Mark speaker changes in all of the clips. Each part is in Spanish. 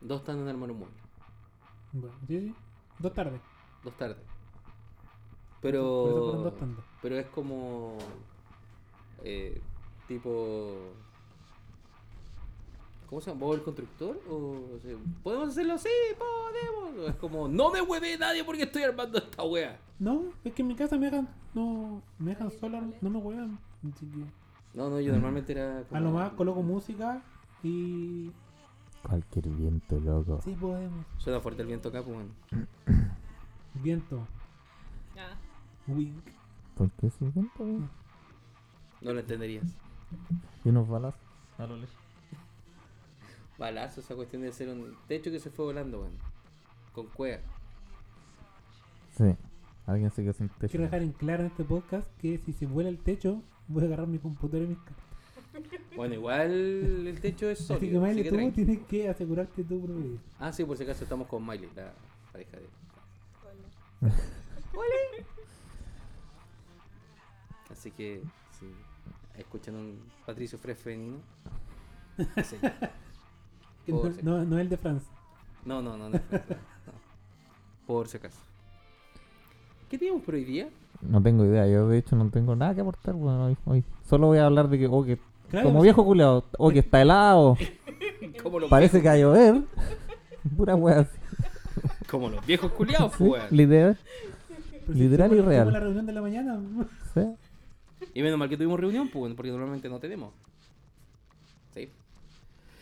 Speaker 1: Dos tandas de Armor Humano.
Speaker 2: Bueno, sí, sí. Dos tardes.
Speaker 1: Dos tardes.
Speaker 2: Por eso fueron
Speaker 1: Pero.
Speaker 2: dos tandas.
Speaker 1: Pero es como. eh, tipo. ¿Cómo se llama? ¿Bob el constructor? ¿O, se- ¿Podemos hacerlo? Sí, podemos. Es como, no me hueve nadie porque estoy armando esta wea.
Speaker 2: No, es que en mi casa me dejan, no, me dejan sola, no me huevan. Así que,
Speaker 1: No, no, yo normalmente era.
Speaker 2: a lo
Speaker 1: como-
Speaker 2: más Ah, coloco música y.
Speaker 3: Cualquier viento, loco.
Speaker 2: Sí podemos.
Speaker 1: Suena fuerte el viento acá, pues. weón.
Speaker 2: Viento.
Speaker 4: Ah,
Speaker 2: Wink.
Speaker 3: ¿Por qué ese viento,
Speaker 2: Mm.
Speaker 3: weón?
Speaker 1: No lo entenderías.
Speaker 3: Y unos balas a lo lejos.
Speaker 1: Balazo, esa cuestión de ser un techo que se fue volando, weón. Con cueva.
Speaker 3: Sí. Alguien se quedó sin techo.
Speaker 2: Quiero dejar en claro en este podcast que si se vuela el techo, voy a agarrar mi computadora y mis cartas.
Speaker 1: Bueno, igual el techo es
Speaker 2: Así que
Speaker 1: sólido. así
Speaker 2: Maile,
Speaker 1: que
Speaker 2: tú
Speaker 1: tranqui.
Speaker 2: tienes que asegurarte tu proveedor.
Speaker 1: Ah, sí, por si acaso estamos con Miley, la pareja de. Así que, sí, escuchan un Patricio Fres femenino. Sí.
Speaker 2: Que No,
Speaker 1: Por si-
Speaker 2: no, no es el de Francia.
Speaker 1: No, no, no, no, no, no. Por si acaso. ¿Qué teníamos por hoy día?
Speaker 3: No tengo idea, yo de hecho no tengo nada que aportar, weón, hoy, hoy. Solo voy a hablar de que, oh, que
Speaker 2: Claro,
Speaker 3: como
Speaker 2: sí.
Speaker 3: viejo culeado, oh, que está helado,
Speaker 1: Como los,
Speaker 3: parece que va a llover. Pura wea así.
Speaker 1: como los viejos culiados, pues.
Speaker 3: Sí,
Speaker 1: weón.
Speaker 3: Literal,
Speaker 2: Pero si
Speaker 3: literal
Speaker 2: estuvo-
Speaker 3: y
Speaker 2: estuvo
Speaker 3: real.
Speaker 2: en la reunión de la mañana.
Speaker 3: sí.
Speaker 1: Y menos mal que tuvimos reunión, pues, weón, porque normalmente no tenemos. Sí,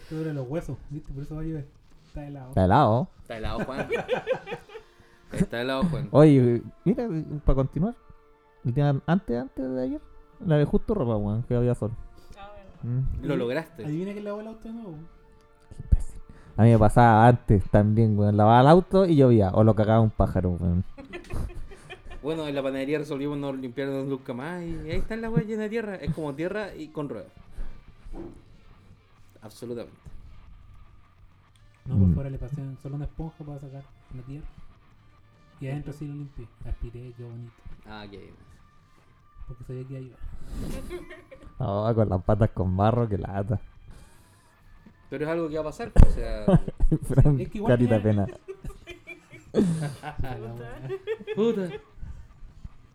Speaker 2: Te duelen los huesos, ¿viste? Por eso va a llover. Está helado.
Speaker 3: Está helado.
Speaker 1: está helado, Juan. Está helado, Juan.
Speaker 3: Oye, mira, para continuar, el día antes, antes de ayer, la de justo ropa, weón, que había sol.
Speaker 4: ah, bueno.
Speaker 3: Mm,
Speaker 1: Lo lograste.
Speaker 2: Adivina que lavó el auto de nuevo.
Speaker 3: qué imbécil. A mí me pasaba antes también, weón. Lavaba el auto y llovía, o lo cagaba un pájaro, weón.
Speaker 1: Bueno, en la panadería resolvimos no limpiarnos nunca más y ahí están las weas llenas de tierra. Es como tierra y con ruedas. Absolutamente.
Speaker 2: No, por
Speaker 3: Mm.
Speaker 2: fuera le pasé solo una esponja para sacar la tierra. Y adentro sí lo limpié. Aspiré, qué bonito.
Speaker 1: Ah, que
Speaker 2: Porque sabía que iba a llover.
Speaker 3: No, con las patas con barro, que lata.
Speaker 1: Pero es algo que va a pasar. pues, O sea,
Speaker 3: Fran,
Speaker 2: Es que igual
Speaker 3: carita
Speaker 2: tiene-
Speaker 3: pena.
Speaker 2: Ah, la buena.
Speaker 1: puta.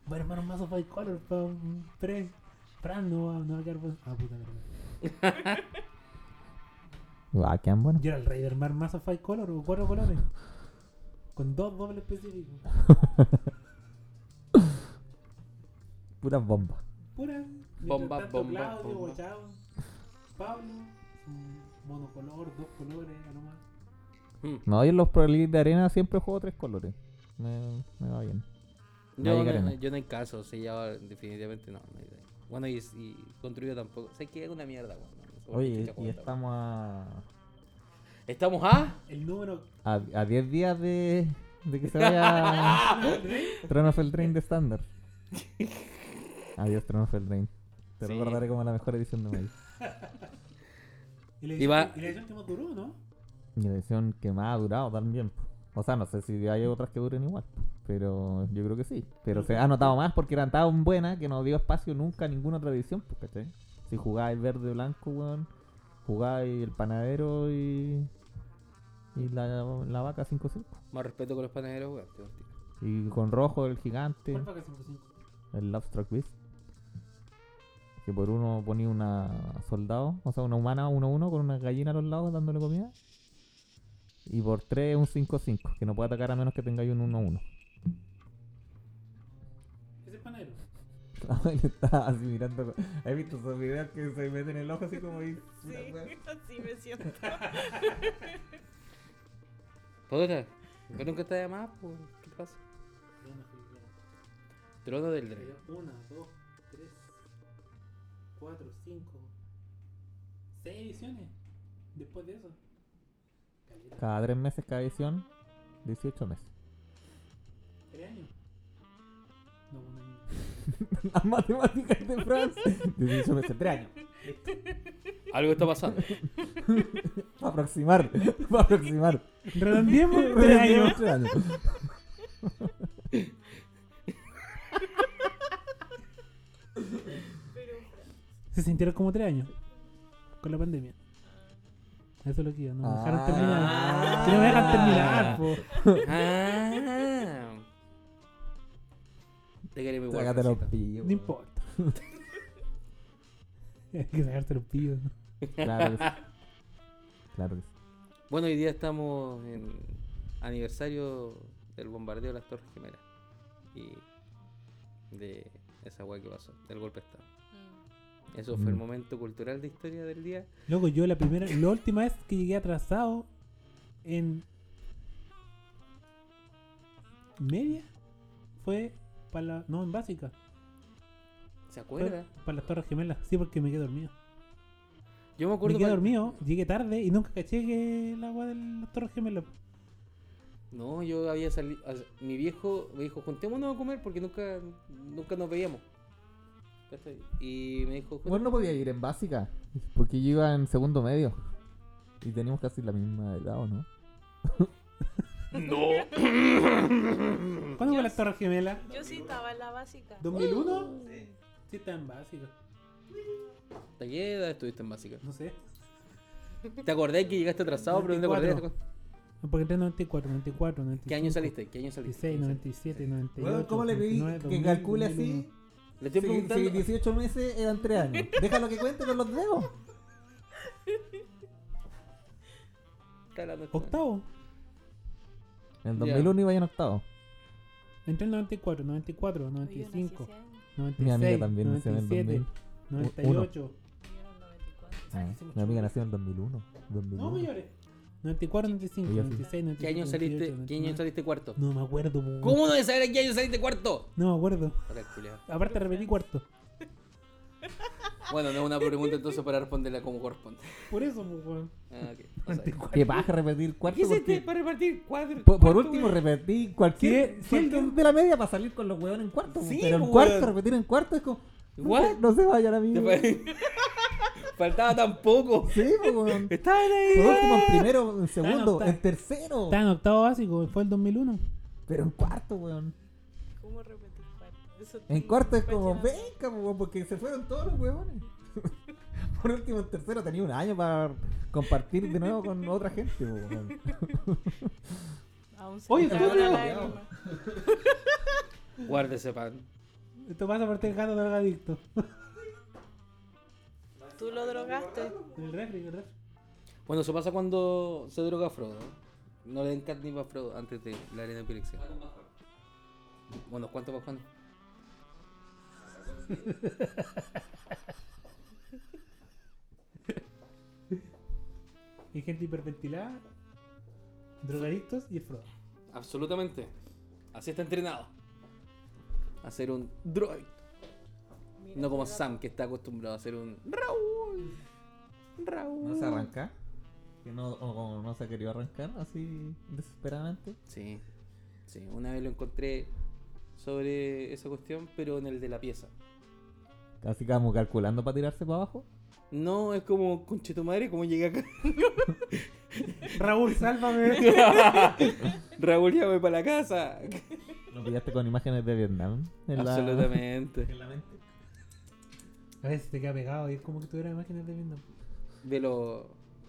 Speaker 2: Bueno, hermano, más of Five Color para un 3. Fran no va, no va a quedar bueno. Ah, puta verdad.
Speaker 3: Va, Ah, quedan buenos.
Speaker 2: Yo era el rey de armar más of Five Color o cuatro colores. Con dos dobles específicos.
Speaker 3: Puras bombas.
Speaker 2: Pura.
Speaker 1: Bomba,
Speaker 2: mientras tanto,
Speaker 1: bomba,
Speaker 2: Claudio,
Speaker 1: bomba.
Speaker 2: Guachao, Pablo, su monocolor, dos colores, a lo más.
Speaker 1: Mm.
Speaker 3: No, yo en los Pro League de arena siempre juego tres colores. Me, me va bien. Ya
Speaker 1: Yo, no,
Speaker 3: llegaremos.
Speaker 1: yo no hay caso, o sea, ya definitivamente no. no hay idea. Bueno, y, y construido tampoco. O sea, que es una mierda, weón. No sé por qué
Speaker 3: Oye,
Speaker 1: chucha
Speaker 3: y
Speaker 1: juego esta wea.
Speaker 3: estamos a,
Speaker 1: ¿Estamos ah, a?
Speaker 2: El número.
Speaker 3: a, a 10 días de, de que se vaya
Speaker 1: ¿Ah?
Speaker 3: Tron of Eldraine de estándar. Adiós, Tron of Eldraine. Te
Speaker 1: Sí.
Speaker 3: recordaré como la mejor edición de Magic.
Speaker 2: Y la
Speaker 1: Y va-
Speaker 2: edición, y la edición que más duró, ¿no?
Speaker 3: Y la edición que más ha durado también. po. O sea, no sé si hay otras que duren igual. Pero yo creo que sí. Pero se ha notado más porque eran tan buenas que no dio espacio nunca a ninguna otra edición. po, ¿cachai? Si jugáis verde blanco, weón. Jugáis el panadero y. Y la, la vaca 5-5.
Speaker 1: Más respeto con los panaderos, weón. te digo.
Speaker 3: Y con rojo el gigante.
Speaker 2: ¿Cuál fue que 55?
Speaker 3: El Love Struck Beast. Que por uno ponía una soldado, o sea, una humana 1-1 con una gallina a los lados dándole comida. Y por 3 un 5-5, que no puede atacar a menos que tengáis un 1-1.
Speaker 2: Ese es panero.
Speaker 3: Él estaba así mirando. ¿Has visto esos videos que se meten el ojo así como ahí?
Speaker 4: Sí, así me siento.
Speaker 1: Puta, pero nunca está de más, pues, ¿qué te pasa? Trono del Drey.
Speaker 2: Una, dos, tres, cuatro, cinco, seis ediciones. Después de eso. Caleta,
Speaker 3: Cada 3 meses, cada edición, 18 meses.
Speaker 2: Tres años. No, un año.
Speaker 3: Las matemáticas de France. 18 meses, 3 años.
Speaker 1: Algo está pasando.
Speaker 3: Para aproximar, para aproximar.
Speaker 2: Redondeemos tres años.
Speaker 3: Tres años.
Speaker 4: Pero,
Speaker 2: Se sintieron como tres años. Con la pandemia. Eso es lo que iba. No me
Speaker 3: Ah.
Speaker 2: dejaron terminar. Que no me dejan terminar, po.
Speaker 1: Ah. Te queremos igual.
Speaker 3: Sácate los
Speaker 1: Rosita.
Speaker 3: pillos.
Speaker 2: No importa. Hay que sacarte los pillos.
Speaker 3: Claro que sí. Claro que sí.
Speaker 1: Bueno, hoy día estamos en aniversario del bombardeo de las Torres Gemelas. Y de esa weá que pasó, del golpe de Estado. Eso fue el
Speaker 3: Mm.
Speaker 1: momento cultural de historia del día.
Speaker 2: Loco, yo la primera, la última vez que llegué atrasado en media fue para la, no en básica,
Speaker 1: ¿Se
Speaker 2: fue
Speaker 1: acuerda?
Speaker 2: para las Torres Gemelas, sí porque me quedé dormido.
Speaker 1: Yo me acuerdo.
Speaker 2: me quedé
Speaker 1: cuando-
Speaker 2: dormido, llegué tarde y nunca caché que el agua de las Torres Gemelas.
Speaker 1: No, yo había salido. Mi viejo me dijo, juntémonos a comer porque nunca, nunca nos veíamos. ¿Cachai? Y me dijo,
Speaker 3: Vos no podía ir en básica, porque yo iba en segundo medio. Y teníamos casi la misma edad, ¿o no?
Speaker 2: ¿Cuándo fue las Torres Gemelas?
Speaker 4: Yo sí estaba en la básica.
Speaker 1: Uh.
Speaker 2: ¿2001? Sí. Sí, estaba en básica,
Speaker 1: ¿te quedas? Estuviste en básica.
Speaker 2: no sé.
Speaker 1: ¿Te acordás que llegaste atrasado? Pero no te acordás.
Speaker 2: 94. Porque entré en 94, 94, 95.
Speaker 1: ¿Qué año saliste? ¿Qué año saliste?
Speaker 2: 96, 97, 98.
Speaker 3: Bueno, ¿cómo le pedí
Speaker 2: 99, 2000,
Speaker 3: que calcule así?
Speaker 2: 2001?
Speaker 1: Le estoy
Speaker 3: Si-
Speaker 1: preguntando.
Speaker 3: si 18 meses eran 3 años. Déjalo que cuente con los dedos.
Speaker 1: Está hablando esta-
Speaker 2: Octavo.
Speaker 3: En el
Speaker 1: Ya.
Speaker 3: 2001 iba en octavo.
Speaker 2: Entré en 94, 94,
Speaker 4: Oye, yo nací
Speaker 2: 95,
Speaker 4: ese año.
Speaker 2: 96,
Speaker 3: Mi amiga también nació en el
Speaker 2: 97,
Speaker 3: 2000. Uno.
Speaker 2: 98.
Speaker 4: Yo era el 94.
Speaker 3: Ah, mi amiga nació en el 2001. 2001.
Speaker 2: No, señores. 94, 95,
Speaker 3: Ella sí.
Speaker 2: 96, 97.
Speaker 1: ¿Qué año saliste? ¿Qué año saliste cuarto?
Speaker 2: No me acuerdo. po.
Speaker 1: ¿Cómo no de saber a qué año saliste cuarto?
Speaker 2: No me acuerdo.
Speaker 1: Ahora, culiao.
Speaker 2: Aparte repetí cuarto.
Speaker 1: Bueno, no es una pregunta entonces para responderla como corresponde.
Speaker 2: Por eso, po, weón.
Speaker 1: Ah, ok. no sabía.
Speaker 2: 94.
Speaker 3: Qué paja repetir cuarto.
Speaker 1: ¿Qué hiciste
Speaker 3: porque-
Speaker 1: para repartir cuadro?
Speaker 3: Por, por
Speaker 1: cuarto,
Speaker 3: último,
Speaker 1: güey?
Speaker 3: repetí cualquier,
Speaker 2: Sí, sí,
Speaker 3: cualquier
Speaker 2: el-
Speaker 3: de la media para salir con los huevones en cuarto.
Speaker 1: Sí,
Speaker 3: pero en
Speaker 1: weón.
Speaker 3: cuarto, repetir en cuarto es como.
Speaker 1: What?
Speaker 3: No se vayan a mí.
Speaker 1: Te fue- Faltaba tampoco.
Speaker 3: Sí, pues, weón.
Speaker 1: Estaba ahí.
Speaker 3: Por último, en primero, en segundo,
Speaker 2: está.
Speaker 3: en tercero.
Speaker 2: Estaba en octavo básico, fue el 2001.
Speaker 3: Pero en cuarto, weón.
Speaker 4: ¿Cómo repetí cuarto? Eso
Speaker 3: En
Speaker 4: te-
Speaker 3: cuarto es como,
Speaker 4: impresionante.
Speaker 3: venga, po, weón, porque se fueron todos los huevones. Por último, en tercero tenía un año para compartir de nuevo con otra gente, po, weón.
Speaker 4: Aún se
Speaker 2: Oye,
Speaker 4: me
Speaker 2: ¿tú
Speaker 4: traba
Speaker 2: qué
Speaker 4: la
Speaker 2: crees?
Speaker 4: lágrima.
Speaker 1: Guárdese pan.
Speaker 2: Esto pasa por el gato drogadicto.
Speaker 4: Tú lo drogaste.
Speaker 2: El refri, el refri.
Speaker 1: Bueno, eso pasa cuando se droga Frodo. No le den catnip a Frodo antes de la arena de epilepsia. Bueno, ¿cuántos bajones?
Speaker 2: Hay gente hiperventilada, drogadictos y el Frodo.
Speaker 1: Absolutamente. Así está entrenado. A ser un droid.
Speaker 4: Mira,
Speaker 1: No como
Speaker 4: te lo-
Speaker 1: Sam, que está acostumbrado a ser un Raúl. Raúl.
Speaker 3: No se arranca. Que no, o como no se ha querido arrancar así desesperadamente.
Speaker 1: Sí, sí, una vez lo encontré sobre esa cuestión, pero en el de la pieza.
Speaker 3: Así que vamos calculando para tirarse para abajo.
Speaker 1: No, es como, conche tu madre, ¿cómo llegué acá?
Speaker 2: Raúl, sálvame.
Speaker 1: Raúl, llévame para la casa.
Speaker 3: Lo pillaste con imágenes de Vietnam. en la-
Speaker 1: Absolutamente.
Speaker 3: en la mente.
Speaker 2: A veces te queda pegado y es como que tuviera imágenes de viendo.
Speaker 1: Ve lo-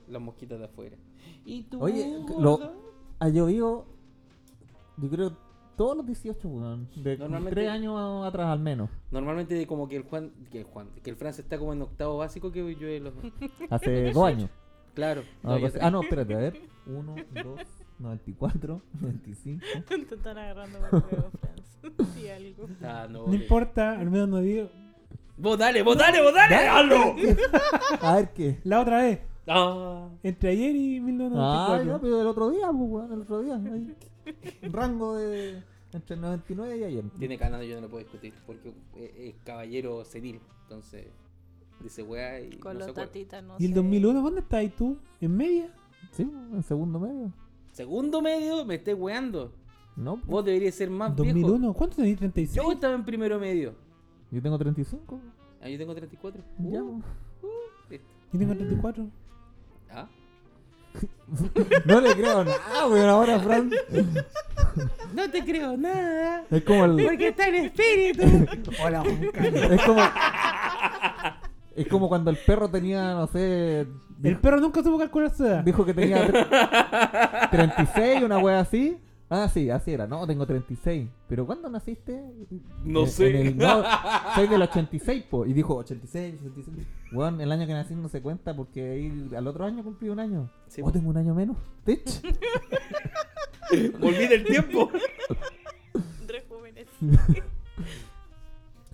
Speaker 1: las mosquitas de afuera. ¿Y tú?
Speaker 3: Oye,
Speaker 1: gordo?
Speaker 3: lo- Ha llovido, yo creo, todos los 18, weón. De
Speaker 1: Normalmente-
Speaker 3: 3 años a- atrás al menos.
Speaker 1: Normalmente como que el Juan, que el Juan, que el Franz está como en octavo básico que yo en los...
Speaker 3: Hace 2 años.
Speaker 1: Claro.
Speaker 3: Ah,
Speaker 1: no, yo
Speaker 3: pues-
Speaker 1: tres.
Speaker 3: ah, no, espérate, a ver. 1, 2, 94, 95.
Speaker 4: Te están agarrando por el huevo, Franz. Di algo.
Speaker 1: Ah, no,
Speaker 2: No
Speaker 1: ok.
Speaker 2: importa, al menos no digo.
Speaker 1: Vos dale, vos dale, vos dale. ¡Hazlo!
Speaker 3: A ver qué.
Speaker 2: La otra vez,
Speaker 1: Ah.
Speaker 2: entre ayer y
Speaker 3: Ah, ya,
Speaker 2: 1994.
Speaker 3: pero el otro día, pues, weón, el otro día. Ahí. Un rango de entre 99 y ayer.
Speaker 1: Tiene canal, yo no lo puedo discutir porque es, es caballero senil. Entonces, dice weá y.
Speaker 4: Con
Speaker 1: no se
Speaker 4: los
Speaker 1: acuerda.
Speaker 4: tatitas no
Speaker 2: ¿Y el
Speaker 4: sé.
Speaker 2: 2001 dónde estás ahí tú? ¿En media?
Speaker 3: Sí, en segundo medio.
Speaker 1: Segundo medio, me estés weando.
Speaker 3: No, pues,
Speaker 1: Vos deberías ser más viejo.
Speaker 2: 2001, ¿cuánto tenés?
Speaker 1: Yo
Speaker 2: 36.
Speaker 1: estaba en primero medio.
Speaker 3: yo tengo 35.
Speaker 1: Ah, yo tengo 34.
Speaker 3: Ya.
Speaker 1: Uh,
Speaker 3: pues.
Speaker 1: listo.
Speaker 2: Yo tengo 34.
Speaker 1: Ah,
Speaker 3: pues. No le creo nada, weón. Ahora, Fran.
Speaker 1: No te creo nada.
Speaker 3: Es como el.
Speaker 1: Porque está en espíritu.
Speaker 2: Hola, Juan Carlos.
Speaker 3: Es como. Es como cuando el perro tenía, no sé,
Speaker 2: El perro nunca supo calcular su edad.
Speaker 3: dijo que tenía tre- 36, una wea así. Ah, sí, así era. No, tengo 36. ¿Pero cuándo naciste?
Speaker 1: No
Speaker 3: En-
Speaker 1: sé.
Speaker 3: en el- no, soy del 86, po. Y dijo 86, 86. Weón, el año que nací no se cuenta porque ahí al otro año cumplí un año.
Speaker 1: Sí,
Speaker 3: oh,
Speaker 1: po.
Speaker 3: tengo un año menos. Tich.
Speaker 1: Volví del tiempo.
Speaker 4: Tres jóvenes.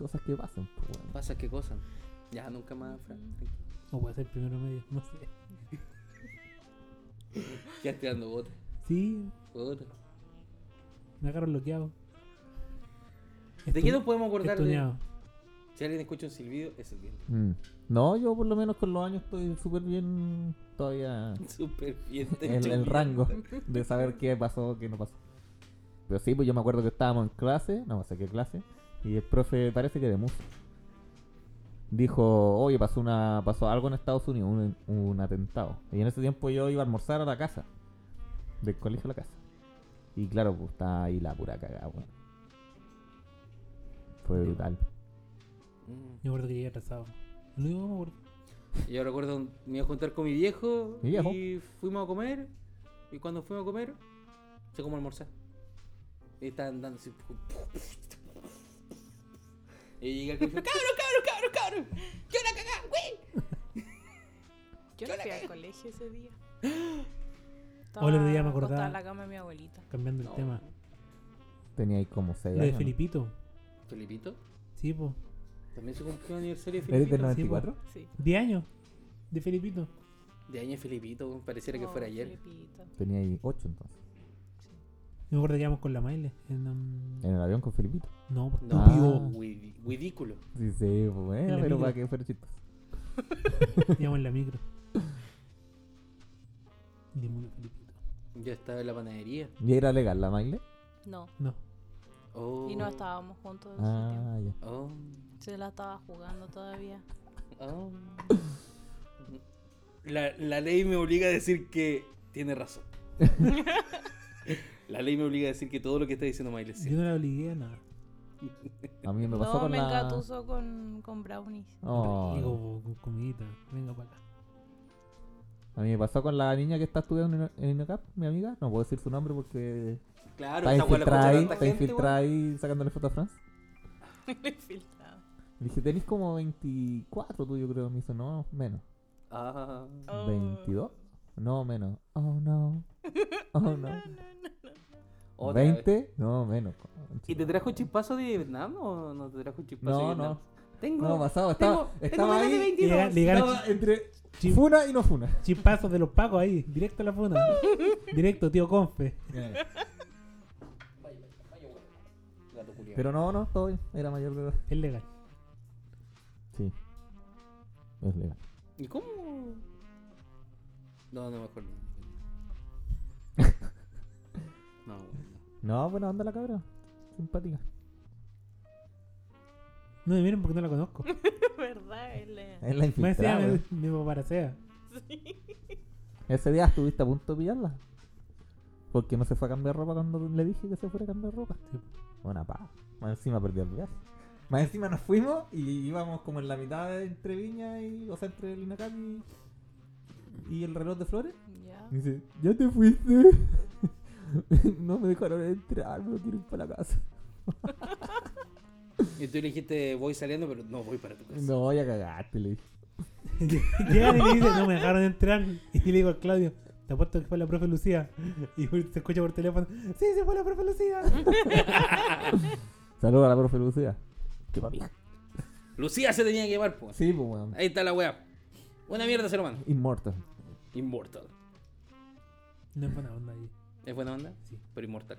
Speaker 3: Cosas que pasan, po, weón.
Speaker 1: Pasa qué cosa. Ya nunca más, Fran. tranquilo.
Speaker 2: O puede ser primero medio, no sé.
Speaker 1: Ya tirando botas.
Speaker 2: Sí,
Speaker 1: botas.
Speaker 2: me agarro bloqueado.
Speaker 1: ¿De qué nos podemos acordar? de-
Speaker 2: acordar?
Speaker 1: Si alguien escucha un silbido, es el viento.
Speaker 3: Mm. No, yo por lo menos con los años estoy súper bien todavía
Speaker 1: Súper bien.
Speaker 3: en el rango de saber qué pasó, qué no pasó. Pero sí, pues yo me acuerdo que estábamos en clase, no sé qué clase, y el profe parece que de música. Dijo, oye, pasó una pasó algo en Estados Unidos, un, un atentado. Y en ese tiempo yo iba a almorzar a la casa, del colegio a la casa. Y claro, pues estaba ahí la pura cagada, weón. Fue brutal.
Speaker 1: Mm.
Speaker 2: Yo me acuerdo que llegué atrasado. Lo único que me acuerdo.
Speaker 1: Yo recuerdo, un- me iba a juntar con mi viejo,
Speaker 3: Mi viejo.
Speaker 1: y fuimos a comer. Y cuando fuimos a comer, se como almorzar. Y estaban dando así. Y llega el colegio, ¡Cabro, cabro, cabro, cabro! ¡Qué una cagada, güey!
Speaker 4: Yo no fui al colegio ese día.
Speaker 2: Hola, otro día me
Speaker 4: Estaba
Speaker 2: acordaba.
Speaker 4: acostada en la cama de mi abuelita.
Speaker 2: Cambiando
Speaker 1: No.
Speaker 2: el tema.
Speaker 3: Tenía ahí como seis
Speaker 2: Lo de
Speaker 3: años. ¿no?
Speaker 2: Felipito.
Speaker 1: ¿Felipito?
Speaker 2: Sí, po.
Speaker 1: También se cumplió el aniversario de
Speaker 3: ¿Eres del
Speaker 1: Felipito.
Speaker 3: 94?
Speaker 4: Sí.
Speaker 2: 10 años. De Felipito.
Speaker 1: De año de Felipito, güey, pareciera que
Speaker 4: Oh,
Speaker 1: fuera ayer.
Speaker 4: Felipito.
Speaker 3: Tenía ahí ocho entonces.
Speaker 2: Yo me acuerdo que íbamos con la Maile. En, um,
Speaker 3: En el avión con Felipito.
Speaker 2: No, por
Speaker 1: No,
Speaker 2: estúpido.
Speaker 1: güey, ridículo.
Speaker 3: Sí, sí, pues bueno,
Speaker 2: En la
Speaker 3: pero
Speaker 2: vida.
Speaker 3: para que fuera chistoso.
Speaker 2: Íbamos en la micro. Dimos a Felipito.
Speaker 1: Yo estaba en la panadería.
Speaker 3: ¿Y era legal la maile?
Speaker 4: No.
Speaker 2: No.
Speaker 1: Oh,
Speaker 4: Y no estábamos juntos. en ese
Speaker 3: Uh.
Speaker 4: tiempo.
Speaker 3: Ah, ya.
Speaker 1: Oh,
Speaker 4: Se la estaba jugando todavía.
Speaker 1: oh. La, la ley me obliga a decir que tiene razón. la ley me obliga a decir que todo lo que está diciendo Miley es
Speaker 2: Yo
Speaker 1: cierto.
Speaker 2: no la obligué a nada.
Speaker 3: A mí me pasó
Speaker 4: no,
Speaker 3: con
Speaker 4: me
Speaker 3: la...
Speaker 4: engatuso con, con brownies.
Speaker 3: Oh,
Speaker 2: Digo, po, con comidita. Venga para acá.
Speaker 3: a mí me pasó con la niña que está estudiando en Ino- en INOCAP, mi amiga. No puedo decir su nombre porque
Speaker 1: Claro,
Speaker 3: está
Speaker 1: esa weá la escucha
Speaker 3: infiltrada ahí,
Speaker 1: tanta
Speaker 3: está
Speaker 1: gente.
Speaker 3: infiltrada ahí sacándole foto a Franz.
Speaker 4: Le filtraba.
Speaker 3: Le dije, tenés como 24 tú, yo creo. Me hizo, no, menos.
Speaker 1: weón. Ah,
Speaker 4: Oh.
Speaker 3: ¿22? No, menos. Oh, no. Oh, no.
Speaker 1: otra vez.
Speaker 3: ¿20? No, menos.
Speaker 1: ¿Y te trajo un chispazo de Vietnam o no te trajo un chispazo de
Speaker 3: No,
Speaker 1: Vietnam?
Speaker 3: no.
Speaker 1: Tengo,
Speaker 3: No, pasado. Estaba,
Speaker 1: tengo-
Speaker 3: estaba
Speaker 1: tengo menos de
Speaker 3: ahí.
Speaker 1: 22.
Speaker 2: Llega- llega-
Speaker 3: Estaba entre funa y no funa.
Speaker 2: Chispazos de los pacos ahí. Directo a la funda. Directo, tío Confe.
Speaker 1: Gato culiao.
Speaker 3: Pero no, no, todo bien. Era mayor de edad.
Speaker 2: Es legal.
Speaker 3: Sí. Es legal.
Speaker 1: ¿Y cómo? No, no me acuerdo. No, weón,
Speaker 3: No, buena onda la cabra. Simpática.
Speaker 2: No me miren porque no la conozco.
Speaker 4: ¿Verdad? Él es-
Speaker 3: Es la
Speaker 2: Me decía,
Speaker 3: infiltrada.
Speaker 2: me,
Speaker 3: weón.
Speaker 2: me paparacea.
Speaker 3: Ese día estuviste a punto de pillarla. Porque no se fue a cambiar ropa cuando le dije que se fuera a cambiar ropa.
Speaker 2: Sí.
Speaker 3: Buena pa. Más encima perdió el viaje. Más encima nos fuimos y íbamos como en la mitad de entre Viña y. O sea, entre el Inacap y. y el reloj de flores.
Speaker 4: Ya.
Speaker 3: Y dice, ya te fuiste. no me dejaron entrar, me quiero ir para la casa.
Speaker 1: no. Y tú le dijiste, voy saliendo, pero no voy para tu casa.
Speaker 3: No, ya cagaste, le dije.
Speaker 2: Llegan y me dicen, no me dejaron entrar. Y le digo a Claudio, te apuesto que fue la profe Lucía. Y se escucha por teléfono, sí, se fue la profe Lucía.
Speaker 3: Saludos a la profe Lucía. Qué papi.
Speaker 1: Lucía se tenía que llevar, pues.
Speaker 3: Sí, pues weón.
Speaker 1: Ahí está la weá. Una mierda ser humano.
Speaker 3: Inmortal.
Speaker 1: Inmortal.
Speaker 2: No es buena onda ahí.
Speaker 1: ¿Es buena onda?
Speaker 2: Sí.
Speaker 1: Pero inmortal.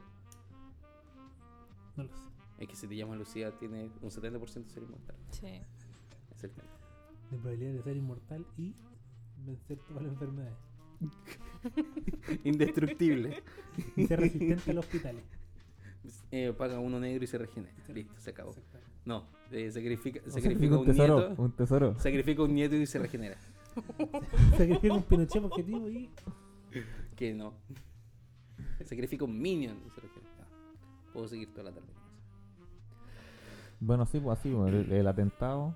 Speaker 2: No lo sé.
Speaker 1: Es que si te llamas Lucía, tiene un 70% de ser inmortal.
Speaker 4: Sí.
Speaker 1: Es el tema.
Speaker 2: De probabilidad de ser inmortal y vencer todas las enfermedades.
Speaker 1: Indestructible.
Speaker 2: Y ser resistente a los hospitales.
Speaker 1: Eh, paga uno negro y se regenera. Listo, se acabó. No, eh, sacrifica,
Speaker 3: O sea,
Speaker 1: sacrifica un
Speaker 3: tesoro,
Speaker 1: nieto.
Speaker 3: un tesoro.
Speaker 1: Sacrifica un nieto y se regenera.
Speaker 2: Sacrifica un Pinochet objetivo y
Speaker 1: Que no. Sacrifico un minion. dice la gente. No. Puedo seguir toda la tarde.
Speaker 3: Bueno, sí, pues así, pues, el, el atentado.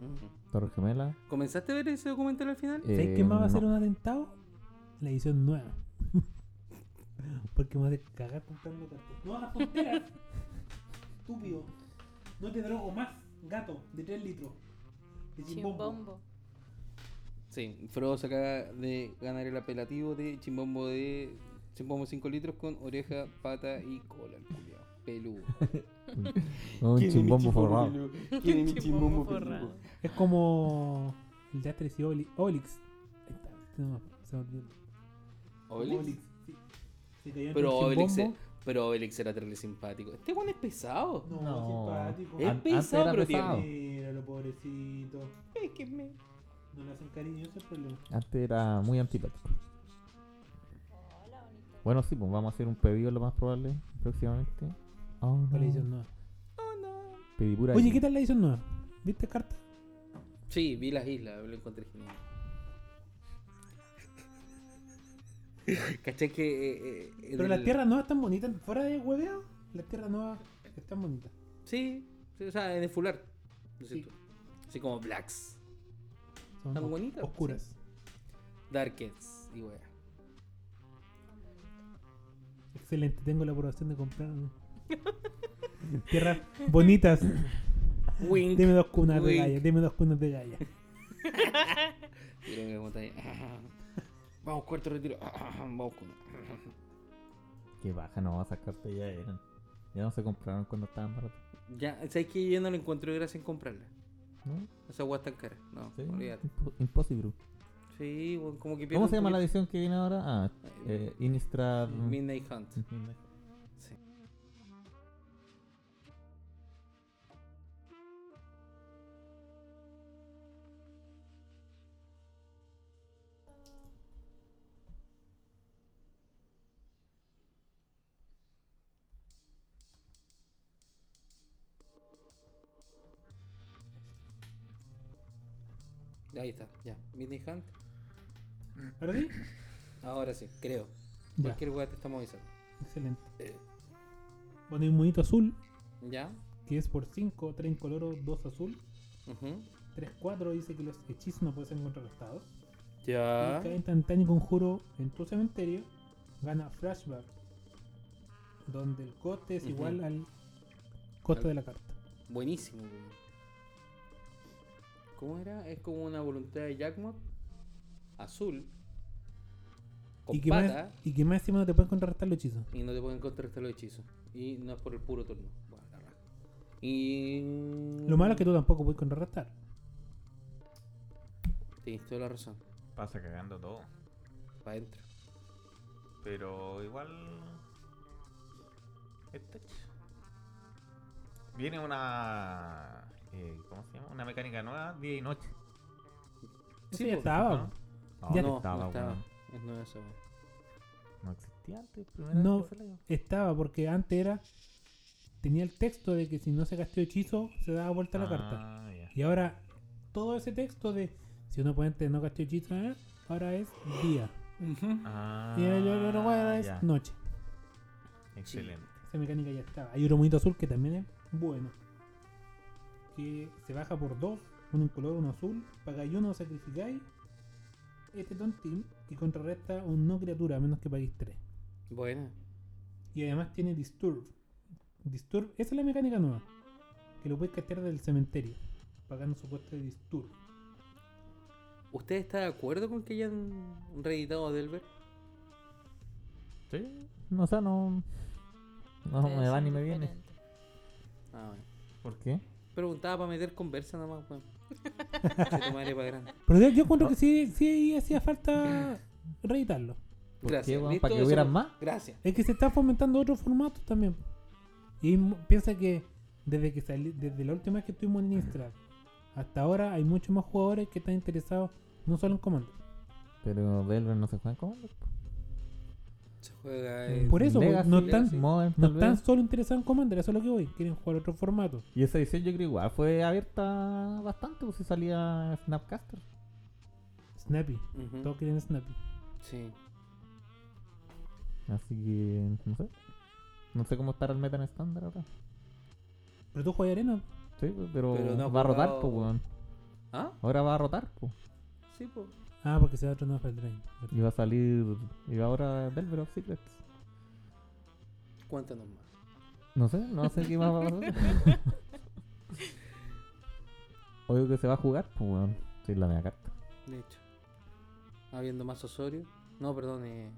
Speaker 1: Ujú.
Speaker 3: Torre Gemela.
Speaker 1: Mm. ¿Comenzaste a ver ese documental al final?
Speaker 2: ¿Sabes
Speaker 3: eh,
Speaker 2: quién más va a hacer
Speaker 3: no.
Speaker 2: un atentado? La edición nueva. Porque me hace cagar comprando cartas. No hagas tonteras. Estúpido. No te drogo más. Gato, de 3 litros. De chimbombo.
Speaker 4: Chimbombo.
Speaker 1: Sí, Frodo se acaba de ganar el apelativo de chimbombo de chimbombo 5 litros con oreja, pata y cola, el culiao. Peludo.
Speaker 3: Un chimbombo forrado.
Speaker 1: ¿Quién es mi
Speaker 4: Chimbombo
Speaker 1: chimbombo
Speaker 4: forrado.
Speaker 1: peludo?
Speaker 2: Es como el de Atres y Oli- Olix. Ahí está. No, se me olvidó.
Speaker 1: Obelix.
Speaker 2: sí. Se cayó entre
Speaker 1: Pero
Speaker 2: un
Speaker 1: Obelix,
Speaker 2: chimbombo.
Speaker 1: pero Obelix era terrible simpático. Este weón es pesado.
Speaker 2: No,
Speaker 3: No.
Speaker 2: simpático.
Speaker 1: Es
Speaker 3: An-
Speaker 1: pesado,
Speaker 3: antes era
Speaker 1: pero
Speaker 3: pesado.
Speaker 1: tiene.
Speaker 2: Míralo, pobrecito.
Speaker 1: Es que me-
Speaker 2: No le hacen cariño, ese es el problema.
Speaker 3: Antes era muy antipático. Bueno, sí, pues vamos a hacer un pedido lo más probable próximamente. Oh,
Speaker 2: Fue la edición
Speaker 3: no.
Speaker 2: nueva.
Speaker 3: Pedí pura
Speaker 2: Oye,
Speaker 3: guía.
Speaker 2: ¿qué tal la edición nueva? ¿Viste carta?
Speaker 1: Sí, vi las islas, lo encontré genial. ¿Cachai que.? eh, eh, en
Speaker 2: Pero las
Speaker 1: el-
Speaker 2: tierras nuevas están bonitas. Fuera de hueveo, las tierras nuevas están bonitas.
Speaker 1: Sí, sí, o sea, en el fular. No sé
Speaker 2: Sí.
Speaker 1: tú. Así como Blacks,
Speaker 2: Son
Speaker 1: Están
Speaker 2: os-
Speaker 1: bonitas,
Speaker 2: Oscuras.
Speaker 1: Darkets y wea.
Speaker 2: Excelente, tengo la aprobación de comprar. un- tierras bonitas.
Speaker 1: Wink.
Speaker 2: Deme dos cunas de
Speaker 1: Wink.
Speaker 2: galla, deme dos cunas de galla.
Speaker 1: Y luego me monta ahí. "Ah, Vamos, cuarto retiro. ah, Vamos con.
Speaker 3: Qué baja, no, esas cartas ya eran. Ya no se compraron cuando estaban baratas.
Speaker 1: Ya, ¿sabes que Yo no le encuentro gracia en comprarla.
Speaker 3: ¿No?
Speaker 1: Esa wea tan cara. No,
Speaker 3: Sí.
Speaker 1: olvídate.
Speaker 3: impo- imposible.
Speaker 1: Sí, weón, como que pierde
Speaker 3: ¿Cómo
Speaker 1: un
Speaker 3: se llama la
Speaker 1: poquito-
Speaker 3: edición que viene ahora? Ah, eh, Innistrad.
Speaker 1: Midnight Hunt. Sí. Ahí está, ya. Midnight Hunt.
Speaker 2: ¿Ahora sí?
Speaker 1: Ahora sí, creo.
Speaker 2: Ya,
Speaker 1: Cualquier weá te estamos avisando.
Speaker 2: excelente. Bueno, hay un monito azul
Speaker 1: ¿Ya?
Speaker 2: que es por 5, 3 incoloro, 2 azul.
Speaker 1: Ujú.
Speaker 2: 3, 4 dice que los hechizos no pueden ser contrarrestados.
Speaker 1: Ya.
Speaker 2: Y cada instantáneo conjuro en tu cementerio gana flashback, donde el coste es
Speaker 1: Ujú.
Speaker 2: igual al coste
Speaker 1: Al-
Speaker 2: de la carta.
Speaker 1: Buenísimo, weón. ¿Cómo era? Es como una voluntad de Jackmot. Azul. Con
Speaker 2: Y que,
Speaker 1: pata.
Speaker 2: más, y que más encima no te pueden contrarrestar los hechizos.
Speaker 1: Y no te pueden contrarrestar los hechizos. Y no es por el puro turno. Bueno, la raja. Y. Mm.
Speaker 2: Lo malo es que tú tampoco puedes contrarrestar.
Speaker 1: Tienes toda la razón.
Speaker 5: Pasa cagando todo.
Speaker 1: Para adentro.
Speaker 5: Pero igual. Está ch- Viene una. eh, ¿Cómo se llama? Una mecánica nueva, día y noche.
Speaker 2: Eso
Speaker 1: Sí,
Speaker 2: ya
Speaker 1: po.
Speaker 2: estaba.
Speaker 3: No,
Speaker 2: Ah, Ya
Speaker 3: no,
Speaker 1: no,
Speaker 3: estaba,
Speaker 1: no estaba.
Speaker 3: weón.
Speaker 1: Es nueva esa weá.
Speaker 3: No existía antes. Primera
Speaker 2: No.
Speaker 3: vez que salió.
Speaker 2: Estaba porque antes era. Tenía el texto de que si no se gastó hechizo, se daba vuelta la carta.
Speaker 5: Ah, ya.
Speaker 2: Y ahora, todo ese texto de si un oponente no gastó hechizo, eh, ahora es día.
Speaker 5: Ah,
Speaker 2: y el otro ahora es
Speaker 5: ya.
Speaker 2: noche.
Speaker 5: Excelente.
Speaker 2: Esa mecánica ya estaba. Hay otro monito azul que también es bueno. Que se baja por dos, uno en color, uno azul. Pagáis uno, sacrificáis. Este Tontin y contrarresta un no criatura a menos que paguéis tres.
Speaker 1: Buena.
Speaker 2: Y además tiene Disturb. Disturb, esa es la mecánica nueva. Que lo puedes castear del cementerio. Pagando su coste de Disturb.
Speaker 1: ¿Usted está de acuerdo con que hayan reeditado a Delver?
Speaker 3: Sí. No, o sea, no. No me va ni me viene.
Speaker 1: Ah, bueno.
Speaker 3: ¿Por qué?
Speaker 1: Preguntaba para meter conversa nomás, weón. Se tomaré para grande.
Speaker 2: Pero yo, yo encuentro que sí, sí hacía falta reeditarlo.
Speaker 3: ¿Por
Speaker 1: Gracias.
Speaker 3: qué, weón?
Speaker 1: ¿Listo?
Speaker 3: ¿Para que
Speaker 1: Eso-
Speaker 3: hubieran más?
Speaker 1: Gracias.
Speaker 2: Es que se están fomentando otros formatos también. Y mu- piensa que desde que salí, desde la última vez que estuvimos en Instagram hasta ahora hay muchos más jugadores que están interesados no solo en Commander.
Speaker 3: Pero Delver no se juega en Commander.
Speaker 1: Se juega.
Speaker 2: Eh,
Speaker 1: en-
Speaker 2: Por eso, pues,
Speaker 3: Legacy,
Speaker 2: no están,
Speaker 1: Legacy.
Speaker 3: Modern,
Speaker 2: no
Speaker 3: tal vez.
Speaker 2: están solo interesados en Commander, eso es lo que voy. Quieren jugar otro formato.
Speaker 3: Y esa edición yo creo igual fue abierta bastante, pues si salía Snapcaster.
Speaker 2: Snappy.
Speaker 1: Ujú.
Speaker 2: Todos quieren Snappy.
Speaker 1: Sí.
Speaker 3: Así que no sé. No sé cómo estará el meta en estándar ahora.
Speaker 2: Pero tú juegas arena.
Speaker 3: Sí, pues, pero,
Speaker 1: Pero no ha
Speaker 3: va a rotar,
Speaker 1: jugado-
Speaker 3: pues weón.
Speaker 1: ¿Ah?
Speaker 3: Ahora va a rotar, po.
Speaker 1: Sí, pues.
Speaker 2: Ah, porque se va a tronar Feldrain.
Speaker 3: Y va a salir. Y va ahora Velvet of Secrets.
Speaker 1: Cuéntanos más.
Speaker 3: No sé, no sé qué más va a pasar. Obvio que se va a jugar, pues weón. Sí, la media carta.
Speaker 1: De hecho. Habiendo más Osorio. No, perdón, eh.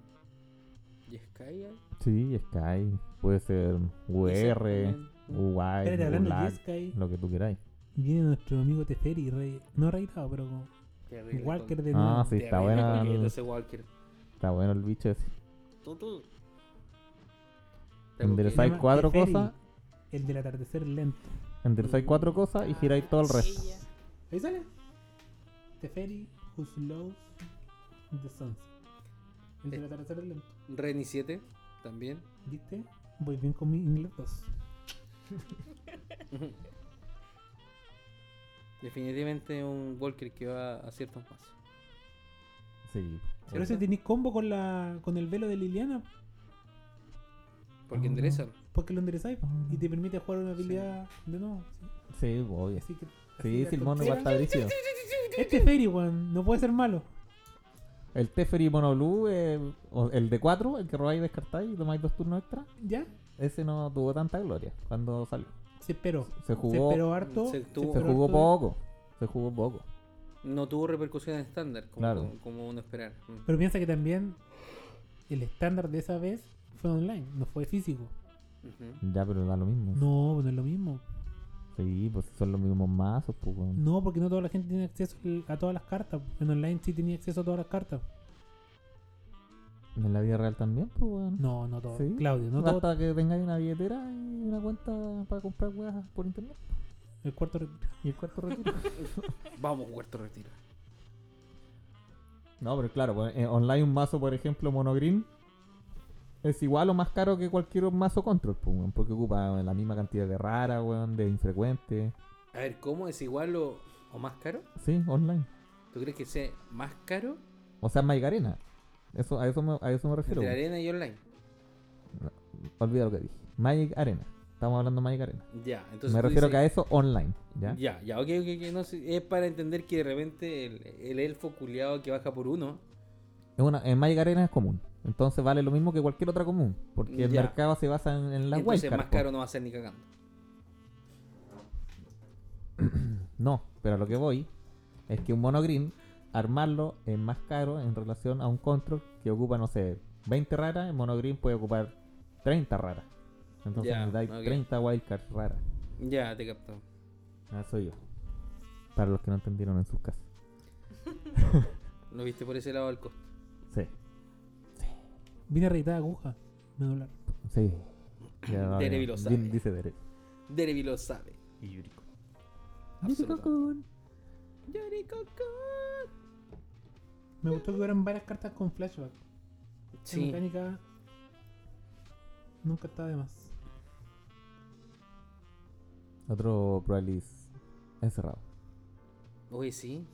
Speaker 1: Yeskaya.
Speaker 3: Sí, Sky. Puede ser UR,
Speaker 1: Isaac también.
Speaker 3: UY,
Speaker 2: Espérate, hablando de
Speaker 3: ULAC,
Speaker 2: Jeskai,
Speaker 3: lo que tú queráis.
Speaker 2: viene nuestro amigo Teferi, rey, no reirado, pero como
Speaker 1: Terrible
Speaker 2: Walker
Speaker 1: con-
Speaker 2: de nuevo.
Speaker 3: Ah, sí, está
Speaker 1: terrible
Speaker 3: bueno,
Speaker 1: coqueto
Speaker 3: el,
Speaker 1: ese Walker.
Speaker 3: está bueno el bicho ese.
Speaker 1: Tutu.
Speaker 2: Se
Speaker 3: Enderezáis
Speaker 2: llama
Speaker 3: cuatro
Speaker 2: Teferi,
Speaker 3: cosas,
Speaker 2: El del atardecer lento.
Speaker 3: enderezáis cuatro cosas y
Speaker 4: Ah,
Speaker 3: giráis todo el resto.
Speaker 4: Ella.
Speaker 2: Ahí sale. Teferi, whose loves the sunset. El del
Speaker 1: Eh.
Speaker 2: atardecer lento.
Speaker 1: Reni 7 también.
Speaker 2: ¿Viste? Voy bien con mi inglés 2.
Speaker 1: Definitivamente un Walker que va a ciertos pasos.
Speaker 3: Sí.
Speaker 2: Pero ese tenéis combo con la con el velo de Liliana,
Speaker 1: Porque
Speaker 3: Ah.
Speaker 1: endereza.
Speaker 2: porque lo enderezáis po,
Speaker 3: Ah.
Speaker 2: y te permite jugar una habilidad de nuevo. sí.
Speaker 3: Sí, obvio.
Speaker 2: Así que.
Speaker 3: Sí,
Speaker 2: así
Speaker 3: Silmón
Speaker 2: la
Speaker 3: igual está
Speaker 2: considera-
Speaker 3: brígido.
Speaker 2: Es Teferi, weón. No puede ser malo.
Speaker 3: El Teferi Mono Blue, eh, o el de 4, el que robáis y descartáis y tomáis dos turnos extra,
Speaker 2: ¿Ya?
Speaker 3: ese no tuvo tanta gloria cuando salió.
Speaker 2: Se esperó.
Speaker 3: Se
Speaker 2: Se
Speaker 3: jugó, se,
Speaker 2: esperó harto.
Speaker 1: Se tuvo-
Speaker 2: esperó
Speaker 3: jugó
Speaker 2: harto de-
Speaker 3: poco. Se jugó poco.
Speaker 1: No tuvo repercusión en estándar, como,
Speaker 3: Claro.
Speaker 1: como, como uno esperara. Mm.
Speaker 2: Pero piensa que también el estándar de esa vez fue online, no fue físico.
Speaker 1: Mm. Ujú.
Speaker 3: Ya, pero da lo mismo.
Speaker 2: No, no es lo mismo.
Speaker 3: Sí, pues son los mismos mazos, pues. weón.
Speaker 2: No, porque no toda la gente tiene acceso al- a todas las cartas. En online sí tenía acceso a todas las cartas.
Speaker 3: En la vida real también, pues, weón.
Speaker 2: No, no todo.
Speaker 3: Sí.
Speaker 2: Claudio, no todo.
Speaker 3: Hasta que tengáis una billetera y una cuenta para comprar weas por internet.
Speaker 2: El cuarto retiro.
Speaker 3: Y el cuarto retiro.
Speaker 1: Vamos, Huerto Retiro.
Speaker 3: no, pero claro, pues, eh, online un mazo, por ejemplo, monogreen, es igual o más caro que cualquier mazo control, pues, weón, porque ocupa la misma cantidad de rara, weón, de infrecuente.
Speaker 1: A ver, ¿cómo es igual o, o más caro?
Speaker 3: Sí, online.
Speaker 1: ¿Tú crees que sea más caro
Speaker 3: O sea, Maigarena. Eso, a, eso me, a eso me refiero.
Speaker 1: entre
Speaker 3: weón.
Speaker 1: arena y online?
Speaker 3: Olvida lo que dije. Magic Arena. Estamos hablando de Magic Arena.
Speaker 1: Ya, entonces.
Speaker 3: Me
Speaker 1: tú
Speaker 3: refiero que
Speaker 1: dices-
Speaker 3: a eso online. ¿ya?
Speaker 1: Ya, ya, ok, ok, ok, no sé, es para entender que de repente el, el elfo culiado que baja por uno,
Speaker 3: Es una, en Magic Arena es común. Entonces vale lo mismo que cualquier otra común. Porque el
Speaker 1: Ya.
Speaker 3: mercado se basa en, en las
Speaker 1: entonces
Speaker 3: wildcards,
Speaker 1: más caro no va a ser ni cagando.
Speaker 3: po. No, pero a lo que voy es que un mono green, armarlo es más caro en relación a un control que ocupa, no sé, 20 raras. El mono green puede ocupar 30 raras. Entonces
Speaker 1: Ya,
Speaker 3: necesitáis
Speaker 1: ok.
Speaker 3: 30 wildcards raras.
Speaker 1: Ya, te capto.
Speaker 3: Ah, soy yo. Para los que no entendieron en sus casas.
Speaker 1: Lo viste por ese lado del costo.
Speaker 3: Sí.
Speaker 2: Vine a aguja. Medular.
Speaker 3: Sí. Ya, ahora
Speaker 1: Derevi
Speaker 3: ya.
Speaker 1: lo sabe.
Speaker 3: Di- Dice Derevi.
Speaker 1: Derevi lo sabe.
Speaker 5: Y Yuriko.
Speaker 1: Absolutamente.
Speaker 2: Me gustó que hubieran varias cartas con flashback. Esa
Speaker 1: Sí,
Speaker 2: mecánica nunca está de más.
Speaker 3: Otro Proalis encerrado.
Speaker 1: oye, sí.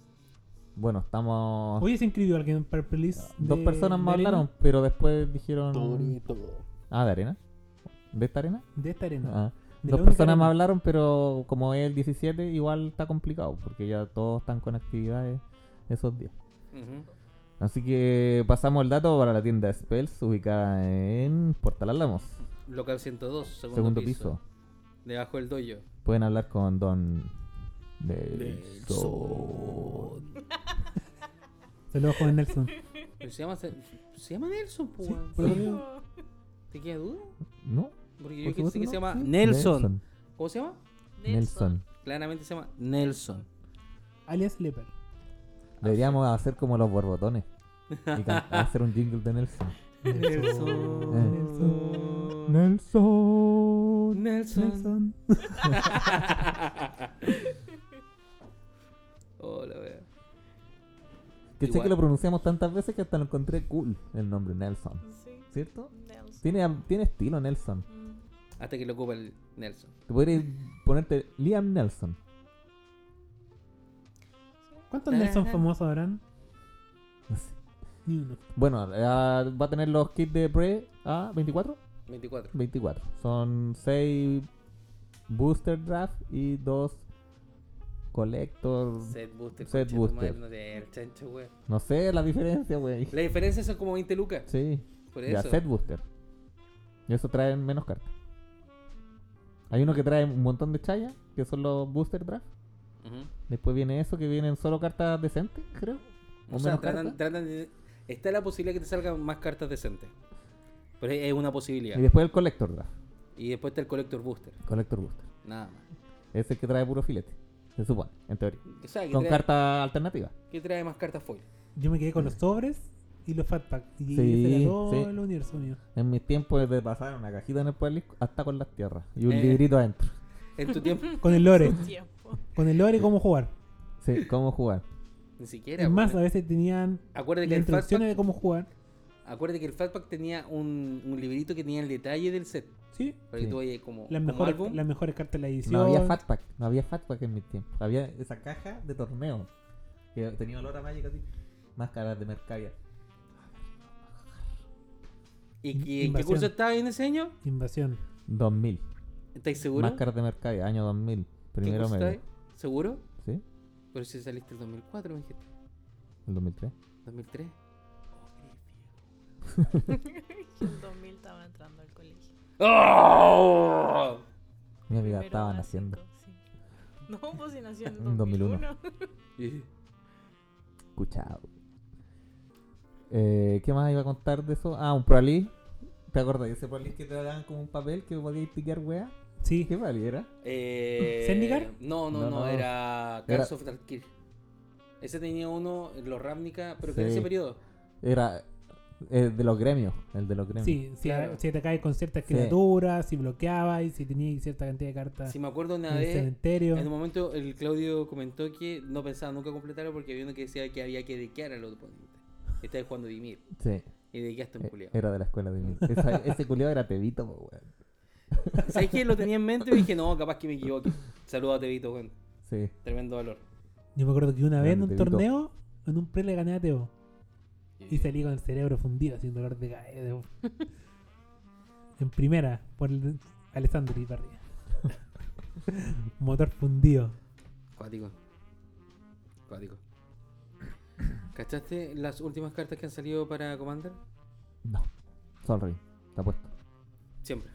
Speaker 3: Bueno, estamos.
Speaker 2: Oye, se inscribió alguien para el playlist
Speaker 3: Ah. Dos
Speaker 2: de-
Speaker 3: personas
Speaker 2: de
Speaker 3: más
Speaker 2: arena,
Speaker 3: hablaron, pero después dijeron. Ah, de arena. ¿De esta arena?
Speaker 2: De esta arena.
Speaker 3: Ah.
Speaker 2: de
Speaker 3: Dos
Speaker 2: la única
Speaker 3: personas más
Speaker 2: arena.
Speaker 3: hablaron, pero como es el 17, igual está complicado, porque ya todos están con actividades esos días.
Speaker 1: Ujú.
Speaker 3: Así que pasamos el dato para la tienda Spells, ubicada en Portal Álamos,
Speaker 1: Local 102, segundo,
Speaker 3: segundo
Speaker 1: piso.
Speaker 3: piso.
Speaker 1: Debajo del dojo.
Speaker 3: Pueden hablar con Don.
Speaker 1: Del
Speaker 3: Sol.
Speaker 2: Saludos, joven Nelson.
Speaker 1: Pero se llama, se, se llama Nelson, pues.
Speaker 2: Sí,
Speaker 1: weón.
Speaker 2: por lo mismo.
Speaker 4: Oh,
Speaker 1: ¿Te queda duda?
Speaker 3: ¿No?
Speaker 1: Porque
Speaker 3: Por
Speaker 1: yo que
Speaker 3: supuesto
Speaker 1: sé que
Speaker 3: no.
Speaker 1: se llama
Speaker 3: Sí.
Speaker 1: Nelson. ¿Cómo se llama?
Speaker 3: Nelson.
Speaker 1: Claramente se llama Nelson.
Speaker 2: Alias Leper.
Speaker 3: Deberíamos
Speaker 1: Ah,
Speaker 3: hacer como los borbotones. Y can- hacer un jingle de Nelson.
Speaker 1: Nelson. Nelson.
Speaker 3: Nelson.
Speaker 2: Nelson.
Speaker 1: Hola, Oh, wea.
Speaker 3: Que sé
Speaker 1: Igual.
Speaker 3: que lo pronunciamos tantas veces que hasta lo encontré cool el nombre Nelson.
Speaker 4: Sí.
Speaker 3: ¿Cierto?
Speaker 4: Nelson.
Speaker 3: Tiene, tiene estilo Nelson.
Speaker 4: Mm.
Speaker 1: Hasta que lo ocupa el Nelson.
Speaker 3: Te podrías ponerte Liam Nelson.
Speaker 2: ¿Cuántos Nelson famosos habrán?
Speaker 3: Así.
Speaker 2: Ni uno.
Speaker 3: Bueno, ah, va a tener los kits de pre a 24.
Speaker 1: 24.
Speaker 3: 24. Son 6 booster draft y 2 Collector.
Speaker 1: Set booster.
Speaker 3: Set
Speaker 1: conche tu madre,
Speaker 3: booster.
Speaker 1: No sé, el chancho, güey.
Speaker 3: No sé la diferencia, güey.
Speaker 1: La diferencia son como 20 lucas.
Speaker 3: Sí.
Speaker 1: Por
Speaker 3: Ya,
Speaker 1: eso.
Speaker 3: set booster. Y eso trae menos cartas. Hay uno que trae un montón de chayas, que son los booster draft.
Speaker 1: Ujú.
Speaker 3: Después viene eso, que vienen solo cartas decentes, creo.
Speaker 1: O
Speaker 3: O
Speaker 1: sea,
Speaker 3: menos
Speaker 1: tratan,
Speaker 3: cartas.
Speaker 1: tratan de- Está la posibilidad que te salgan más cartas decentes. Pero es es una posibilidad.
Speaker 3: Y después el collector draft.
Speaker 1: Y después está el Collector Booster.
Speaker 3: Collector booster.
Speaker 1: Nada más.
Speaker 3: Es el que trae puro filete. Se supone, en teoría.
Speaker 1: O sea, que,
Speaker 3: Con
Speaker 1: trae,
Speaker 3: cartas alternativas.
Speaker 1: que trae más cartas foil.
Speaker 2: Yo me quedé con los sobres y los fatpacks. Y
Speaker 3: Mm. Sí,
Speaker 2: ese era todo
Speaker 3: sí.
Speaker 2: el universo mío.
Speaker 3: En mis tiempos de pasar una cajita en el pueblo hasta con las tierras. Y un
Speaker 1: Eh.
Speaker 3: librito adentro.
Speaker 1: En tu tiempo,
Speaker 2: Con el lore.
Speaker 4: Su tiempo.
Speaker 2: Con el lore, cómo jugar.
Speaker 3: Sí, cómo jugar.
Speaker 1: ni siquiera.
Speaker 2: Es más, a
Speaker 1: weón.
Speaker 2: veces tenían
Speaker 1: acuérdate, que el
Speaker 2: las instrucciones de
Speaker 1: Fatback,
Speaker 2: cómo jugar.
Speaker 1: acuérdate que el Fatback tenía un, un librito que tenía el detalle del set.
Speaker 2: Sí,
Speaker 1: Para que
Speaker 3: Sí.
Speaker 1: tú vayas como,
Speaker 2: las
Speaker 1: como
Speaker 2: mejores,
Speaker 1: álbum.
Speaker 2: las mejores cartas de la edición.
Speaker 3: No había Fatpack, no había Fatpack en mi tiempo. Había esa caja de torneo que tenía olor a mágica así. Máscaras de Mercadia.
Speaker 1: ¿Y que- en qué
Speaker 2: Invasión.
Speaker 1: curso estabas en ese año?
Speaker 2: Invasión.
Speaker 3: 2000.
Speaker 1: ¿Estáis seguro?
Speaker 3: Máscaras de Mercadia, año 2000.
Speaker 1: ¿Qué
Speaker 3: Primero
Speaker 1: curso
Speaker 3: medio.
Speaker 1: estabais? ¿Seguro?
Speaker 3: ¿Sí?
Speaker 1: Pero si saliste el 2004, me dijiste.
Speaker 3: El 2003.
Speaker 1: 2003.
Speaker 4: En 2000 estaba entrando al colegio.
Speaker 1: ¡Oh!
Speaker 3: Mi amiga
Speaker 4: Primero
Speaker 3: estaban
Speaker 4: básico,
Speaker 3: haciendo.
Speaker 4: sí. No, pues si nació en
Speaker 3: En 2001.
Speaker 4: 2001.
Speaker 1: Y-
Speaker 3: Escuchado. Eh, ¿Qué más iba a contar de eso? Ah, un Prolí. ¿Te acuerdas? Ese Prolí que te daban como un papel que podías picar wea.
Speaker 2: Sí,
Speaker 3: ¿Qué valiera?
Speaker 1: Eh,
Speaker 2: ¿Zendikar?
Speaker 1: No, no, no,
Speaker 3: No, no.
Speaker 1: era Cards
Speaker 3: Era-
Speaker 1: of Tarkir. Ese tenía uno, los Ravnica, pero que en
Speaker 3: Sí.
Speaker 1: ese periodo.
Speaker 3: Era eh, de los gremios. El de los gremios.
Speaker 2: sí. Si,
Speaker 1: Claro.
Speaker 2: si atacabais con ciertas
Speaker 3: Sí.
Speaker 2: criaturas, si bloqueabais, si teníais cierta cantidad de cartas
Speaker 1: Si me acuerdo una
Speaker 2: en el
Speaker 1: vez,
Speaker 2: cementerio.
Speaker 1: en un momento el Claudio comentó que no pensaba nunca completarlo porque había uno que decía que había que dequear al otro oponente. Estaba jugando Dimir
Speaker 3: Sí. eh,
Speaker 1: y dequeaste
Speaker 2: Eh,
Speaker 1: un este culiao.
Speaker 3: Era de la escuela de mí. Esa- ese culiado era tebito, po, weón.
Speaker 1: ¿Sabes qué? Lo tenía en mente y dije, no, capaz que me equivoque. Saludos a Tevito, weón.
Speaker 3: Sí.
Speaker 1: Tremendo valor.
Speaker 2: Yo me acuerdo que una vez en un
Speaker 3: Grande, Tito.
Speaker 2: torneo, en un pre le gané a Teo. Y salí con el cerebro fundido, sin dolor de cabeza. en primera, por el Alessandro y para arriba. Motor fundido.
Speaker 1: Cuático. Cuático. ¿Cachaste las últimas cartas que han salido para Commander?
Speaker 3: No. Sorry. Está puesto.
Speaker 1: Siempre.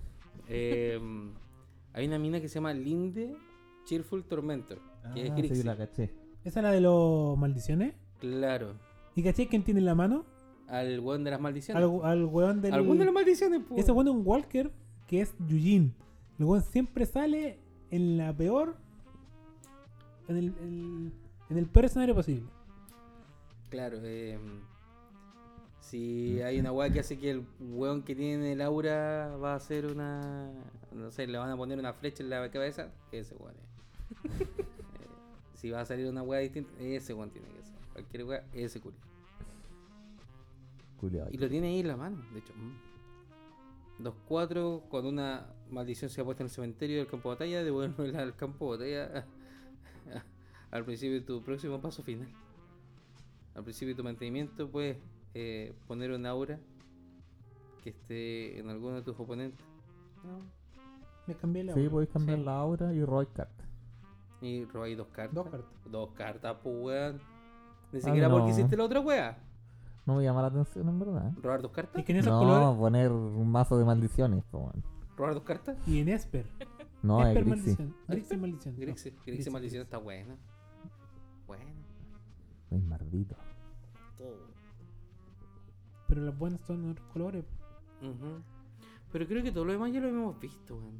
Speaker 1: Eh, hay una mina que se llama Linde Cheerful Tormentor. Que
Speaker 2: Ah,
Speaker 1: es Grixis.
Speaker 3: Ah, sí, la caché.
Speaker 2: ¿Esa es la de los maldiciones?
Speaker 1: Claro.
Speaker 2: ¿Y caché quién tiene en la mano?
Speaker 1: Al weón de las maldiciones.
Speaker 2: Al, al weón del.
Speaker 1: Algún de las maldiciones, pues.
Speaker 2: Ese weón es un Walker que es Yujin. El weón siempre sale en la peor. En el, el- en el peor escenario posible.
Speaker 1: Claro. eh, si hay una weá que hace que el weón que tiene el aura va a hacer una. No sé, le van a poner una flecha en la cabeza. Ese weón es. Eh, Si va a salir una weá distinta, ese weón tiene que ser. Cualquier weá, ese culo.
Speaker 3: Culiado.
Speaker 1: Y lo tiene ahí en la mano, de hecho. Mm. Dos cuatro, cuando una maldición se ha puesto en el cementerio del campo de batalla, devuélvela al campo de batalla al principio de tu próximo paso final. Al principio de tu mantenimiento puedes eh, poner un aura que esté en alguno de tus oponentes.
Speaker 2: Le cambié la
Speaker 3: Sí, pues. podéis cambiar
Speaker 1: Sí.
Speaker 3: la aura y Roy Cart.
Speaker 1: Y robáis dos cartas.
Speaker 2: Dos cartas.
Speaker 1: Dos cartas, pues weón. Ni
Speaker 3: Ah,
Speaker 1: siquiera porque
Speaker 3: no.
Speaker 1: hiciste la otra wea.
Speaker 3: No me llama la atención, en verdad.
Speaker 1: ¿Robar dos cartas?
Speaker 2: Es que en esos
Speaker 3: No,
Speaker 2: colores.
Speaker 3: poner un mazo de maldiciones, po, weón.
Speaker 1: ¿Robar dos cartas?
Speaker 2: Y en Esper.
Speaker 3: No, es
Speaker 2: Esper
Speaker 3: Grixie.
Speaker 2: maldición. Grixie maldición. no.
Speaker 1: Grixie, Grixie
Speaker 2: Grixie,
Speaker 1: maldición
Speaker 2: Grixie.
Speaker 1: está buena. Bueno.
Speaker 3: Es maldito.
Speaker 2: Pero las buenas son otros colores.
Speaker 1: Ujú. Pero creo que todo lo demás ya lo hemos visto, weón.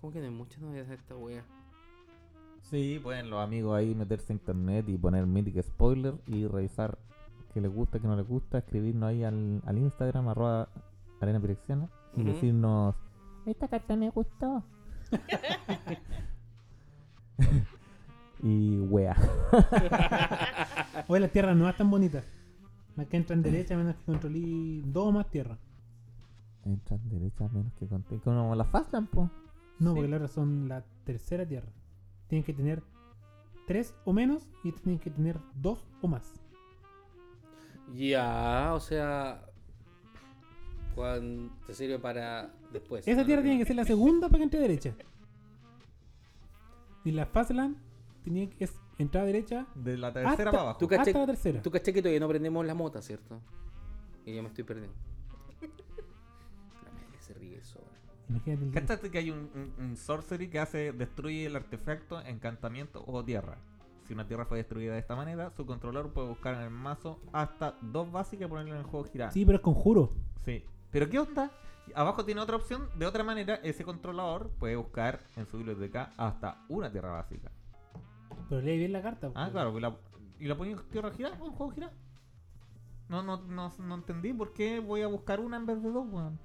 Speaker 1: Como que no hay muchas novedades de esta wea.
Speaker 3: Sí, pueden los amigos ahí meterse a internet y poner Mythic Spoiler y revisar qué les gusta, qué no les gusta, escribirnos ahí al, al Instagram, arroba arena pirexiana, y
Speaker 1: Ujú.
Speaker 3: decirnos, esta carta me gustó. y wea.
Speaker 1: Ah.
Speaker 2: Hoy las tierras no están bonitas. Las que entran derecha, menos que controlé dos más tierras.
Speaker 3: Entran derechas menos que conté. Como la Fastland, po.
Speaker 2: No, porque las otras son la tercera tierra. Tienen que tener tres o menos y tienen que tener dos o más.
Speaker 1: Ya, o sea. Cuando te sirve para después.
Speaker 2: Esa tierra tiene que ser la segunda para que entre derecha. Y la Fastland tenía que, es entrada derecha
Speaker 6: De la tercera
Speaker 2: Hasta-
Speaker 6: para abajo.
Speaker 1: ¿Tú caché,
Speaker 2: hasta la tercera.
Speaker 1: tú caché que todavía no aprendemos la mota, ¿cierto? Y yo me estoy perdiendo. La madre que se ríe sobra.
Speaker 2: Imagínate el-
Speaker 3: Cáchate que hay un, un- un sorcery que hace destruye el artefacto, encantamiento o tierra. Si una tierra fue destruida de esta manera, su controlador puede buscar en el mazo hasta dos básicas y ponerle en el juego girar.
Speaker 2: Sí, pero es conjuro.
Speaker 3: Sí. Pero ¿qué onda? Abajo tiene otra opción. De otra manera, ese controlador puede buscar en su biblioteca hasta una tierra básica.
Speaker 2: Pero lee bien la carta.
Speaker 3: Ah,
Speaker 2: pues.
Speaker 3: claro. que la- ¿Y la ponía en tierra girada? ¿Un juego girada? No, no, no, no entendí por qué voy a buscar una en vez de dos, weón.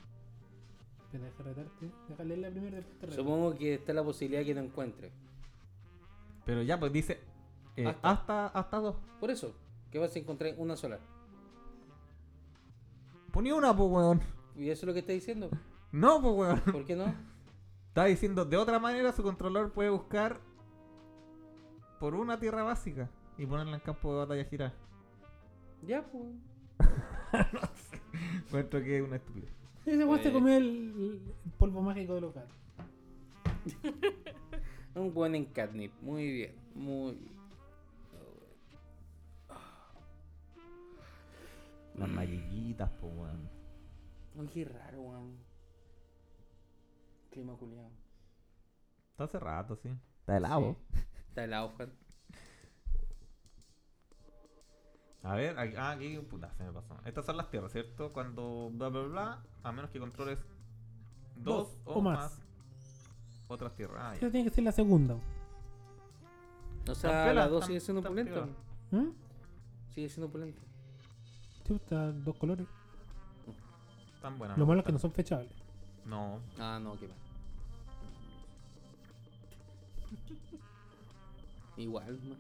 Speaker 2: Espera, deja retarte. Deja leer la primera después te reto.
Speaker 1: Supongo que está la posibilidad que no encuentre.
Speaker 3: Pero ya, pues dice eh,
Speaker 1: Hasta.
Speaker 3: hasta. Hasta, dos.
Speaker 1: Por eso, que vas a encontrar una sola.
Speaker 3: Ponía una, pues, weón.
Speaker 1: Y eso es lo que está diciendo.
Speaker 3: No, pues, weón.
Speaker 1: ¿Por qué no?
Speaker 3: Estaba diciendo, de otra manera su controlador puede buscar por una tierra básica y ponerla en campo de batalla girada.
Speaker 1: Ya, pues.
Speaker 3: Encuentro que es una estúpida.
Speaker 2: Ese weón se
Speaker 1: Eh.
Speaker 2: comió el, el polvo mágico de local.
Speaker 1: Un buen en catnip. Muy bien, muy bien.
Speaker 3: Las maquillitas, pues, weón.
Speaker 1: Ay, qué raro, weón. Clima culiado.
Speaker 3: Está hace rato, sí.
Speaker 6: Está helado.
Speaker 1: Está helado, Juan.
Speaker 3: A ver, aquí, ah, aquí, puta, se me pasó. Estas son las tierras, ¿cierto? Cuando bla, bla, bla, a menos que controles dos,
Speaker 2: Dos
Speaker 3: o,
Speaker 2: o
Speaker 3: más.
Speaker 2: más.
Speaker 3: otras tierras. Ah,
Speaker 2: Esa
Speaker 3: ya.
Speaker 2: tiene que ser la segunda.
Speaker 1: O
Speaker 3: Tan
Speaker 1: sea,
Speaker 3: piola,
Speaker 1: la 2
Speaker 3: tan-
Speaker 1: sigue siendo
Speaker 3: tan
Speaker 1: opulenta.
Speaker 3: piola.
Speaker 2: ¿Mm?
Speaker 1: Sigue siendo opulenta.
Speaker 2: Chuta, pues, dos colores.
Speaker 3: Están buenas.
Speaker 2: Lo
Speaker 3: me
Speaker 2: malo es que no
Speaker 3: gustan.
Speaker 2: son fechables.
Speaker 3: No,
Speaker 1: Ah, no, qué mal. Igual, man.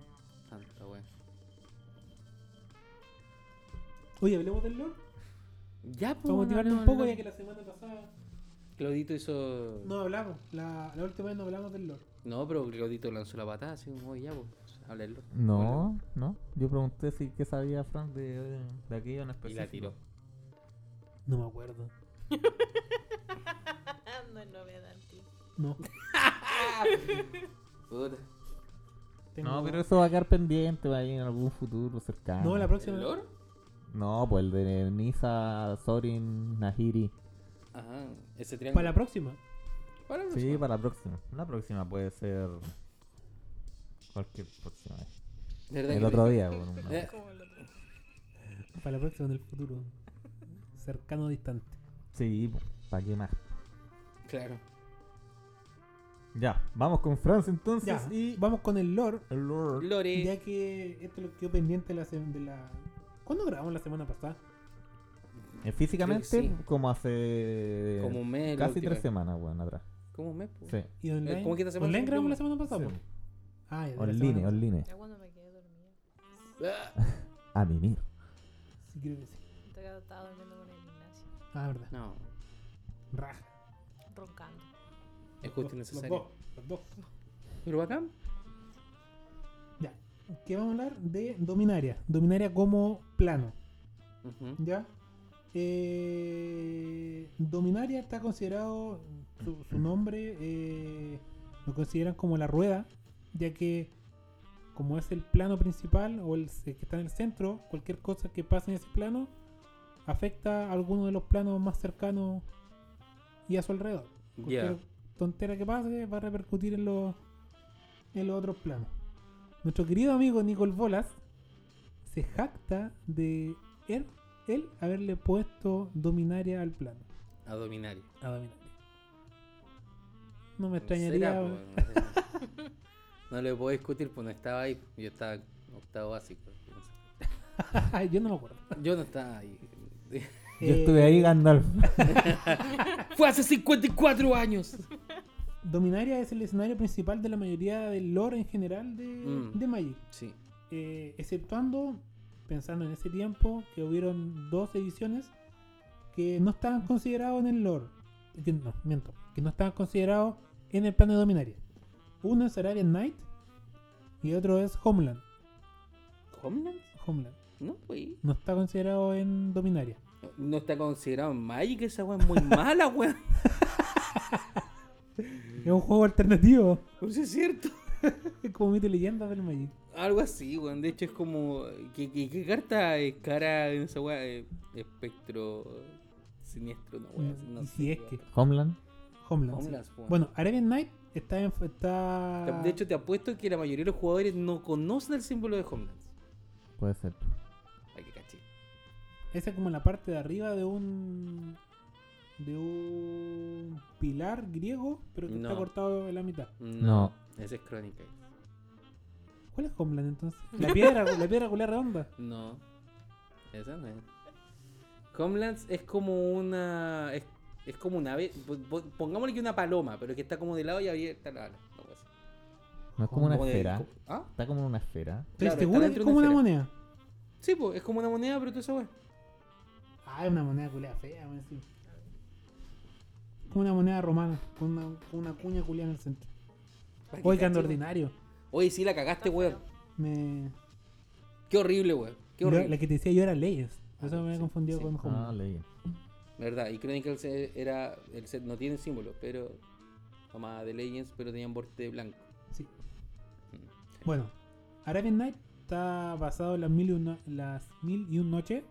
Speaker 1: Tanta weón.
Speaker 2: Oye, hablemos del lore.
Speaker 1: Ya, pues.
Speaker 2: Para motivarnos un poco, ya que la semana pasada
Speaker 1: Claudito hizo. No.
Speaker 2: no hablamos. La, la última vez no hablamos del lore.
Speaker 1: pero Claudito lanzó la patada, así como, ya, pues. Háblenlo.
Speaker 6: No, no.
Speaker 3: Yo pregunté si qué sabía Frank de, de aquello en
Speaker 1: Y
Speaker 3: específico.
Speaker 1: la tiró.
Speaker 2: No me acuerdo.
Speaker 4: no es novedad, tío.
Speaker 2: No.
Speaker 1: Puta.
Speaker 2: tengo-
Speaker 3: No, pero
Speaker 6: Eso va a quedar pendiente va a ir en algún futuro cercano.
Speaker 2: No, la próxima.
Speaker 1: ¿El lore?
Speaker 6: No, pues el de Nisa, Sorin, Nahiri.
Speaker 1: Ajá, ese
Speaker 2: Para
Speaker 1: triángulo.
Speaker 2: la próxima.
Speaker 1: Para la
Speaker 6: Sí,
Speaker 1: próxima.
Speaker 6: para la próxima.
Speaker 3: La próxima puede ser. Cualquier próxima vez.
Speaker 1: ¿Verdad
Speaker 6: El
Speaker 1: que
Speaker 6: otro
Speaker 1: sí?
Speaker 6: día. por un-
Speaker 1: Eh,
Speaker 4: Como el otro.
Speaker 2: Para la próxima en el futuro. Cercano distante.
Speaker 6: Sí, pues, ¿para qué más?
Speaker 1: Claro.
Speaker 6: Ya, vamos con Francia entonces
Speaker 2: Ya,
Speaker 6: y...
Speaker 2: vamos con el lore.
Speaker 6: El Lord.
Speaker 1: Lore.
Speaker 2: Ya que esto lo quedó pendiente la sem- de la. ¿Cuándo grabamos la semana pasada?
Speaker 6: Eh, Físicamente,
Speaker 1: Creo que sí.
Speaker 6: como hace...
Speaker 1: Como un mes. la
Speaker 6: Casi
Speaker 1: última
Speaker 6: tres
Speaker 1: vez.
Speaker 6: semanas, weón, atrás.
Speaker 1: Como un mes, pues.
Speaker 6: Sí.
Speaker 2: ¿Y online?
Speaker 1: ¿cómo que esta semana
Speaker 2: ¿Online
Speaker 1: se
Speaker 2: grabamos la
Speaker 1: cumple?
Speaker 2: semana pasada?
Speaker 6: Sí.
Speaker 2: po? Ah, ya de la
Speaker 6: Online,
Speaker 2: semana
Speaker 6: online.
Speaker 4: Ya cuando me quedé dormida.
Speaker 1: Ah,
Speaker 6: A mimir.
Speaker 2: pasada. Sí, creo que sí.
Speaker 4: Estaba estaba durmiendo con el gimnasio.
Speaker 2: Ah, verdad.
Speaker 1: No,
Speaker 2: Raja.
Speaker 4: Roncando.
Speaker 1: es justo y
Speaker 2: Los-
Speaker 1: necesario.
Speaker 2: Los dos, los dos.
Speaker 1: Pero bacán.
Speaker 2: Ya. ¿Qué vamos a hablar? De Dominaria. Dominaria como plano.
Speaker 1: Ujú.
Speaker 2: ¿Ya? Eh, Dominaria está considerado, su, su nombre eh, lo consideran como la rueda, ya que como es el plano principal o el se- que está en el centro, cualquier cosa que pase en ese plano afecta a alguno de los planos más cercanos y a su alrededor. Cualquier
Speaker 1: Ya.
Speaker 2: tontera que pase va a repercutir en los, en los otros planos. Nuestro querido amigo Nicol Bolas se jacta de él, él haberle puesto dominaria al plano.
Speaker 1: A dominar.
Speaker 2: A dominaria. No me extrañaría.
Speaker 1: pues. No le puedo discutir, pues no estaba ahí. Yo estaba en octavo básico.
Speaker 2: Yo no me acuerdo.
Speaker 1: Yo no estaba ahí.
Speaker 6: Yo
Speaker 2: Eh,
Speaker 6: estuve ahí, Gandalf.
Speaker 1: ¡Fue hace 54 años!
Speaker 2: Dominaria es el escenario principal de la mayoría del lore en general de,
Speaker 1: Mm.
Speaker 2: de Magic.
Speaker 1: Sí.
Speaker 2: eh, exceptuando, pensando en ese tiempo, que hubieron dos ediciones que no estaban considerados en el lore. Que, no, miento. Que no estaban considerados en el plano de Dominaria. Uno es Ararian Knight y otro es Homeland.
Speaker 1: ¿Homeland?
Speaker 2: Homeland.
Speaker 1: No, pues.
Speaker 2: No está considerado en Dominaria.
Speaker 1: No está considerado en Magic, esa weá es muy mala, weón.
Speaker 2: Es un juego alternativo.
Speaker 1: Pues es cierto.
Speaker 2: Es como mito y leyenda del Magic.
Speaker 1: Algo así, weón. De hecho, es como. ¿Qué, qué, qué carta es cara en esa weá? Eh, espectro. Siniestro, no, weón. No
Speaker 2: Y
Speaker 1: sé,
Speaker 2: Mm, si es
Speaker 1: weón.
Speaker 2: que.
Speaker 3: Homeland.
Speaker 2: Homeland. sí.
Speaker 1: Homeland, weón.
Speaker 2: Bueno, Arabian Knight está en. Está...
Speaker 1: De hecho, te apuesto que la mayoría de los jugadores no conocen el símbolo de Homeland.
Speaker 3: Puede ser.
Speaker 1: Ay, que caché.
Speaker 2: Esa es como la parte de arriba de un. de un pilar griego, pero que está
Speaker 1: No.
Speaker 2: cortado en la mitad.
Speaker 1: No. Esa es crónica.
Speaker 2: ¿Cuál es Homeland entonces? La piedra, la piedra culia redonda.
Speaker 1: No. Esa no es. Homelands es como una. Es, es como un ave. po- po- Pongámosle que una paloma, pero que está como de lado y abierta la ala. algo así.
Speaker 3: No es como una
Speaker 1: Como de-
Speaker 3: esfera.
Speaker 1: co- ¿Ah?
Speaker 3: Está como en una esfera.
Speaker 2: ¿Estoy
Speaker 1: Claro, está
Speaker 2: seguro que
Speaker 1: dentro
Speaker 2: es
Speaker 1: de
Speaker 2: como
Speaker 1: una
Speaker 2: una moneda?
Speaker 1: Sí, pues, es como una moneda, pero tú sabes.
Speaker 2: Ah, es una moneda culia fea, weón, sí. Como una moneda romana, con una, con una cuña culia en el centro. Oye, que ando ordinario.
Speaker 1: Oye, sí, la cagaste, weón.
Speaker 2: Me...
Speaker 1: Qué horrible, weón. Qué
Speaker 2: La, la
Speaker 1: horrible.
Speaker 2: que te decía yo era Leyes. Por
Speaker 1: Ah,
Speaker 2: eso me había
Speaker 1: sí,
Speaker 2: confundido
Speaker 1: sí.
Speaker 2: con
Speaker 3: Ah,
Speaker 2: Homeland.
Speaker 3: leí.
Speaker 1: Verdad, y Chronicles e- era. El set no tiene símbolo, pero. Tomada de Legends, pero tenían borde blanco.
Speaker 2: Sí. Bueno, Arabian Night está basado en las mil y, una, las mil y un noches.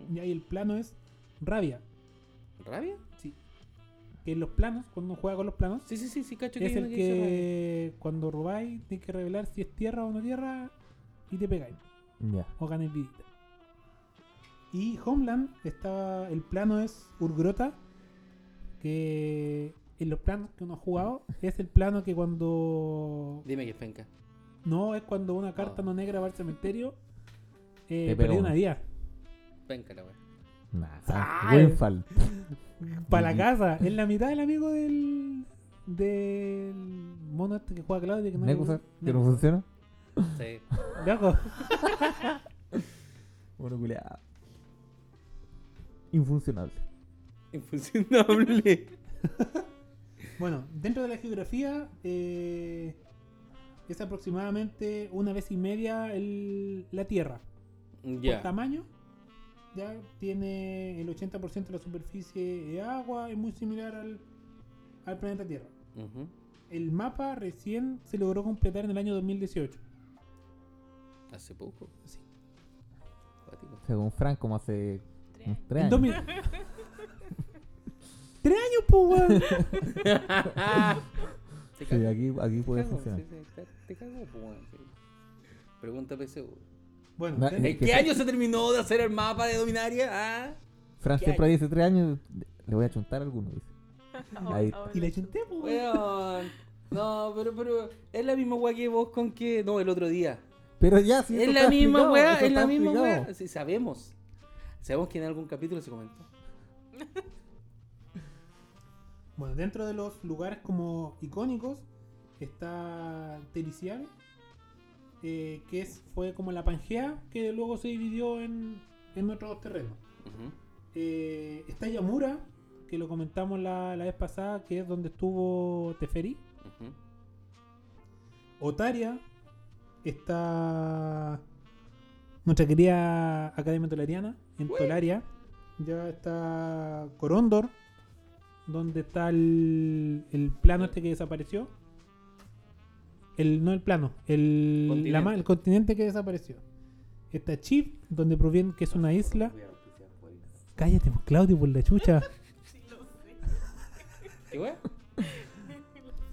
Speaker 1: Ujú.
Speaker 2: Y ahí el plano es Rabia.
Speaker 1: ¿Rabia?
Speaker 2: Que los planos, cuando uno juega con los planos,
Speaker 1: Sí, sí, sí, sí, cacho que
Speaker 2: es
Speaker 1: hay
Speaker 2: el
Speaker 1: una que dice rabia.
Speaker 2: que cuando robáis tienes que revelar si es tierra o no tierra y te pegáis.
Speaker 3: Ya.
Speaker 2: o ganes vidita. Y Homeland está. El plano es Urgrota. Que en los planos que uno ha jugado es el plano que cuando.
Speaker 1: Dime que es penca.
Speaker 2: No, es cuando una carta
Speaker 1: Ah.
Speaker 2: no negra va al cementerio.
Speaker 3: Te
Speaker 2: Eh,
Speaker 3: pega
Speaker 2: perdí
Speaker 3: uno.
Speaker 2: una vida.
Speaker 1: Penca la weón.
Speaker 3: Nah.
Speaker 2: Ah,
Speaker 3: Winfall.
Speaker 2: Para la
Speaker 3: Mm.
Speaker 2: casa. Es la mitad del amigo del. Del mono este que juega Claudio. Que no
Speaker 3: Necusar. eh, Que no
Speaker 2: Necusar.
Speaker 3: funciona.
Speaker 1: Sí.
Speaker 2: Loco.
Speaker 3: Bueno, culiado. Infuncionable.
Speaker 1: Infuncionable.
Speaker 2: Bueno, dentro de la geografía eh, es aproximadamente una vez y media el- la Tierra. Por
Speaker 1: ya.
Speaker 2: tamaño, ya tiene el 80% de la superficie de agua, es muy similar al, al planeta Tierra.
Speaker 1: Ujú.
Speaker 2: El mapa recién se logró completar en el año 2018.
Speaker 1: Hace poco.
Speaker 2: Sí.
Speaker 1: Cuático.
Speaker 3: Según Frank, como hace
Speaker 4: Tres
Speaker 3: unos
Speaker 4: años.
Speaker 3: tres
Speaker 2: En 2000.
Speaker 3: años.
Speaker 2: ¡Tres años, po, weón!
Speaker 1: Te
Speaker 3: Sí,
Speaker 1: cago,
Speaker 3: aquí, aquí
Speaker 1: te
Speaker 3: puede
Speaker 1: cago,
Speaker 3: funcionar.
Speaker 1: sí, sí, te- te cago, po, weón, sí. Pregunta PSU.
Speaker 2: Bueno,
Speaker 3: Na-
Speaker 2: dentro-
Speaker 3: eh,
Speaker 1: ¿En qué año se terminó de hacer el mapa de Dominaria? Ah,
Speaker 3: Fran
Speaker 1: ¿Qué
Speaker 3: siempre dice tres años. Le voy a chuntar alguno, dice. Ahí.
Speaker 4: Ahora
Speaker 2: y la
Speaker 4: sí.
Speaker 2: chunté, po, weón.
Speaker 1: weón. No, pero, pero es la misma weá que vos con que. No, el otro día.
Speaker 3: Pero ya, sí.
Speaker 1: es
Speaker 3: esto
Speaker 1: la
Speaker 3: está
Speaker 1: misma
Speaker 3: explicado,
Speaker 1: weá,
Speaker 3: esto
Speaker 1: es la
Speaker 3: está
Speaker 1: misma
Speaker 3: explicado.
Speaker 1: weá. Sí, sabemos. Sabemos que en algún capítulo se comentó.
Speaker 2: Bueno, dentro de los lugares como icónicos está Tericial, eh, que es, fue como la Pangea, que luego se dividió en, en otros terrenos.
Speaker 1: Ujú.
Speaker 2: Eh, está Yamura, que lo comentamos la, la vez pasada, que es donde estuvo Teferi.
Speaker 1: Ujú.
Speaker 2: Otaria, está nuestra querida Academia Tolariana, en Tolaria. Ya está Corondor, donde está el, el plano este que desapareció. El, no el plano, el
Speaker 1: Continente.
Speaker 2: la ma- el continente que desapareció. Está Chip, donde proviene, que es una isla. Cállate, pues, Claudio, por la chucha.
Speaker 4: Sí, lo sé.
Speaker 1: ¿Qué weá?
Speaker 4: La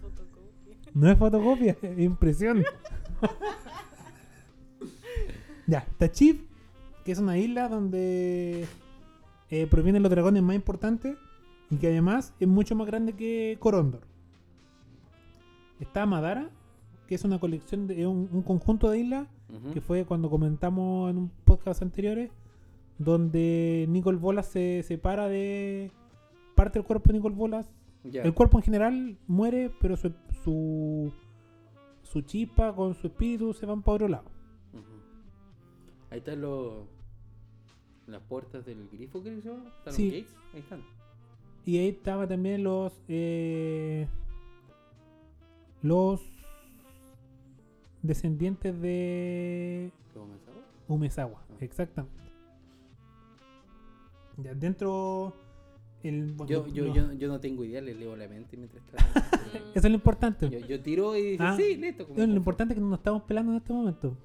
Speaker 4: fotocopia.
Speaker 2: No es fotocopia, es impresión. ya, Tachif, que es una isla donde eh, provienen los dragones más importantes y que además es mucho más grande que Corondor. Está Madara, que es una colección de es un, un conjunto de islas
Speaker 1: Ujú.
Speaker 2: que fue cuando comentamos en un podcast anteriores donde Nicol Bolas se separa de parte del cuerpo de Nicol Bolas
Speaker 1: Ya.
Speaker 2: el cuerpo en general muere, pero su, su, su chispa con su espíritu se van para otro lado.
Speaker 1: Ujú. Ahí están los. Las puertas del grifo, creo que se llama. Están
Speaker 2: Sí.
Speaker 1: los gates. Ahí están.
Speaker 2: Y ahí estaban también los. eh, los. descendientes de.
Speaker 1: ¿Lo comenzamos?
Speaker 2: Umezawa,
Speaker 1: Ah.
Speaker 2: exactamente. Ya, dentro. el- bueno,
Speaker 1: Yo, yo,
Speaker 2: no.
Speaker 1: yo, yo no tengo idea, le leo la mente mientras está.
Speaker 2: Eso es lo importante.
Speaker 1: yo, yo tiro y dice,
Speaker 2: Ah,
Speaker 1: sí, listo. como-
Speaker 2: lo importante es que no nos estamos pelando en este momento.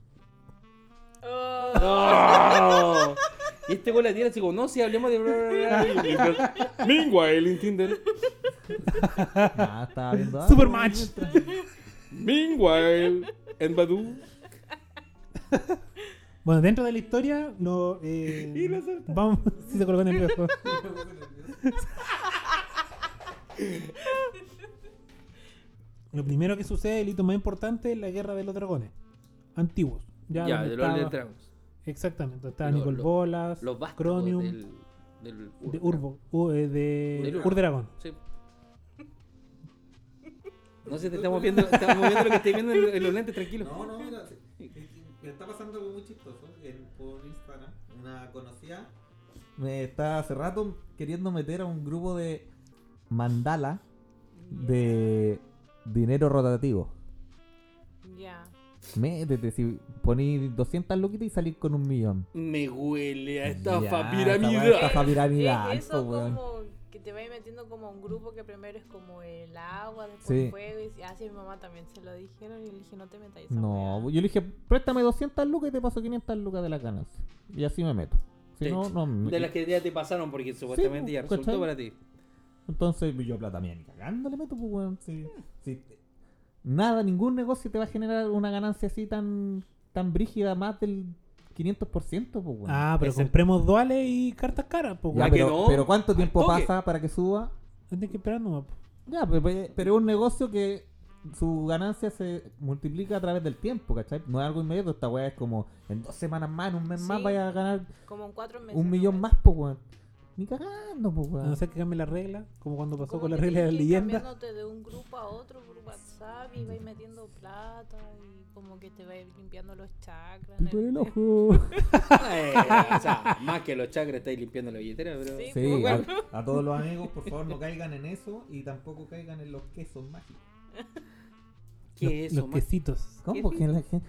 Speaker 4: Oh,
Speaker 1: ¡No! Y este güey la tira así como, no, si hablemos de... bla, bla, bla, y- y- pero- Meanwhile, in Tinder.
Speaker 3: Ah, estaba viendo algo.
Speaker 2: Supermatch.
Speaker 1: Meanwhile, en Badu.
Speaker 2: Bueno, dentro de la historia, lo, eh,
Speaker 1: Y lo salta.
Speaker 2: vamos, si se colocó en el espejo. lo primero que sucede, el hito más importante, es la guerra de los dragones antiguos. Ya,
Speaker 1: Ya,
Speaker 2: donde
Speaker 1: de los
Speaker 2: estaba-
Speaker 1: Dragons.
Speaker 2: Exactamente, donde estaba
Speaker 1: Lo-
Speaker 2: Nicol
Speaker 1: lo-
Speaker 2: Bolas,
Speaker 1: Los vástagos
Speaker 2: Cronium,
Speaker 1: del... del
Speaker 2: de Urbo, u- eh, de
Speaker 1: Del Urbo.
Speaker 2: Urdragón.
Speaker 1: Sí. No sé, te estamos viendo, estamos viendo lo que estoy viendo en, en los lentes, tranquilo.
Speaker 5: No, no, mira, se- me está pasando algo muy chistoso en, por Instagram. Una conocida me está hace rato queriendo meter a un grupo de mandala de dinero rotativo.
Speaker 4: ya.
Speaker 3: Métete, si ponís 200 loquitas y salís con un millón.
Speaker 1: Me huele a
Speaker 3: Ya,
Speaker 1: estafa
Speaker 3: esta weá
Speaker 1: piramidal.
Speaker 3: Estafa piramidal,
Speaker 4: Es eso
Speaker 3: po, weón.
Speaker 4: como que te vayas metiendo como a un grupo que primero es como el agua, después
Speaker 3: Sí.
Speaker 4: el fuego. Y si- así a mi mamá también se lo dijeron y le dije, no te metáis.
Speaker 3: No, yo le dije, préstame 200 lucas y te paso 500 lucas de las ganancias. Y así me meto. Si
Speaker 1: Sí.
Speaker 3: no, no me
Speaker 1: De las que ya te pasaron porque supuestamente
Speaker 2: pues,
Speaker 1: ya
Speaker 3: ¿cachai?
Speaker 1: resultó para ti.
Speaker 3: Entonces yo plata mía ni cagando le meto, pues, weón. Sí, sí. Nada, ningún negocio te va a generar una ganancia así tan, tan brígida, más del 500%, pues, weón.
Speaker 2: Ah, pero
Speaker 1: Ese-
Speaker 2: compremos duales y cartas caras, pues.
Speaker 3: Ya,
Speaker 1: ¿a que
Speaker 3: pero,
Speaker 1: no?
Speaker 3: pero ¿cuánto
Speaker 1: Al
Speaker 3: tiempo
Speaker 1: toque.
Speaker 3: pasa para que suba?
Speaker 2: Tienes que esperar nomás. pues. po.
Speaker 3: Ya, pero, pero es un negocio que su ganancia se multiplica a través del tiempo, ¿cachai? No es algo inmediato, esta weá es como en dos semanas más, en un mes más
Speaker 4: Sí.
Speaker 3: vaya a ganar
Speaker 4: Como en cuatro meses.
Speaker 3: un millón
Speaker 4: nomás.
Speaker 3: más, pues, weón. Ni cagando, pues,
Speaker 2: A
Speaker 3: weón.
Speaker 2: no ser que cambie la regla, como cuando pasó
Speaker 4: Como
Speaker 2: con la
Speaker 4: que
Speaker 2: regla de la
Speaker 4: tenés que ir
Speaker 2: leyenda.
Speaker 4: cambiándote de un grupo a otro por WhatsApp y vais metiendo plata y como que te va a ir limpiando los chakras.
Speaker 3: Pico en el
Speaker 4: nervios.
Speaker 3: ojo.
Speaker 1: Eh, o sea, más que los chakras estáis limpiando la billetera, pero...
Speaker 4: Sí.
Speaker 3: Sí,
Speaker 4: pues,
Speaker 3: al-
Speaker 5: A, a todos los amigos, por favor, no caigan en eso y tampoco caigan en los quesos mágicos.
Speaker 1: ¿Qué es
Speaker 2: los
Speaker 1: eso, más?
Speaker 2: quesitos.
Speaker 3: ¿Cómo? Porque la gente.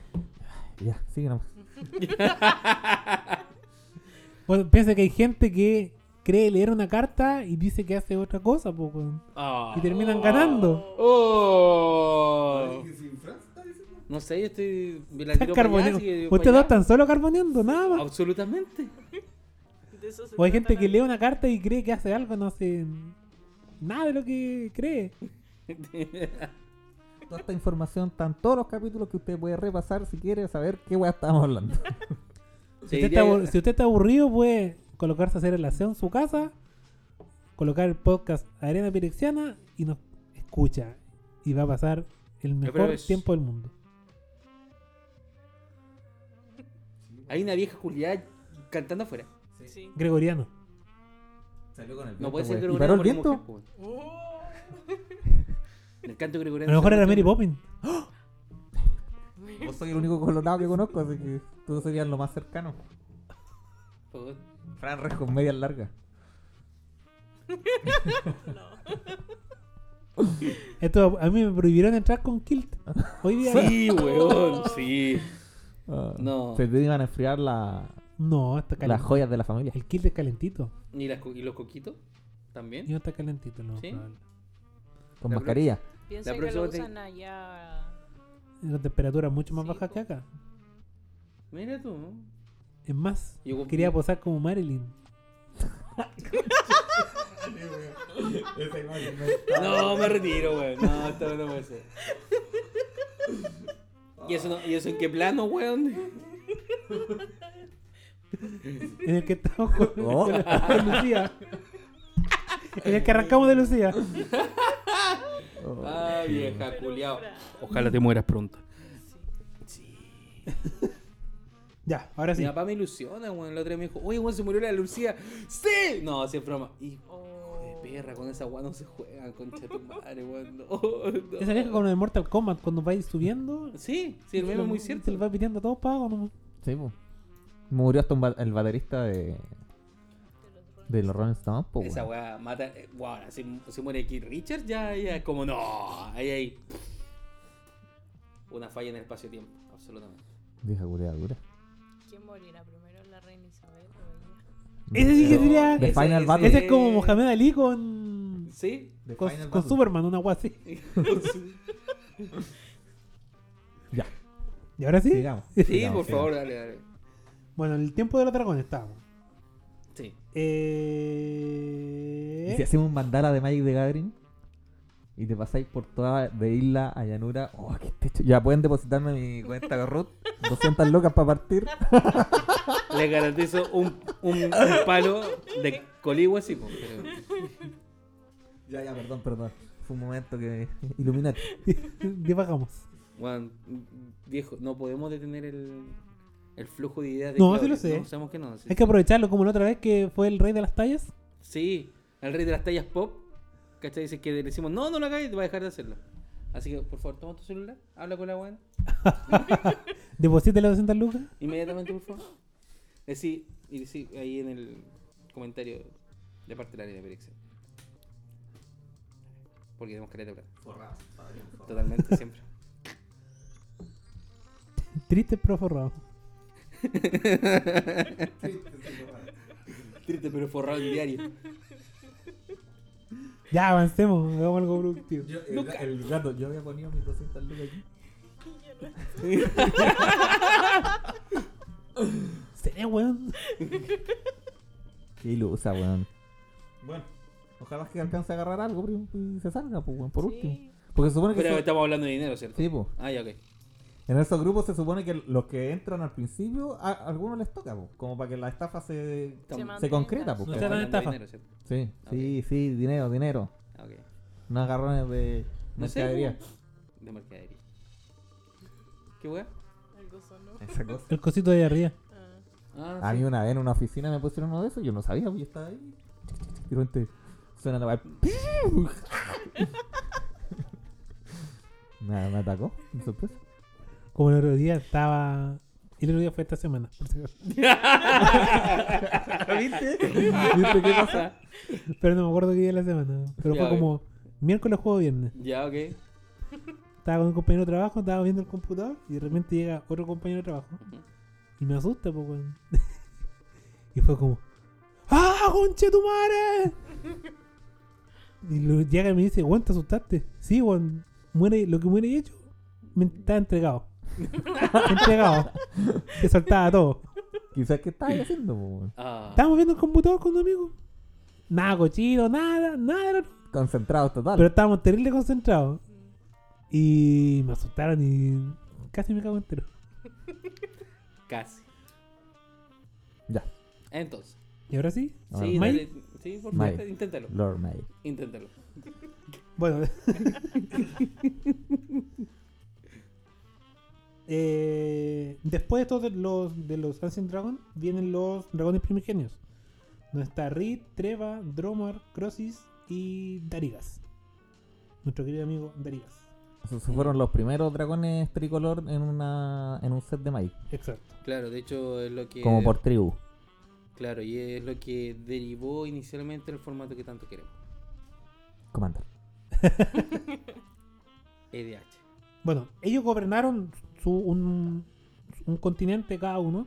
Speaker 3: Ay, Ya, sigue nomás.
Speaker 2: Bueno, piensa que hay gente que cree leer una carta y dice que hace otra cosa, po, weón.
Speaker 1: Ah.
Speaker 2: Y terminan ganando.
Speaker 1: Oh.
Speaker 5: ¿Sin Francia está diciendo?
Speaker 1: No sé, yo estoy... me la
Speaker 2: Están
Speaker 1: tiro para allá,
Speaker 2: carboneando.
Speaker 1: así que para
Speaker 2: Ustedes dos
Speaker 1: allá.
Speaker 2: están solo carboneando, nada más.
Speaker 1: Absolutamente.
Speaker 4: De eso se
Speaker 2: O hay
Speaker 4: trata
Speaker 2: gente
Speaker 4: la
Speaker 2: que
Speaker 4: vida.
Speaker 2: lee una carta y cree que hace algo, no hace nada de lo que cree.
Speaker 3: Toda esta información están todos los capítulos que usted puede repasar si quiere saber qué weá estamos hablando.
Speaker 2: Si
Speaker 1: Sí,
Speaker 2: usted,
Speaker 1: ya-
Speaker 2: está, abur- si usted está aburrido, puede colocarse a hacer el aseo en su casa, colocar el podcast Arena Pirexiana y nos escucha. Y va a pasar el mejor
Speaker 1: es-
Speaker 2: tiempo del mundo.
Speaker 1: Hay una vieja culiada cantando afuera.
Speaker 5: Sí,
Speaker 4: Sí.
Speaker 2: Gregoriano.
Speaker 5: Salió con el
Speaker 1: No
Speaker 5: viento,
Speaker 1: puede ser
Speaker 3: güey. ¿Y
Speaker 1: gregoriano.
Speaker 3: paró el
Speaker 1: porque
Speaker 3: viento?
Speaker 1: mujer, güey.
Speaker 4: Oh.
Speaker 1: El canto
Speaker 2: A
Speaker 1: gregoriano.
Speaker 2: lo mejor
Speaker 1: se
Speaker 2: era Mary
Speaker 1: mantiene.
Speaker 2: Poppins.
Speaker 3: Vos soy el único colorado que conozco, así que tú serías lo más cercano.
Speaker 1: Por favor.
Speaker 3: Fran Res con medias largas.
Speaker 2: Esto a mí me prohibieron entrar con kilt. Hoy día.
Speaker 1: Sí, weón, sí.
Speaker 3: Ah,
Speaker 1: No.
Speaker 3: Se te iban a enfriar la-
Speaker 2: No, está
Speaker 3: las
Speaker 2: calentito.
Speaker 3: joyas de la familia.
Speaker 2: El kilt es calentito.
Speaker 1: ¿Y, las co- y los coquitos?
Speaker 2: Y
Speaker 1: ¿También?
Speaker 2: no está calentito, no.
Speaker 1: ¿Sí?
Speaker 2: probable.
Speaker 3: Con
Speaker 1: La
Speaker 3: mascarilla.
Speaker 4: Piensa
Speaker 1: La
Speaker 4: que lo
Speaker 1: próxima te-
Speaker 4: usan allá.
Speaker 2: Una temperatura mucho más
Speaker 4: Sí,
Speaker 2: baja
Speaker 4: po.
Speaker 2: que acá.
Speaker 1: Mira tú.
Speaker 2: Es más,
Speaker 1: Yo-
Speaker 2: quería posar como Marilyn.
Speaker 5: Esa imagen no
Speaker 2: Ah.
Speaker 1: No, me retiro, weón. No, esto no puede ser. ¿Y eso, no- ¿Y eso en qué plano, weón?
Speaker 2: En el que estamos con,
Speaker 3: Oh.
Speaker 2: con la- con Lucía. En el que arrancamos de Lucía.
Speaker 5: Oh.
Speaker 3: Oh.
Speaker 1: Ah, vieja
Speaker 4: Pero
Speaker 1: culiao.
Speaker 4: Fran,
Speaker 1: Ojalá te mueras pronto.
Speaker 4: sí.
Speaker 2: Ya, ahora sí.
Speaker 1: Mi papá me ilusiona, weón. La otra vez me dijo, oye, weón, se murió la Lucía. ¡Sí! No, sí, es broma. Y de
Speaker 4: Oh.
Speaker 1: perra, con esa weón no se juegan, concha tu madre, weón. No, no.
Speaker 2: Esa vieja con el Mortal Kombat, cuando vais subiendo.
Speaker 1: Sí, sí, el
Speaker 2: se
Speaker 1: meme
Speaker 2: lo-
Speaker 1: es muy
Speaker 2: Se
Speaker 1: cierto. Eh.
Speaker 2: le va pidiendo a todos pagos nomás.
Speaker 3: Sí, po. Murió hasta un ba- el baterista de, de los Rolling Stones, po,
Speaker 1: Esa
Speaker 3: weón.
Speaker 1: weá mata. eh, Wow, si, si muere aquí Richard, ya, ya, es como no. Ahí hay una falla en el espacio-tiempo, absolutamente.
Speaker 3: Vieja culiada dura.
Speaker 4: ¿Quién morirá primero, la reina Isabel o ella?
Speaker 2: Ese sí que
Speaker 1: No,
Speaker 2: sería-
Speaker 3: The Final
Speaker 1: ese-
Speaker 3: Battle.
Speaker 2: Ese es como Mohamed Ali con.
Speaker 1: Sí.
Speaker 5: The
Speaker 2: con,
Speaker 5: Final
Speaker 2: con
Speaker 5: Battle.
Speaker 2: Superman, una guasa así.
Speaker 3: Ya.
Speaker 2: ¿Y ahora sí?
Speaker 3: Sigamos.
Speaker 1: Sí,
Speaker 3: sigamos,
Speaker 1: por
Speaker 3: sigamos.
Speaker 1: favor, dale, dale.
Speaker 2: Bueno, en el tiempo de los dragones estábamos.
Speaker 1: Sí.
Speaker 2: Eh...
Speaker 3: ¿Y si hacemos un mandala de Magic the Gathering? Y te pasáis por toda de isla a llanura. Oh, qué techo. Ya pueden depositarme en mi cuenta de Ruth. 200 locas para partir.
Speaker 1: Le garantizo un, un, un palo de coligua, sí, po, pero-
Speaker 3: Ya, ya, perdón, perdón. Fue un momento que. Iluminati.
Speaker 2: Divagamos.
Speaker 1: Juan, viejo, no podemos detener el, el flujo de ideas. De
Speaker 2: No, sí
Speaker 1: Claudio.
Speaker 2: lo sé.
Speaker 1: No, sabemos que no. Sí,
Speaker 2: Hay que aprovecharlo como la otra vez que fue el rey de las tallas.
Speaker 1: Sí, el rey de las tallas pop, ¿cachai? Dice que le decimos, no, no lo hagáis, te va a dejar de hacerlo. Así que, por favor, toma tu celular, habla con la Juan,
Speaker 2: Deposita las 200 lucas.
Speaker 1: inmediatamente, por favor. Decí, y decí ahí en el comentario de parte de la línea de dirección. Porque tenemos que leer
Speaker 5: Forrado, padre, forrado.
Speaker 1: Totalmente, siempre.
Speaker 2: Triste pero forrado.
Speaker 5: Triste, sí, forrado.
Speaker 1: Triste, pero forrado en diario.
Speaker 2: Ya, avancemos. Hagamos algo productivo.
Speaker 5: Yo- el, ga- el gato, yo había ponido mis 200 lucas aquí.
Speaker 2: Seré weón.
Speaker 3: Qué ilusa, weón.
Speaker 5: Bueno,
Speaker 3: Ojalá que alcance a agarrar algo primo, y se salga, pues, weón, por
Speaker 4: Sí.
Speaker 3: último. Porque se supone que.
Speaker 1: Pero
Speaker 3: eso-
Speaker 1: estamos hablando de dinero, ¿cierto?
Speaker 3: Sí, pues.
Speaker 1: Ah, ya, ok.
Speaker 3: En esos grupos se supone que los que entran al principio, a a algunos les toca, pues. Como para que la estafa se.
Speaker 1: Estamos-
Speaker 3: Se concreta, pues.
Speaker 5: No
Speaker 3: ¿cachai?
Speaker 2: Era una
Speaker 1: hablando de
Speaker 2: estafa.
Speaker 1: dinero, ¿cierto?
Speaker 3: Sí, sí, sí, dinero, dinero.
Speaker 1: Ah, ok.
Speaker 3: No agarrones de
Speaker 1: No sé,
Speaker 3: mercadería.
Speaker 1: po. De mercadería. ¿Qué weá?
Speaker 4: Algo sonó.
Speaker 3: Esa cosa.
Speaker 2: El cosito de ahí arriba.
Speaker 4: Ah.
Speaker 1: Ah,
Speaker 3: A
Speaker 1: sí.
Speaker 3: mí una vez en una oficina me pusieron uno de esos, yo no sabía, pues, yo estaba ahí. Y de repente suena la Nada, me atacó, de sorpresa.
Speaker 2: Como el otro día estaba. El otro día fue esta semana. por si acaso.
Speaker 3: ¿Viste? ¿Viste qué pasa?
Speaker 2: Pero no me acuerdo qué día de la semana. Pero
Speaker 1: Ya,
Speaker 2: fue
Speaker 1: a ver.
Speaker 2: como miércoles, jueves, viernes.
Speaker 1: Ya, ok.
Speaker 2: Estaba con un compañero de trabajo, estaba viendo el computador y de repente llega otro compañero de trabajo.
Speaker 1: Ujú.
Speaker 2: Y me asusta, pues, weón. y fue como, ¡Ah, conche tu madre! y lo- llega y me dice, weón, te asustaste. Sí, weón, muere, lo que muere y hecho, me está entregado. entregado. Te soltaba todo.
Speaker 3: Quizás que estaba haciendo, po, weón?
Speaker 1: Ah,
Speaker 2: Estábamos viendo el computador con un amigo. Nada cochino, nada, nada.
Speaker 3: Concentrado total.
Speaker 2: Pero Mm. estábamos terrible concentrados. Y me asustaron y casi me cago entero.
Speaker 1: casi.
Speaker 3: Ya.
Speaker 1: Entonces.
Speaker 2: ¿Y ahora sí?
Speaker 3: Ahora,
Speaker 1: sí,
Speaker 2: May.
Speaker 1: dale- sí, por
Speaker 3: May.
Speaker 1: favor, inténtalo.
Speaker 3: Ah, Lord May.
Speaker 1: Inténtalo.
Speaker 2: Bueno. Eh, después de todos los, de los Ancient Dragon, vienen los dragones primigenios. Donde está Reed, Treva, Dromar, Crossis y Darigas. Nuestro querido amigo Darigas.
Speaker 3: Esos fueron los primeros dragones tricolor en una en un set de Magic.
Speaker 2: Exacto.
Speaker 1: Claro, de hecho es lo que.
Speaker 3: Como por tribu.
Speaker 1: Claro, y es lo que derivó inicialmente el formato que tanto queremos.
Speaker 3: Commander.
Speaker 1: EDH.
Speaker 2: Bueno, ellos gobernaron su- un, un continente cada uno.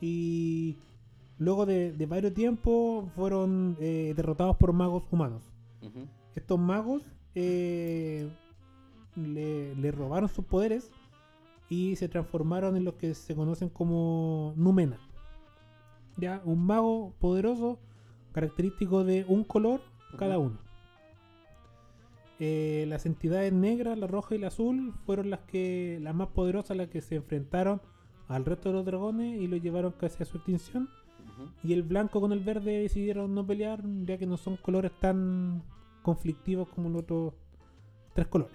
Speaker 2: Y luego de, de varios tiempos fueron eh, derrotados por magos humanos.
Speaker 1: Ujú.
Speaker 2: estos magos eh, le, le robaron sus poderes y se transformaron en los que se conocen como Numena. Ya, un mago poderoso, característico de un color cada
Speaker 1: Ujú.
Speaker 2: uno. Eh, las entidades negras, la roja y la azul, fueron las que las más poderosas, las que se enfrentaron al resto de los dragones y los llevaron casi a su extinción.
Speaker 1: Ujú.
Speaker 2: Y el blanco con el verde decidieron no pelear, ya que no son colores tan conflictivos como los otros tres colores.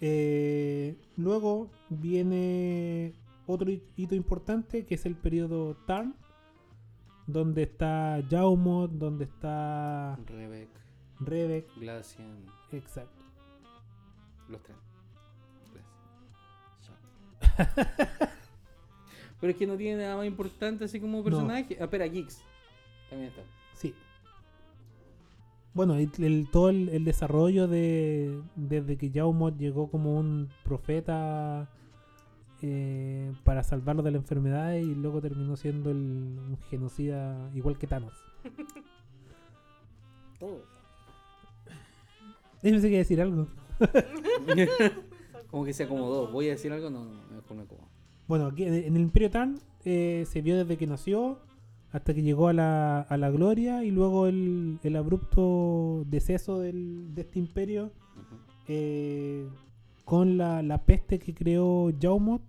Speaker 2: Eh, luego viene otro hi- hito importante que es el periodo Tarn, donde está Jaumo, donde está
Speaker 1: Rebecca,
Speaker 2: Rebek,
Speaker 1: Glacian,
Speaker 2: exacto.
Speaker 1: los tres. Glacian. Pero es que no tiene nada más importante así como personaje. Ah, espera, Geeks. También está.
Speaker 2: Sí. Bueno, y el- todo el, el desarrollo de desde que Jaume llegó como un profeta eh, para salvarlo de la enfermedad y luego terminó siendo el, un genocida igual que Thanos. Yo pensé que iba a decir algo.
Speaker 1: Como que se acomodó. Voy a decir algo, no, no, mejor me acomodo.
Speaker 2: Bueno, aquí en en el Imperio Tan eh, se vio desde que nació hasta que llegó a la, a la gloria y luego el, el abrupto deceso del, de este imperio
Speaker 1: Ujú.
Speaker 2: eh, con la, la peste que creó Jaumot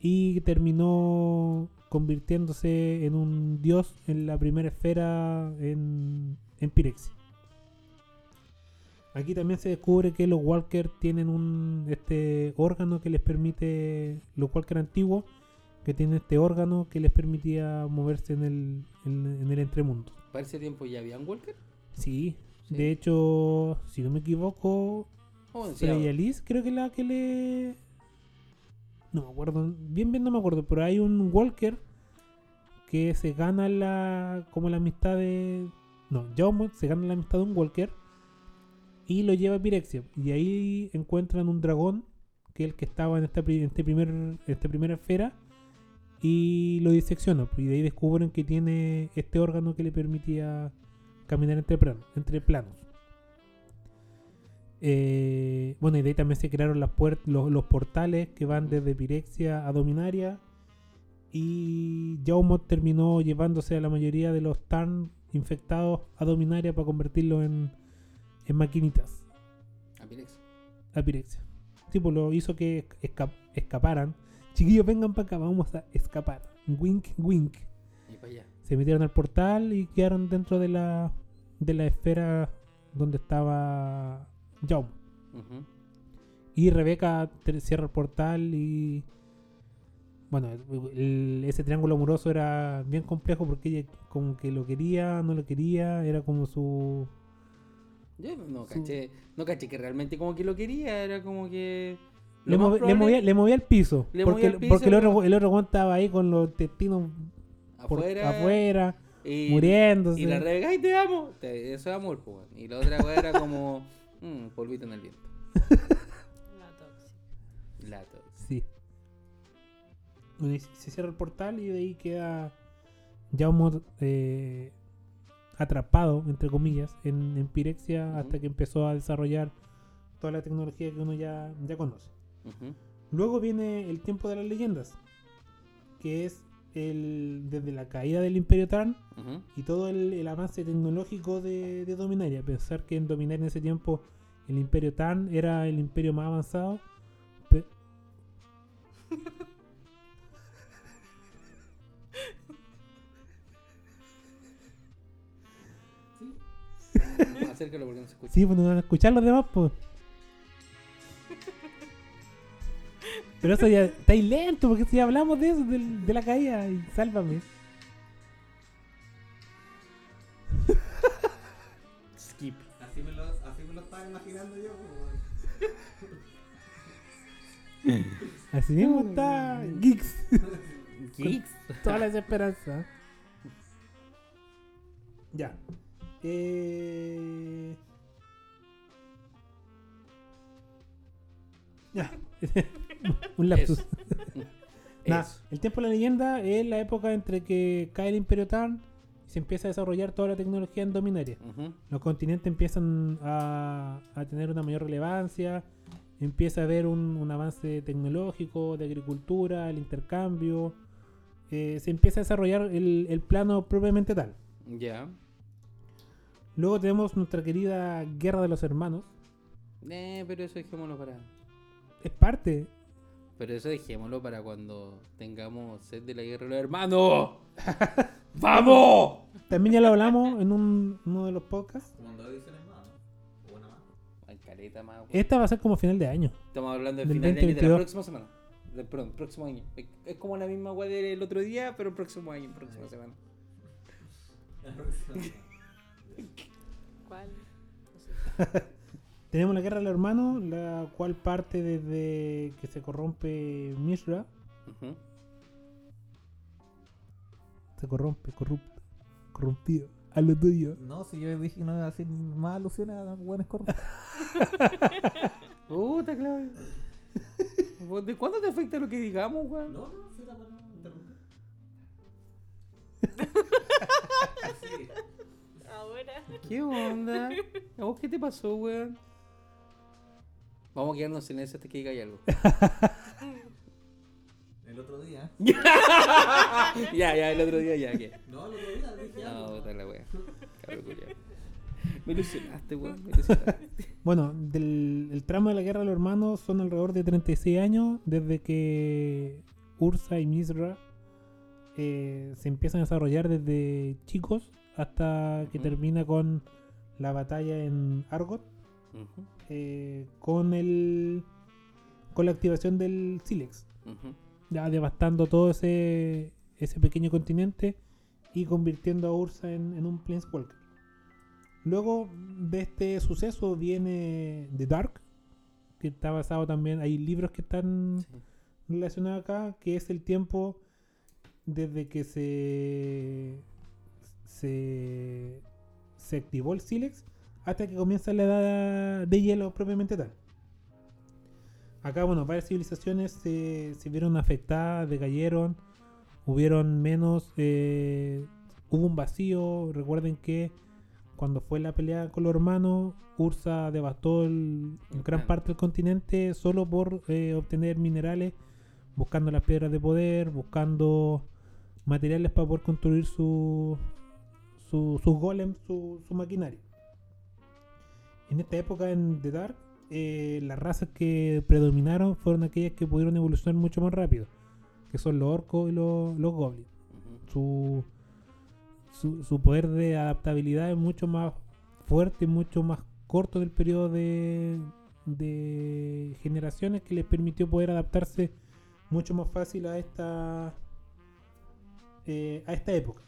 Speaker 2: y terminó convirtiéndose en un dios en la primera esfera en, en Pirexia. Aquí también se descubre que los Walker tienen un este órgano que les permite, los Walker antiguos, que tienen este órgano que les permitía moverse en el, en- en el entremundo.
Speaker 1: Para ese tiempo ya había un Walker.
Speaker 2: Sí,
Speaker 1: Sí.
Speaker 2: de hecho, si no me equivoco,
Speaker 1: Oh, sí,
Speaker 2: Freya
Speaker 1: ahora.
Speaker 2: Liz, creo que la que le. No me acuerdo, bien, bien no me acuerdo, pero hay un Walker que se gana la. como la amistad de. No, Jaumont se gana la amistad de un Walker y lo lleva a Pirexia. Y ahí encuentran un dragón, que es el que estaba en esta, pri- en este primer, en esta primera esfera, y lo disecciona. pues, Y de ahí descubren que tiene este órgano que le permitía caminar entre, plan- entre planos. Eh, bueno, y de ahí también se crearon las puer- los, los portales que van desde Pirexia a Dominaria. Y Jaumot terminó llevándose a la mayoría de los Tarn infectados a Dominaria para convertirlos en, en maquinitas
Speaker 1: A Pirex.
Speaker 2: a Pirexia. Tipo, lo hizo que esca- escaparan. Chiquillos, vengan para acá, vamos a escapar. Wink, wink.
Speaker 1: Y para allá.
Speaker 2: Se metieron al portal y quedaron dentro de la, de la esfera donde estaba Jaumot.
Speaker 1: Ujú.
Speaker 2: Y Rebeca ter- cierra el portal y... Bueno, el- ese triángulo amoroso era bien complejo porque ella como que lo quería, no lo quería, era como su...
Speaker 1: Yo no
Speaker 2: Su-
Speaker 1: caché, no caché que realmente como que lo quería, era como que... lo
Speaker 2: Le,
Speaker 1: más
Speaker 2: move- le
Speaker 1: probable,
Speaker 2: movía, le movía el piso.
Speaker 1: Le
Speaker 2: porque
Speaker 1: movía el piso,
Speaker 2: porque el, otro,
Speaker 1: pero-
Speaker 2: el otro weón estaba ahí con los intestinos por-
Speaker 1: afuera,
Speaker 2: afuera,
Speaker 1: y,
Speaker 2: muriéndose.
Speaker 1: y la Rebeca, ¡ay, te amo! Te- eso es amor, pues, weón. Y la otra weá era como, mm, polvito en el viento.
Speaker 4: La tóxica.
Speaker 1: Lato.
Speaker 2: Sí. Bueno, y se cierra el portal y de ahí queda Jaume eh, atrapado, entre comillas, en, en Pirexia
Speaker 1: Ujú.
Speaker 2: hasta que empezó a desarrollar toda la tecnología que uno ya, ya conoce.
Speaker 1: Ujú.
Speaker 2: Luego viene el tiempo de las leyendas, que es el desde la caída del Imperio Tarn
Speaker 1: Ujú.
Speaker 2: y todo el, el avance tecnológico de, de Dominaria. Pensar que en Dominaria en ese tiempo el Imperio Tan era el imperio más avanzado. pe-
Speaker 1: Acércalo porque no se escucha.
Speaker 2: Sí, pues no van a escuchar los demás, pues. Pero eso ya estáis lento, porque si hablamos de eso, del- de, la caída, y sálvame.
Speaker 1: Skip.
Speaker 5: Así me lo, así me lo estaba imaginando yo. pues, weón.
Speaker 2: Así mismo está Geeks,
Speaker 1: Geeks.
Speaker 2: toda la desesperanza. Ya. Eh... Ya. Un lapsus. Nah,
Speaker 1: Eso.
Speaker 2: el tiempo de la leyenda es la época entre que cae el Imperio Tarn y se empieza a desarrollar toda la tecnología en Dominaria.
Speaker 1: Ujú.
Speaker 2: Los continentes empiezan a, a tener una mayor relevancia, empieza a haber un, un avance tecnológico, de agricultura, el intercambio, eh, se empieza a desarrollar el, el plano propiamente tal.
Speaker 1: Ya.
Speaker 2: Luego tenemos nuestra querida Guerra de los Hermanos.
Speaker 1: Eh, pero eso dejémoslo para...
Speaker 2: Es parte,
Speaker 1: Pero eso dejémoslo para cuando tengamos sed de la guerra de los hermanos. ¡Vamos!
Speaker 2: también ya lo hablamos en un- uno de los podcasts.
Speaker 5: Como en dos ediciones más, ¿no? O una más.
Speaker 1: Ay, caleta más, weón.
Speaker 2: Esta va a ser como final de año.
Speaker 1: Estamos hablando del
Speaker 2: Del
Speaker 1: final de año de la
Speaker 2: 2022.
Speaker 1: próxima semana. De, perdón, próximo año. Es- Es como la misma weá del otro día, pero el próximo año, próxima semana.
Speaker 5: La próxima.
Speaker 4: ¿Cuál? No sé.
Speaker 2: Tenemos la guerra de los hermanos, la cual parte desde que se corrompe Mishra,
Speaker 1: Ujú.
Speaker 2: se corrompe, corrupto, corrompido, a lo tuyo.
Speaker 3: No, si yo dije que no iba a hacer más alusiones a buenas corruptas.
Speaker 1: Puta, Claudio. ¿Vos ¿De cuándo te afecta lo que digamos, weón?
Speaker 5: No, no, si era para no interrumpir. Sí.
Speaker 4: Ahora.
Speaker 1: ¿Qué onda? ¿A vos qué te pasó, weón? Vamos a quedarnos en eso hasta que diga algo.
Speaker 5: El otro día.
Speaker 1: ya, ya, el otro día ya, ¿qué?
Speaker 5: No, el otro día dije
Speaker 1: No,
Speaker 5: algo.
Speaker 1: puta la weón. Cabrón, culiao. Me ilusionaste, weón. Me ilusionaste.
Speaker 2: Bueno, del el tramo de la guerra de los hermanos son alrededor de 36 años desde que Ursa y Misra eh, se empiezan a desarrollar desde chicos hasta que
Speaker 1: Ujú.
Speaker 2: termina con la batalla en Argot
Speaker 1: Ujú,
Speaker 2: eh, con el con la activación del Silex,
Speaker 1: ujú.
Speaker 2: ya devastando todo ese ese pequeño continente y convirtiendo a Ursa en, en un Planeswalker. Luego de este suceso viene The Dark, que está basado también, hay libros que están
Speaker 1: Sí.
Speaker 2: relacionados acá, que es el tiempo desde que se se, se activó el Silex hasta que comienza la edad de hielo propiamente tal. Acá, bueno, varias civilizaciones se, se vieron afectadas, decayeron, hubieron menos, eh, hubo un vacío. Recuerden que cuando fue la pelea con los hermanos, Ursa devastó el-
Speaker 1: El
Speaker 2: gran
Speaker 1: plan.
Speaker 2: parte del continente solo por eh, obtener minerales, buscando las piedras de poder, buscando materiales para poder construir su, su, sus golems, su, su maquinaria. En esta época en The Dark, eh, las razas que predominaron fueron aquellas que pudieron evolucionar mucho más rápido, que son los orcos y los, los goblins.
Speaker 1: Ujú.
Speaker 2: Su, su, su poder de adaptabilidad es mucho más fuerte y mucho más corto del periodo de, de generaciones que les permitió poder adaptarse mucho más fácil a esta eh, a esta época.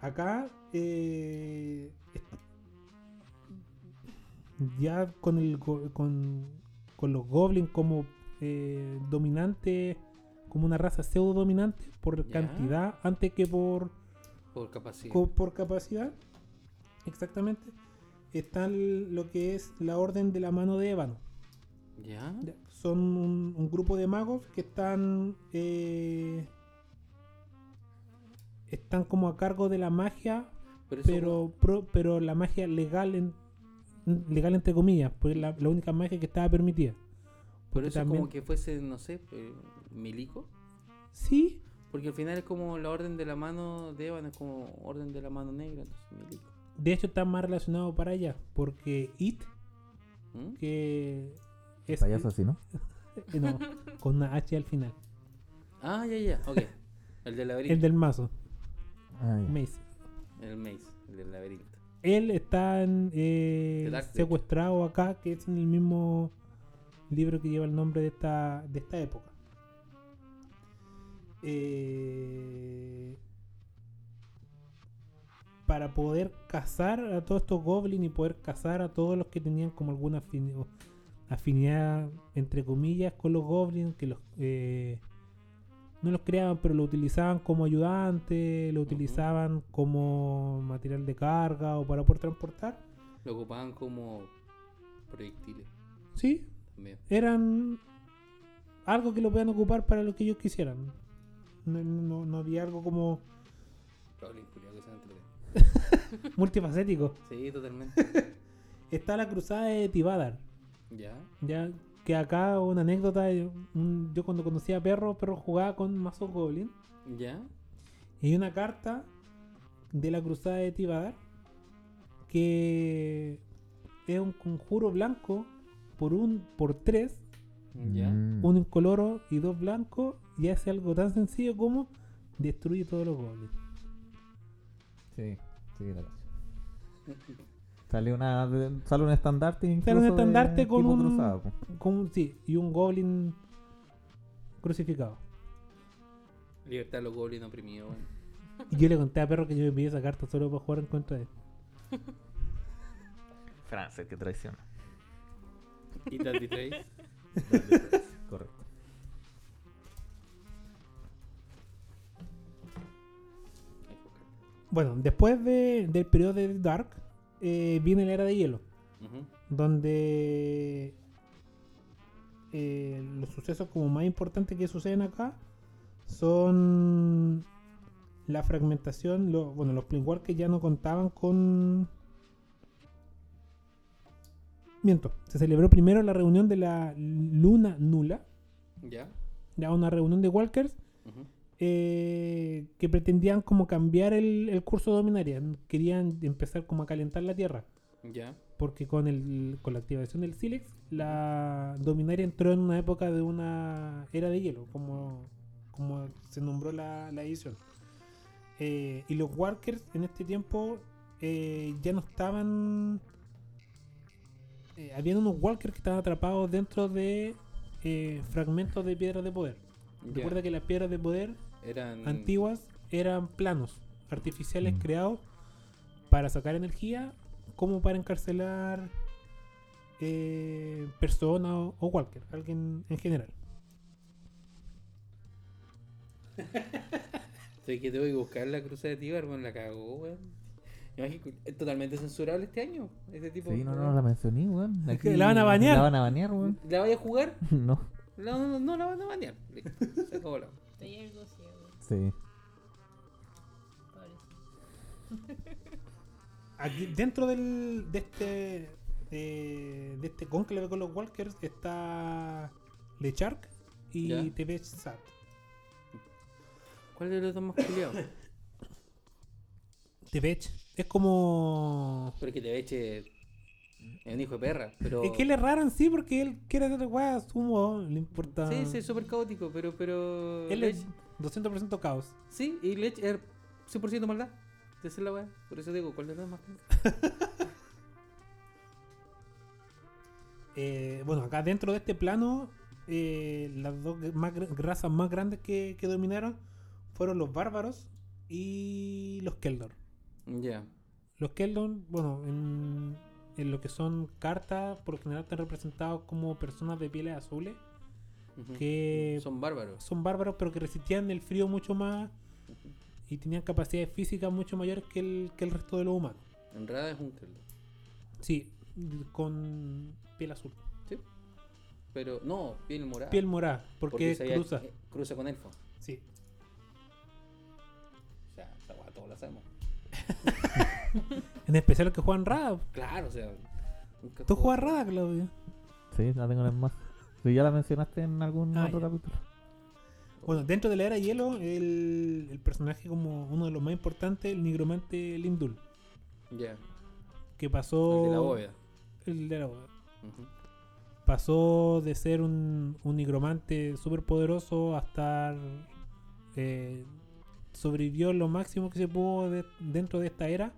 Speaker 2: Acá eh, ya con el go- con, con los goblins como eh, dominante como una raza pseudo dominante por
Speaker 1: Ya.
Speaker 2: cantidad antes que por
Speaker 1: Por capacidad.
Speaker 2: co- por capacidad exactamente está el- lo que es la orden de la mano de ébano
Speaker 1: ¿Ya?
Speaker 2: ya, Son un, un grupo de magos que están. eh, están como a cargo de la magia,
Speaker 1: Pero, eso,
Speaker 2: pero, pro- pero la magia legal, en, legal entre comillas, pues la, la única magia que estaba permitida.
Speaker 1: pero
Speaker 2: Porque
Speaker 1: eso es
Speaker 2: también-
Speaker 1: como que fuese, no sé, eh, milico.
Speaker 2: Sí,
Speaker 1: Porque al final es como la orden de la mano de Ébano, es como orden de la mano negra, entonces milico.
Speaker 2: de hecho está más relacionado para allá, porque It,
Speaker 1: ¿Mm?
Speaker 2: que es.
Speaker 3: Payaso así, ¿no?
Speaker 2: eh, no, con una H al final.
Speaker 1: Ah, ya, ya, ok. El del
Speaker 2: El
Speaker 1: laberinto.
Speaker 2: del mazo,
Speaker 3: Ah, ya.
Speaker 2: Mace.
Speaker 1: El, maze, el del laberinto.
Speaker 2: él está en, eh,
Speaker 1: The Dark Picture.
Speaker 2: secuestrado acá, que es en el mismo libro que lleva el nombre de esta, de esta época. Eh, para poder cazar a todos estos goblins y poder cazar a todos los que tenían como alguna afin- o afinidad, entre comillas, con los goblins, que los... eh, no los creaban, pero lo utilizaban como ayudante, lo
Speaker 1: Ujú.
Speaker 2: utilizaban como material de carga o para poder transportar.
Speaker 1: Lo ocupaban como proyectiles
Speaker 2: Sí,
Speaker 1: también.
Speaker 2: eran algo que lo podían ocupar para lo que ellos quisieran. No, no- no había algo como
Speaker 1: Goblin, culiao, que se van a entretener.
Speaker 2: multifacético.
Speaker 1: Sí, totalmente.
Speaker 2: Está la cruzada de Tivadar,
Speaker 1: ya.
Speaker 2: ya que acá una anécdota, yo, un- yo cuando conocía a Perro, Perro jugaba con mazos goblin.
Speaker 1: Ya.
Speaker 2: Y hay una carta de la cruzada de Tivadar que es un conjuro blanco por un por tres,
Speaker 1: Ya.
Speaker 3: Mm.
Speaker 2: uno incoloro y dos blancos, y hace algo tan sencillo como destruye todos los goblins.
Speaker 3: Sí, sí, la cacho. Sale, una, sale un estandarte.
Speaker 2: Sale un
Speaker 3: incluso de
Speaker 2: estandarte con
Speaker 3: tipo
Speaker 2: un-
Speaker 3: cruzado, po.
Speaker 2: Como- sí, y un goblin crucificado.
Speaker 1: Libertad a los goblins oprimidos, weón.
Speaker 2: Y yo le conté a Perro que yo me pedí esa carta solo para jugar en contra de él.
Speaker 3: Francia, que traiciona.
Speaker 1: Y Daddy Trace.
Speaker 3: Correcto.
Speaker 2: Bueno, después de- del periodo de Dark, eh, viene la era de hielo.
Speaker 1: Ujú.
Speaker 2: donde eh, los sucesos como más importantes que suceden acá son la fragmentación, lo- bueno, los que ya no contaban con... Miento, se celebró primero la reunión de la luna nula,
Speaker 1: ¿Ya?
Speaker 2: ya una reunión de Walkers
Speaker 1: ujú.
Speaker 2: eh, que pretendían como cambiar el, el curso de Dominaria, querían empezar como a calentar la Tierra,
Speaker 1: ¿Ya?
Speaker 2: porque con, el, con la activación del Silex, la Dominaria entró en una época de una era de hielo, como, como se nombró la, la edición. Eh, y los Walkers en este tiempo eh, ya no estaban... eh, habían unos Walkers que estaban atrapados dentro de eh, fragmentos de piedras de poder.
Speaker 1: ya. Mm.
Speaker 2: Recuerda que las piedras de poder
Speaker 1: Eran...
Speaker 2: antiguas eran planos artificiales
Speaker 3: Mm.
Speaker 2: creados para sacar energía como para encarcelar eh, personas o, o Walker, alguien en general.
Speaker 1: Estoy que tengo que buscar la cruza de Tíbar, weón, la cagó, weón. Imagino, es totalmente censurable este año, este tipo.
Speaker 3: Sí, no, no la mencioné, weón.
Speaker 2: que la van a banear.
Speaker 3: La van a banear, weón.
Speaker 1: ¿La vaya a jugar?
Speaker 3: No,
Speaker 1: No, no, no, no la van a banear. Listo, se acabó la-
Speaker 4: Estoy algo ciego,
Speaker 3: sí.
Speaker 4: parece.
Speaker 2: Aquí, dentro del, de este eh, de este conclave con los Walkers está LeChark y
Speaker 1: Ya.
Speaker 2: TV Sat.
Speaker 1: ¿Cuál de los dos más culiados?
Speaker 2: TV es como
Speaker 1: Pero que te eche. Es un hijo de perra, pero.
Speaker 2: es que él es raro en sí porque él quiere hacer weas, sumo, le importa.
Speaker 1: Sí, sí, es súper caótico, pero. pero...
Speaker 2: Él es
Speaker 1: Lech-
Speaker 2: 200% caos.
Speaker 1: Sí, y Lech es 100% maldad. Esa es la weá. Por eso digo, ¿cuál de los dos más culiao?
Speaker 2: Eh, bueno, acá dentro de este plano, eh, las dos gr- más gr- razas más grandes que, que dominaron fueron los bárbaros y los Keldor.
Speaker 1: Ya.
Speaker 2: Los Keldor, bueno, en, en lo que son cartas, por lo general están representados como personas de pieles azules,
Speaker 1: Ujú.
Speaker 2: que
Speaker 1: Mm.
Speaker 2: son,
Speaker 1: Son bárbaros.
Speaker 2: bárbaros pero que resistían el frío mucho más y tenían capacidades físicas mucho mayores que el, que el resto de los humanos.
Speaker 1: Enrada es un keldo.
Speaker 2: Sí, con piel azul.
Speaker 1: Pero. No, piel morada.
Speaker 2: Piel morada, porque,
Speaker 1: se había-
Speaker 2: cruza.
Speaker 1: eh, cruza con elfo.
Speaker 2: Sí.
Speaker 1: O sea, esa weá todos la sabemos.
Speaker 2: En especial que juegan Rada.
Speaker 1: Claro, o sea. nunca
Speaker 2: Tú
Speaker 1: jugó-
Speaker 2: juegas Rada, Claudio.
Speaker 3: Sí, la tengo en el más. Tú ya la mencionaste en algún
Speaker 2: Ah,
Speaker 3: otro
Speaker 2: ya.
Speaker 3: capítulo.
Speaker 2: Bueno, dentro de la era de hielo, el, el personaje como uno de los más importantes, el nigromante Lindul,
Speaker 1: Ya.
Speaker 2: que pasó.
Speaker 1: El de la bóveda.
Speaker 2: el de la bóveda.
Speaker 1: Ujú.
Speaker 2: Pasó de ser un, un nigromante súper poderoso a estar. eh, sobrevivió lo máximo que se pudo de- dentro de esta era.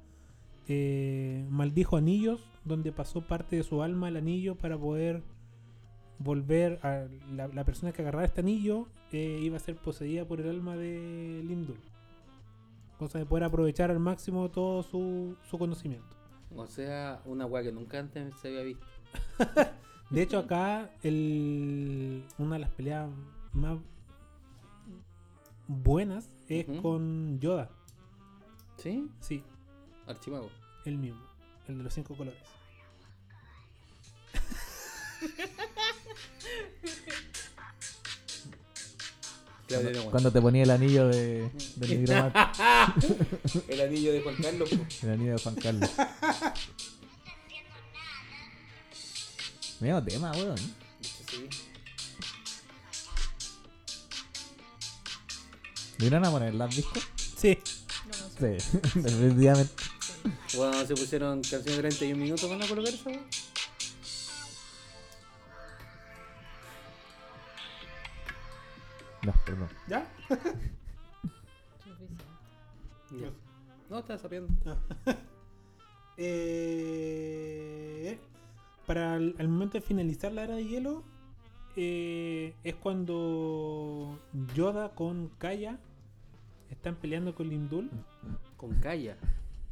Speaker 2: Eh, maldijo anillos, donde pasó parte de su alma al anillo para poder volver a la, la persona que agarrara este anillo eh, iba a ser poseída por el alma de Lindul. Cosa de poder aprovechar al máximo todo su, su conocimiento.
Speaker 1: O sea, una weá que nunca antes se había visto.
Speaker 2: De hecho, acá el, una de las peleas más buenas es
Speaker 1: Ujú.
Speaker 2: con Yoda.
Speaker 1: ¿Sí?
Speaker 2: Sí,
Speaker 1: Archimago.
Speaker 2: el mismo, el de los cinco colores.
Speaker 1: Claudio
Speaker 3: Cuando,
Speaker 1: León.
Speaker 3: cuando te ponía el anillo de, del nigromante.
Speaker 1: El anillo de Juan Carlos. po.
Speaker 3: El anillo de Juan Carlos. Medio tema, weón.
Speaker 1: Sí.
Speaker 3: ¿Vinieron a poner las discos?
Speaker 2: Sí,
Speaker 4: No, no sé.
Speaker 3: Sí, definitivamente.
Speaker 1: Bueno, se pusieron canción de 31 minutos, ¿van a colocar esa weá?
Speaker 3: No, perdón.
Speaker 2: ¿ya?
Speaker 4: Suficiente.
Speaker 1: Ya. No, estaba sabiendo.
Speaker 2: Eh, para el, al momento de finalizar la era de hielo, eh, es cuando Yoda con Kaya están peleando con Lindul.
Speaker 1: Con Calla.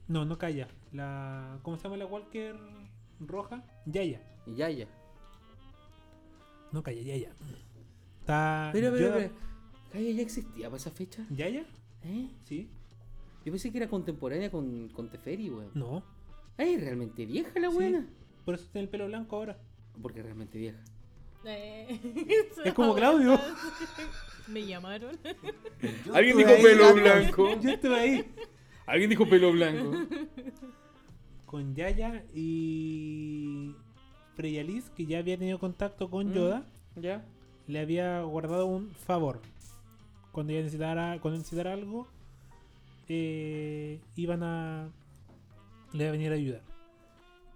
Speaker 2: No, no Kaya. La, ¿Cómo se llama la Walker roja? Yaya.
Speaker 1: Y Yaya.
Speaker 2: No, Kaya, Yaya. Está.
Speaker 1: Pero, pero,
Speaker 2: Yoda-
Speaker 1: pero. ¿Calla ya existía para esa fecha?
Speaker 2: ¿Yaya?
Speaker 1: ¿Eh?
Speaker 2: Sí.
Speaker 1: Yo pensé que era contemporánea con, con Teferi, weón.
Speaker 2: No.
Speaker 1: Ay, realmente vieja la
Speaker 2: Sí.
Speaker 1: buena.
Speaker 2: Por eso tiene el pelo blanco ahora.
Speaker 1: Porque es realmente vieja.
Speaker 4: Eh,
Speaker 2: Es como Claudio.
Speaker 4: Me llamaron.
Speaker 1: Alguien dijo
Speaker 5: estuve ahí,
Speaker 1: pelo
Speaker 5: Gabriel.
Speaker 1: blanco.
Speaker 2: Yo estuve ahí
Speaker 1: Alguien dijo pelo blanco.
Speaker 2: con Yaya y Freyalis, que ya había tenido contacto con
Speaker 1: Mm.
Speaker 2: Yoda,
Speaker 1: ¿Ya?
Speaker 2: le había guardado un favor. Cuando ella necesitara, cuando necesitara algo, eh, iban a. le iba a venir a ayudar.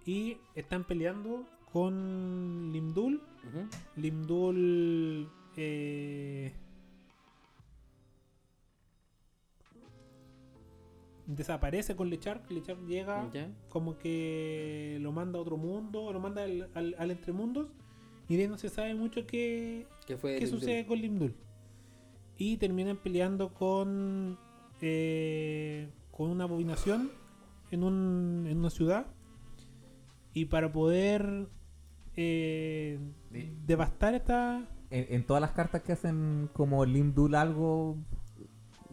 Speaker 2: Y están peleando con Limdul.
Speaker 1: Ujú.
Speaker 2: Limdul. eh, desaparece con Lechar. Lechar llega
Speaker 1: ¿Ya?
Speaker 2: como que lo manda a otro mundo, lo manda al, al, al entremundos. Y de ahí no se sabe mucho qué,
Speaker 1: ¿Qué fue?
Speaker 2: qué
Speaker 1: el-
Speaker 2: sucede con Limdul. Y terminan peleando con, eh, con una abominación en, un, en una ciudad. Y para poder eh,
Speaker 5: Sí.
Speaker 2: devastar esta...
Speaker 3: En, en todas las cartas que hacen como Limdul algo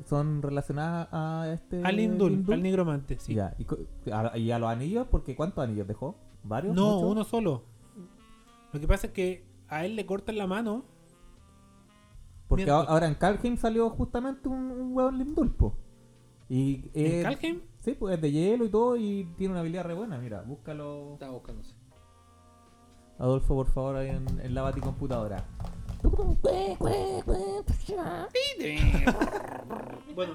Speaker 3: son relacionadas a este.
Speaker 2: Al Limdul, al nigromante, sí.
Speaker 3: Ya, ¿Y, co- a, y a los anillos? Porque ¿cuántos anillos dejó? ¿Varios?
Speaker 2: No,
Speaker 3: ¿Muchos?
Speaker 2: uno solo. Lo que pasa es que a él le cortan la mano.
Speaker 3: Porque
Speaker 2: miento.
Speaker 3: a- ahora en Kalheim salió justamente un, un hueón Limdul, po. Y
Speaker 2: ¿En
Speaker 3: es-
Speaker 2: Kalheim?
Speaker 3: Sí, pues es de hielo y todo y tiene una habilidad re buena, mira, búscalo.
Speaker 1: Estaba buscándose.
Speaker 3: Adolfo, por favor, ahí en, en la baticomputadora.
Speaker 2: Bueno,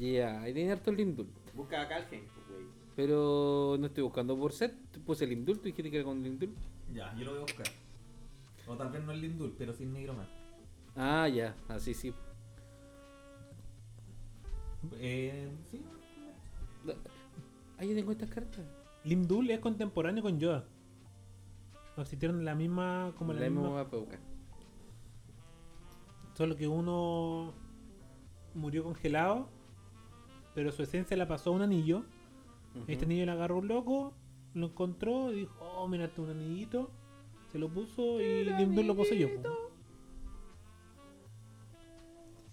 Speaker 1: Ya, ahí tiene harto el Limdul.
Speaker 5: Busca a Calgen, güey.
Speaker 1: Pero no estoy buscando por set. Puse el Limdul, tú dijiste que era con Limdul.
Speaker 5: Ya, yo lo voy a buscar. O tal vez no es Lindul, pero sí es Nigromante.
Speaker 1: Ah, ya, así sí.
Speaker 5: Eh, sí.
Speaker 1: Ahí yo tengo estas cartas.
Speaker 2: Limdul es contemporáneo con Yoda. No existieron la misma, como la,
Speaker 1: La
Speaker 2: misma,
Speaker 1: misma voy a buscar.
Speaker 2: solo que uno murió congelado, pero su esencia la pasó a un anillo.
Speaker 1: Ujú.
Speaker 2: Este anillo le agarró un loco, lo encontró y dijo, oh, mira, este es un anillito. Se lo puso y Limdul lo poseyó.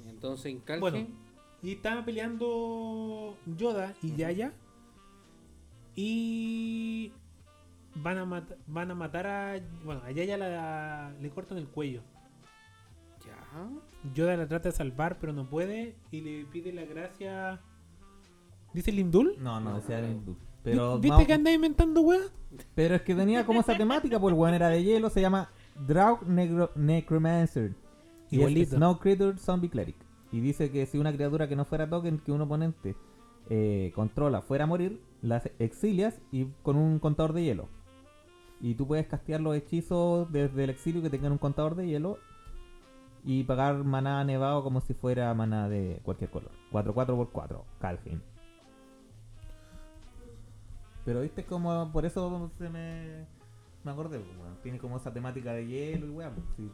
Speaker 1: Entonces en Calgen.
Speaker 2: Bueno, y estaban peleando Yoda y Yaya. Y van a, mat- van a matar a... Bueno, a Yaya la- le cortan el cuello.
Speaker 1: Ya.
Speaker 2: Yoda la trata de salvar, pero no puede. Y le pide la gracia. ¿Dice Lindul?
Speaker 3: No, no, decía Limdul.
Speaker 2: ¿Vi-
Speaker 3: Pero,
Speaker 2: ¿Viste
Speaker 3: más-
Speaker 2: que anda inventando, weá?
Speaker 3: pero es que tenía como esa temática, pues el weón era de hielo, se llama Draug Negro- Necromancer. Y es
Speaker 2: Igualito.
Speaker 3: Snow Creature Zombie Cleric. Y dice que si una criatura que no fuera token que un oponente eh, controla fuera a morir, las exilias y con un contador de hielo. Y tú puedes castear los hechizos desde el exilio que tengan un contador de hielo y pagar maná nevado como si fuera maná de cualquier color. 4-4x4, Calvin. Pero viste como por eso se me, me acordé, pues, weón. tiene como esa temática de hielo y weón, si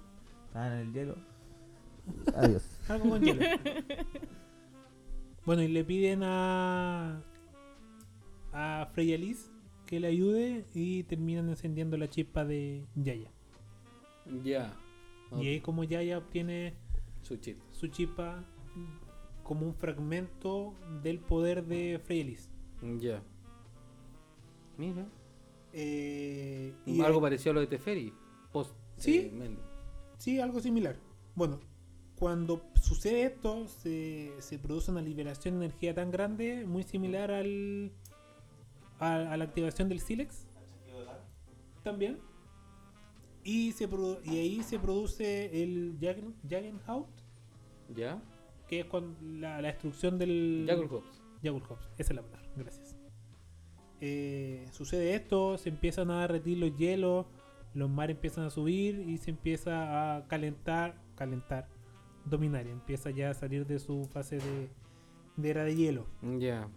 Speaker 3: estaban en el hielo. Adiós.
Speaker 2: Algo con hielo. bueno, y le piden a. a Freya Liz que le ayude. Y terminan encendiendo la chispa de Yaya.
Speaker 1: Ya.
Speaker 2: Y ahí, como Yaya obtiene
Speaker 1: Su chip.
Speaker 2: su chispa como un fragmento del poder de Freyalis.
Speaker 1: Ya. Mira.
Speaker 2: Eh,
Speaker 1: Algo parecido a lo de Teferi. Post.
Speaker 2: Sí.
Speaker 1: eh, Mendo.
Speaker 2: Sí, algo similar. Bueno, cuando sucede esto, se, se produce una liberación de energía tan grande, muy similar al, a, a la activación del sílex. También. Y, se produ- y ahí se produce el Jagen- Jagenhaut,
Speaker 1: Ya.
Speaker 2: que es con la, la destrucción del...
Speaker 1: Jackal Hobbs.
Speaker 2: Jaguar Hobbs, esa es la palabra, gracias. Eh, sucede esto, se empiezan a derretir los hielos, los mares empiezan a subir y se empieza a calentar, calentar, dominar, empieza ya a salir de su fase de, de era de hielo.
Speaker 1: Ya.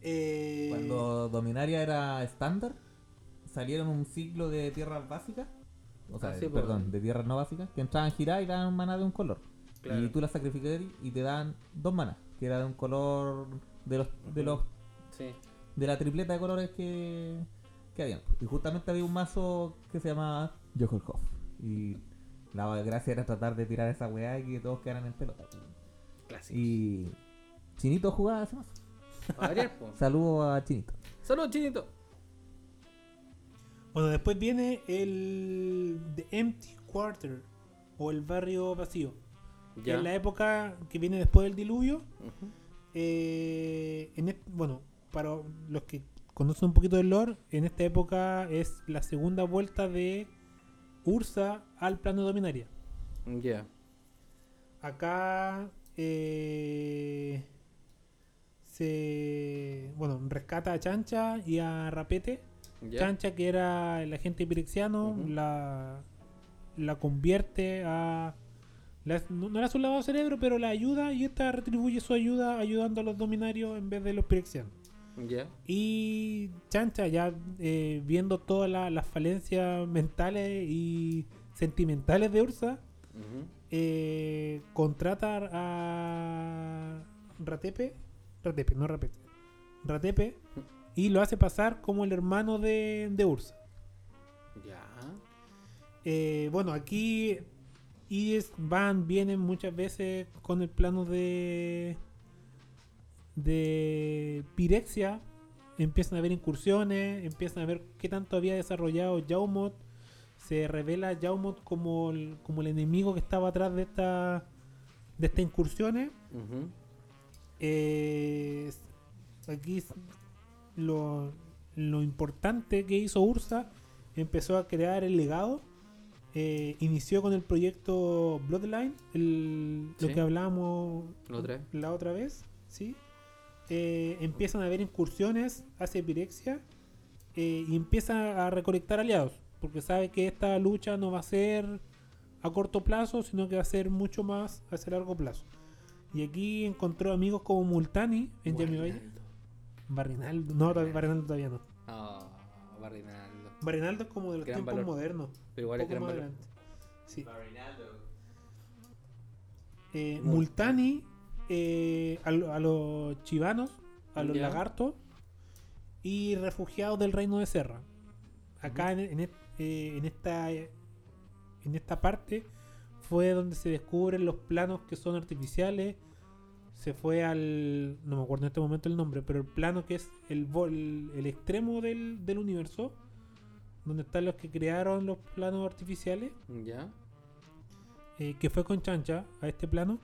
Speaker 2: Eh,
Speaker 3: Cuando Dominaria era estándar, salieron un ciclo de tierras básicas. O sea,
Speaker 1: Ah, sí,
Speaker 3: de-
Speaker 1: pues.
Speaker 3: perdón, de tierras no básicas, que entraban giradas y daban maná de un color.
Speaker 1: Claro.
Speaker 3: Y tú las sacrificas y te dan dos manas, que era de un color de los, de los
Speaker 1: Sí.
Speaker 3: de la tripleta de colores que, que habían. Y justamente había un mazo que se llamaba Jokerhoff. Y la gracia era tratar de tirar esa weá y que todos quedaran en pelota.
Speaker 1: Clásico.
Speaker 3: Y Chinito jugaba ese mazo.
Speaker 1: A variar, po.
Speaker 3: Saludo a Chinito.
Speaker 1: Salud, chinito.
Speaker 2: Bueno, después viene el The Empty Quarter o el barrio vacío. que
Speaker 1: Ya.
Speaker 2: Es la época que viene después del diluvio.
Speaker 1: Ujú.
Speaker 2: Eh, en est- bueno, para los que conocen un poquito del lore, en esta época es la segunda vuelta de Ursa al plano dominaria.
Speaker 1: Ya.
Speaker 2: Acá eh, se bueno, rescata a Chancha y a Rapete.
Speaker 1: Ya.
Speaker 2: Chancha, que era el agente pirexiano,
Speaker 1: Ujú.
Speaker 2: la, la convierte a. la- no, no le hace un lavado de cerebro, pero la ayuda y esta retribuye su ayuda ayudando a los dominarios en vez de los pirexianos.
Speaker 1: Ya.
Speaker 2: Y Chancha, ya eh, viendo todas la- las falencias mentales y sentimentales de Ursa,
Speaker 1: Ujú.
Speaker 2: eh, contrata a Ratepe, Ratepe, no Rapete, Ratepe, y lo hace pasar como el hermano de, de Ursa.
Speaker 1: Ya.
Speaker 2: Eh, bueno, aquí IES van, vienen muchas veces con el plano de de Pirexia. Empiezan a haber incursiones, empiezan a ver qué tanto había desarrollado Yaumot. Se revela Yaumot como el, como el enemigo que estaba atrás de esta de estas incursiones.
Speaker 1: Ujú.
Speaker 2: Eh, aquí s- lo, lo importante que hizo Ursa empezó a crear el legado. eh, inició con el proyecto Bloodline, el- lo
Speaker 1: Sí.
Speaker 2: que hablábamos
Speaker 1: La otra vez.
Speaker 2: la otra vez, ¿sí? Eh, empiezan a haber incursiones hacia Pirexia eh, y empieza a recolectar aliados, porque sabe que esta lucha no va a ser a corto plazo, sino que va a ser mucho más hacia largo plazo. Y aquí encontró amigos como Multani en Yami Valle.
Speaker 1: Guarinaldo.
Speaker 2: Barrinaldo, no, todavía-
Speaker 1: Barrinaldo.
Speaker 2: Barrinaldo todavía no.
Speaker 1: Ah, Barrinaldo.
Speaker 2: Barrinaldo es como de los
Speaker 1: Gran
Speaker 2: tiempos
Speaker 1: valor.
Speaker 2: modernos.
Speaker 1: Pero igual
Speaker 2: un
Speaker 1: es
Speaker 2: poco
Speaker 1: gran
Speaker 2: más
Speaker 1: valor.
Speaker 2: adelante. Sí.
Speaker 5: Marinaldo.
Speaker 2: Eh,
Speaker 1: Multani.
Speaker 2: Multani eh, a, lo- a los chivanos, a los
Speaker 1: Ya.
Speaker 2: lagartos y refugiados del reino de Serra. Acá en, en est- eh, en esta eh, en esta parte fue donde se descubren los planos que son artificiales. Se fue al. No me acuerdo en este momento el nombre, pero el plano que es el, vo- el, el extremo del, del universo, donde están los que crearon los planos artificiales
Speaker 1: Ya.
Speaker 2: eh, que fue con Chancha a este plano.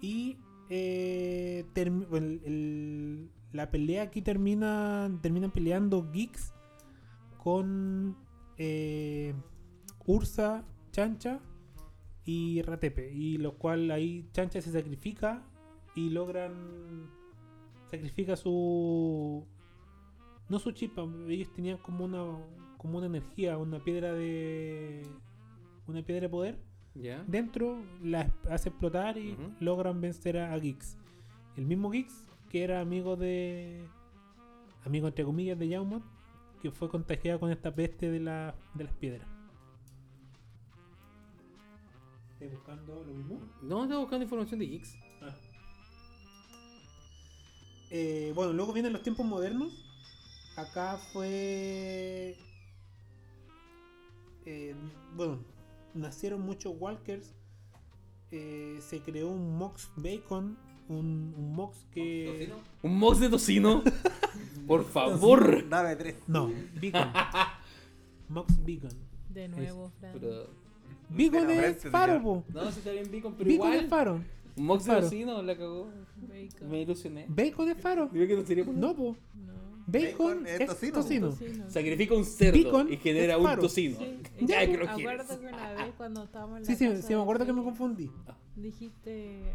Speaker 2: Y eh, term- bueno, el- el- la pelea aquí termina terminan peleando Geeks con eh, Ursa, Chancha y Ratepe. Y lo cual ahí Chancha se sacrifica y logran. Sacrifica su. No su chispa, ellos tenían como una, como una energía, una piedra de. Una piedra de poder
Speaker 1: Ya.
Speaker 2: dentro la hace explotar y
Speaker 1: Ujú.
Speaker 2: logran vencer a, a Geeks. El mismo Geeks que era amigo de. amigo entre comillas de Yaumot, que fue contagiado con esta peste de, la- de las piedras. ¿Estás buscando lo mismo?
Speaker 1: No, estaba buscando información de Geeks.
Speaker 2: Ah. Eh, bueno, luego vienen los tiempos modernos. Acá fue. eh, bueno, nacieron muchos walkers. eh, se creó un Mox Bacon. Un, un Mox que.
Speaker 5: ¿Tocino?
Speaker 1: ¿Un mox de tocino? Por favor.
Speaker 5: Dame tres.
Speaker 2: No, Beacon. Mox Beacon.
Speaker 4: De nuevo, Fran.
Speaker 1: Pero-
Speaker 2: Beacon
Speaker 5: Pero,
Speaker 2: es
Speaker 5: este
Speaker 2: faro,
Speaker 5: señor.
Speaker 2: po.
Speaker 1: No, si está bien Beacon, pero
Speaker 2: Beacon es
Speaker 1: igual.
Speaker 2: faro.
Speaker 1: Un mox de
Speaker 2: Claro.
Speaker 1: tocino, la cagó.
Speaker 4: Bacon.
Speaker 1: Me ilusioné.
Speaker 2: Bacon es faro.
Speaker 1: Creo que no sería por
Speaker 2: No, po.
Speaker 4: No.
Speaker 2: Bacon,
Speaker 5: Bacon es
Speaker 2: es,
Speaker 5: tocino, po.
Speaker 2: tocino.
Speaker 4: Tocino.
Speaker 1: Sacrifica un cerdo
Speaker 2: Beacon
Speaker 1: y genera
Speaker 2: es
Speaker 1: un
Speaker 2: faro.
Speaker 1: tocino.
Speaker 4: Sí,
Speaker 1: Ya
Speaker 4: es-
Speaker 1: que lo quieres.
Speaker 4: acuerdo que una vez cuando estábamos en la
Speaker 2: Sí, sí,
Speaker 4: casa
Speaker 2: sí, me
Speaker 4: de
Speaker 2: acuerdo que me
Speaker 4: Felipe,
Speaker 2: confundí.
Speaker 4: Dijiste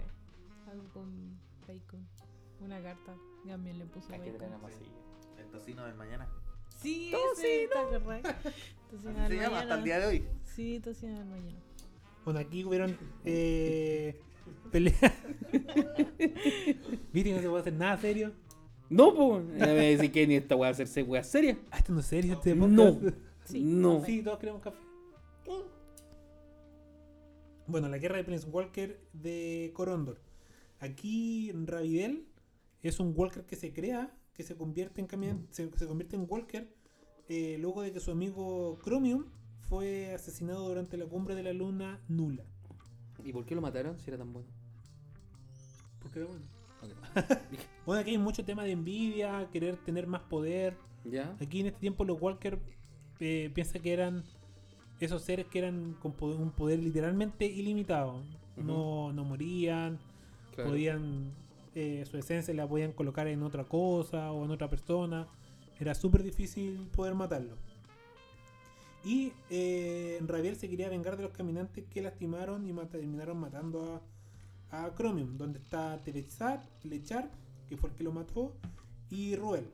Speaker 4: algo con bacon. Una carta. También le puse
Speaker 1: Hay que traer la
Speaker 4: bacon.
Speaker 1: masilla.
Speaker 5: El tocino del mañana.
Speaker 4: Sí, ese está correcto. Tocino
Speaker 5: Así
Speaker 4: al
Speaker 5: se llama hasta el día
Speaker 4: mañana.
Speaker 5: de hoy.
Speaker 4: Sí, tocino al mañana.
Speaker 2: Bueno, aquí hubieron eh, peleas. Viste que no se puede hacer nada serio.
Speaker 1: No, pues. No me decir que ni esta weá hacerse weá seria.
Speaker 2: Ah, esto no es serio. Este
Speaker 1: No.
Speaker 2: podcast.
Speaker 4: Sí,
Speaker 1: No.
Speaker 2: Sí, todos queremos café. Bueno, la guerra de Prince Walker de Corondor. Aquí Ravidel es un Walker que se crea, que se convierte en cami- se, se convierte en Walker eh, luego de que su amigo Chromium fue asesinado durante la cumbre de la luna nula.
Speaker 1: ¿Y por qué lo mataron si era tan bueno?
Speaker 2: Porque era bueno.
Speaker 1: Ok.
Speaker 2: Bueno, aquí hay mucho tema de envidia, querer tener más poder.
Speaker 1: ¿Ya?
Speaker 2: Aquí en este tiempo los Walker eh, piensa que eran esos seres que eran con poder- un poder literalmente ilimitado. no, no morían,
Speaker 1: Claro.
Speaker 2: podían eh, su esencia la podían colocar en otra cosa o en otra persona. Era súper difícil poder matarlo. Y eh, Rabiel se quería vengar de los caminantes que lastimaron y mata- terminaron matando a, a Chromium, donde está Telechar, Telechar, que fue el que lo mató, y Ruel.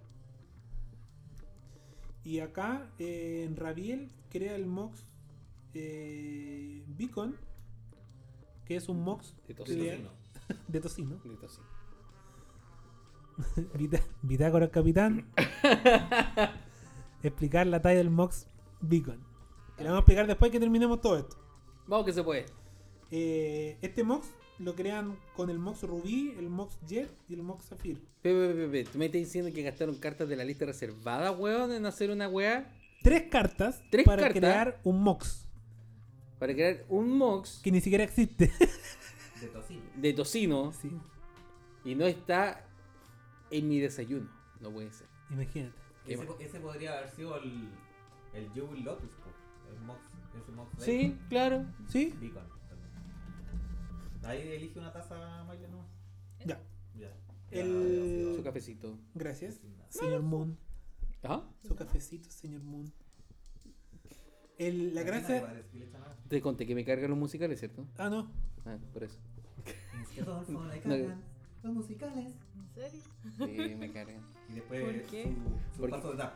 Speaker 2: Y acá eh, Rabiel crea el Mox eh, Beacon, que es un Mox
Speaker 1: De tos.
Speaker 2: de-
Speaker 1: no.
Speaker 2: de tocino.
Speaker 1: De tos, sí.
Speaker 2: Vitá- Bitácora Capitán. explicar la talla del Mox Beacon. Que la vamos a explicar después que terminemos todo esto.
Speaker 1: Vamos que se puede.
Speaker 2: Eh, este Mox lo crean con el Mox Rubí, el Mox Jet y el Mox Zafir.
Speaker 1: Pe, pe, pe, pe, ¿Tú me estás diciendo que gastaron cartas de la lista reservada, weón, en hacer una weá?
Speaker 2: Tres cartas
Speaker 1: Tres
Speaker 2: para
Speaker 1: cartas.
Speaker 2: crear un Mox
Speaker 1: Para crear un mox
Speaker 2: que ni siquiera existe.
Speaker 5: De tocino.
Speaker 1: de tocino
Speaker 2: Sí,
Speaker 1: y no está en mi desayuno. No puede ser.
Speaker 2: imagínate.
Speaker 1: Qué
Speaker 5: Ese,
Speaker 1: mal.
Speaker 5: po- ese podría haber sido el. El Jewel Lotus, po. El Mox. Es un Mox Lake.
Speaker 1: Sí, claro.
Speaker 2: ¿Sí?
Speaker 5: Beacon. perdón. Ahí elige una taza maya nomás.
Speaker 2: Ya.
Speaker 5: Ya.
Speaker 2: El-
Speaker 1: Su cafecito.
Speaker 2: Gracias, señor Moon.
Speaker 1: Ajá.
Speaker 2: Su cafecito, señor Moon. El- la gracia.
Speaker 1: Te conté que me cargan los musicales, ¿cierto?
Speaker 2: Ah, no.
Speaker 1: Ah, por eso.
Speaker 5: Es que Rodolfo le
Speaker 1: No.
Speaker 5: cargan los musicales.
Speaker 4: ¿En serio?
Speaker 1: Sí, me cargan.
Speaker 5: Y después
Speaker 4: ¿Por qué?
Speaker 5: su, su
Speaker 1: Porque-
Speaker 5: paso de tap.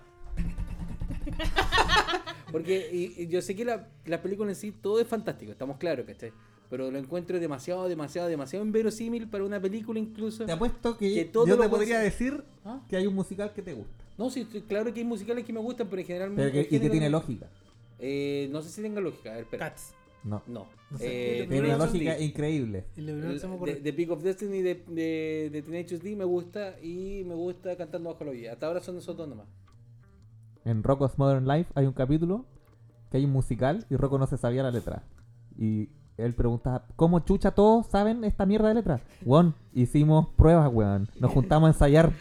Speaker 1: Porque y- y yo sé que la, la película en sí todo es fantástico, estamos claros, ¿cachai? Pero lo encuentro demasiado, demasiado, demasiado inverosímil para una película incluso.
Speaker 3: Te apuesto que,
Speaker 1: Que todo
Speaker 3: yo
Speaker 1: lo
Speaker 3: te
Speaker 1: puedo
Speaker 3: podría
Speaker 1: hacer.
Speaker 3: decir
Speaker 1: ¿Ah?
Speaker 3: que hay un musical que te gusta.
Speaker 1: No, sí, estoy claro que hay musicales que me gustan, pero Mm, en general...
Speaker 3: Pero que,
Speaker 1: el
Speaker 3: y que
Speaker 1: género-
Speaker 3: tiene lógica.
Speaker 1: Eh, no sé si tenga lógica, a ver, espera.
Speaker 2: Cats.
Speaker 3: No.
Speaker 1: No.
Speaker 2: No sé.
Speaker 1: Eh,
Speaker 2: Pero no
Speaker 3: Tiene una
Speaker 1: Teenage
Speaker 2: son
Speaker 3: lógica
Speaker 1: D.
Speaker 3: increíble.
Speaker 2: El de Bruno se me
Speaker 1: El-
Speaker 2: ocurre.
Speaker 1: de, de Peak of Destiny de, de, de Teenage D me gusta y me gusta cantando bajo la lluvia. Hasta ahora son esos dos nomás.
Speaker 3: En Rocko's Modern Life hay un capítulo que hay un musical y Rocco no se sabía la letra. Y él pregunta, ¿cómo chucha todos saben esta mierda de letra? Weón, hicimos pruebas, weón. Nos juntamos a ensayar.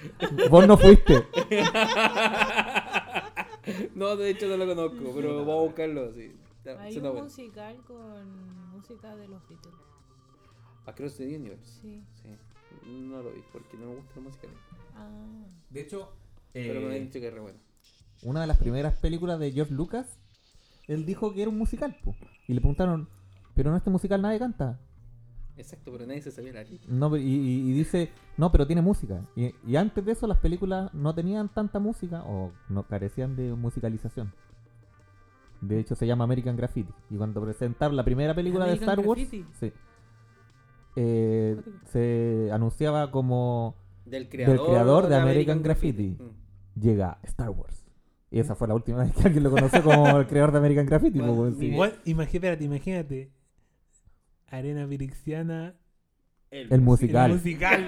Speaker 3: Vos no fuiste.
Speaker 1: no, de hecho no lo conozco, pero vamos a buscarlo, sí. Está-
Speaker 4: Hay
Speaker 1: suena
Speaker 4: un
Speaker 1: bueno.
Speaker 4: musical con música de los Beatles.
Speaker 1: Across the Universe.
Speaker 4: Sí.
Speaker 1: Sí. No lo vi porque no me gusta la música.
Speaker 4: Ah.
Speaker 5: De hecho,
Speaker 1: Pero me han
Speaker 5: eh,
Speaker 1: dicho que es re bueno.
Speaker 3: Una de las primeras películas de George Lucas, él dijo que era un musical. po. Y le preguntaron, pero en este musical nadie canta.
Speaker 1: Exacto, pero nadie se sabía la letra.
Speaker 3: No, pero- y, y- y dice, no, pero tiene música. Y, y antes de eso las películas no tenían tanta música o no carecían de musicalización. De hecho se llama American Graffiti. Y cuando presentaron la primera película
Speaker 4: American
Speaker 3: de Star
Speaker 4: Graffiti.
Speaker 3: Wars, sí, eh, se anunciaba como
Speaker 1: Del creador,
Speaker 3: creador de American Graffiti.
Speaker 1: Mm.
Speaker 3: llega Star Wars. Y esa fue la última vez que alguien lo conoció como el creador de American Graffiti.
Speaker 1: Bueno,
Speaker 3: pues, sí.
Speaker 1: Miguel.
Speaker 2: Igual, imagi- espérate, imagínate. Arena Virixiana.
Speaker 3: El
Speaker 2: El
Speaker 3: musical.
Speaker 2: musical.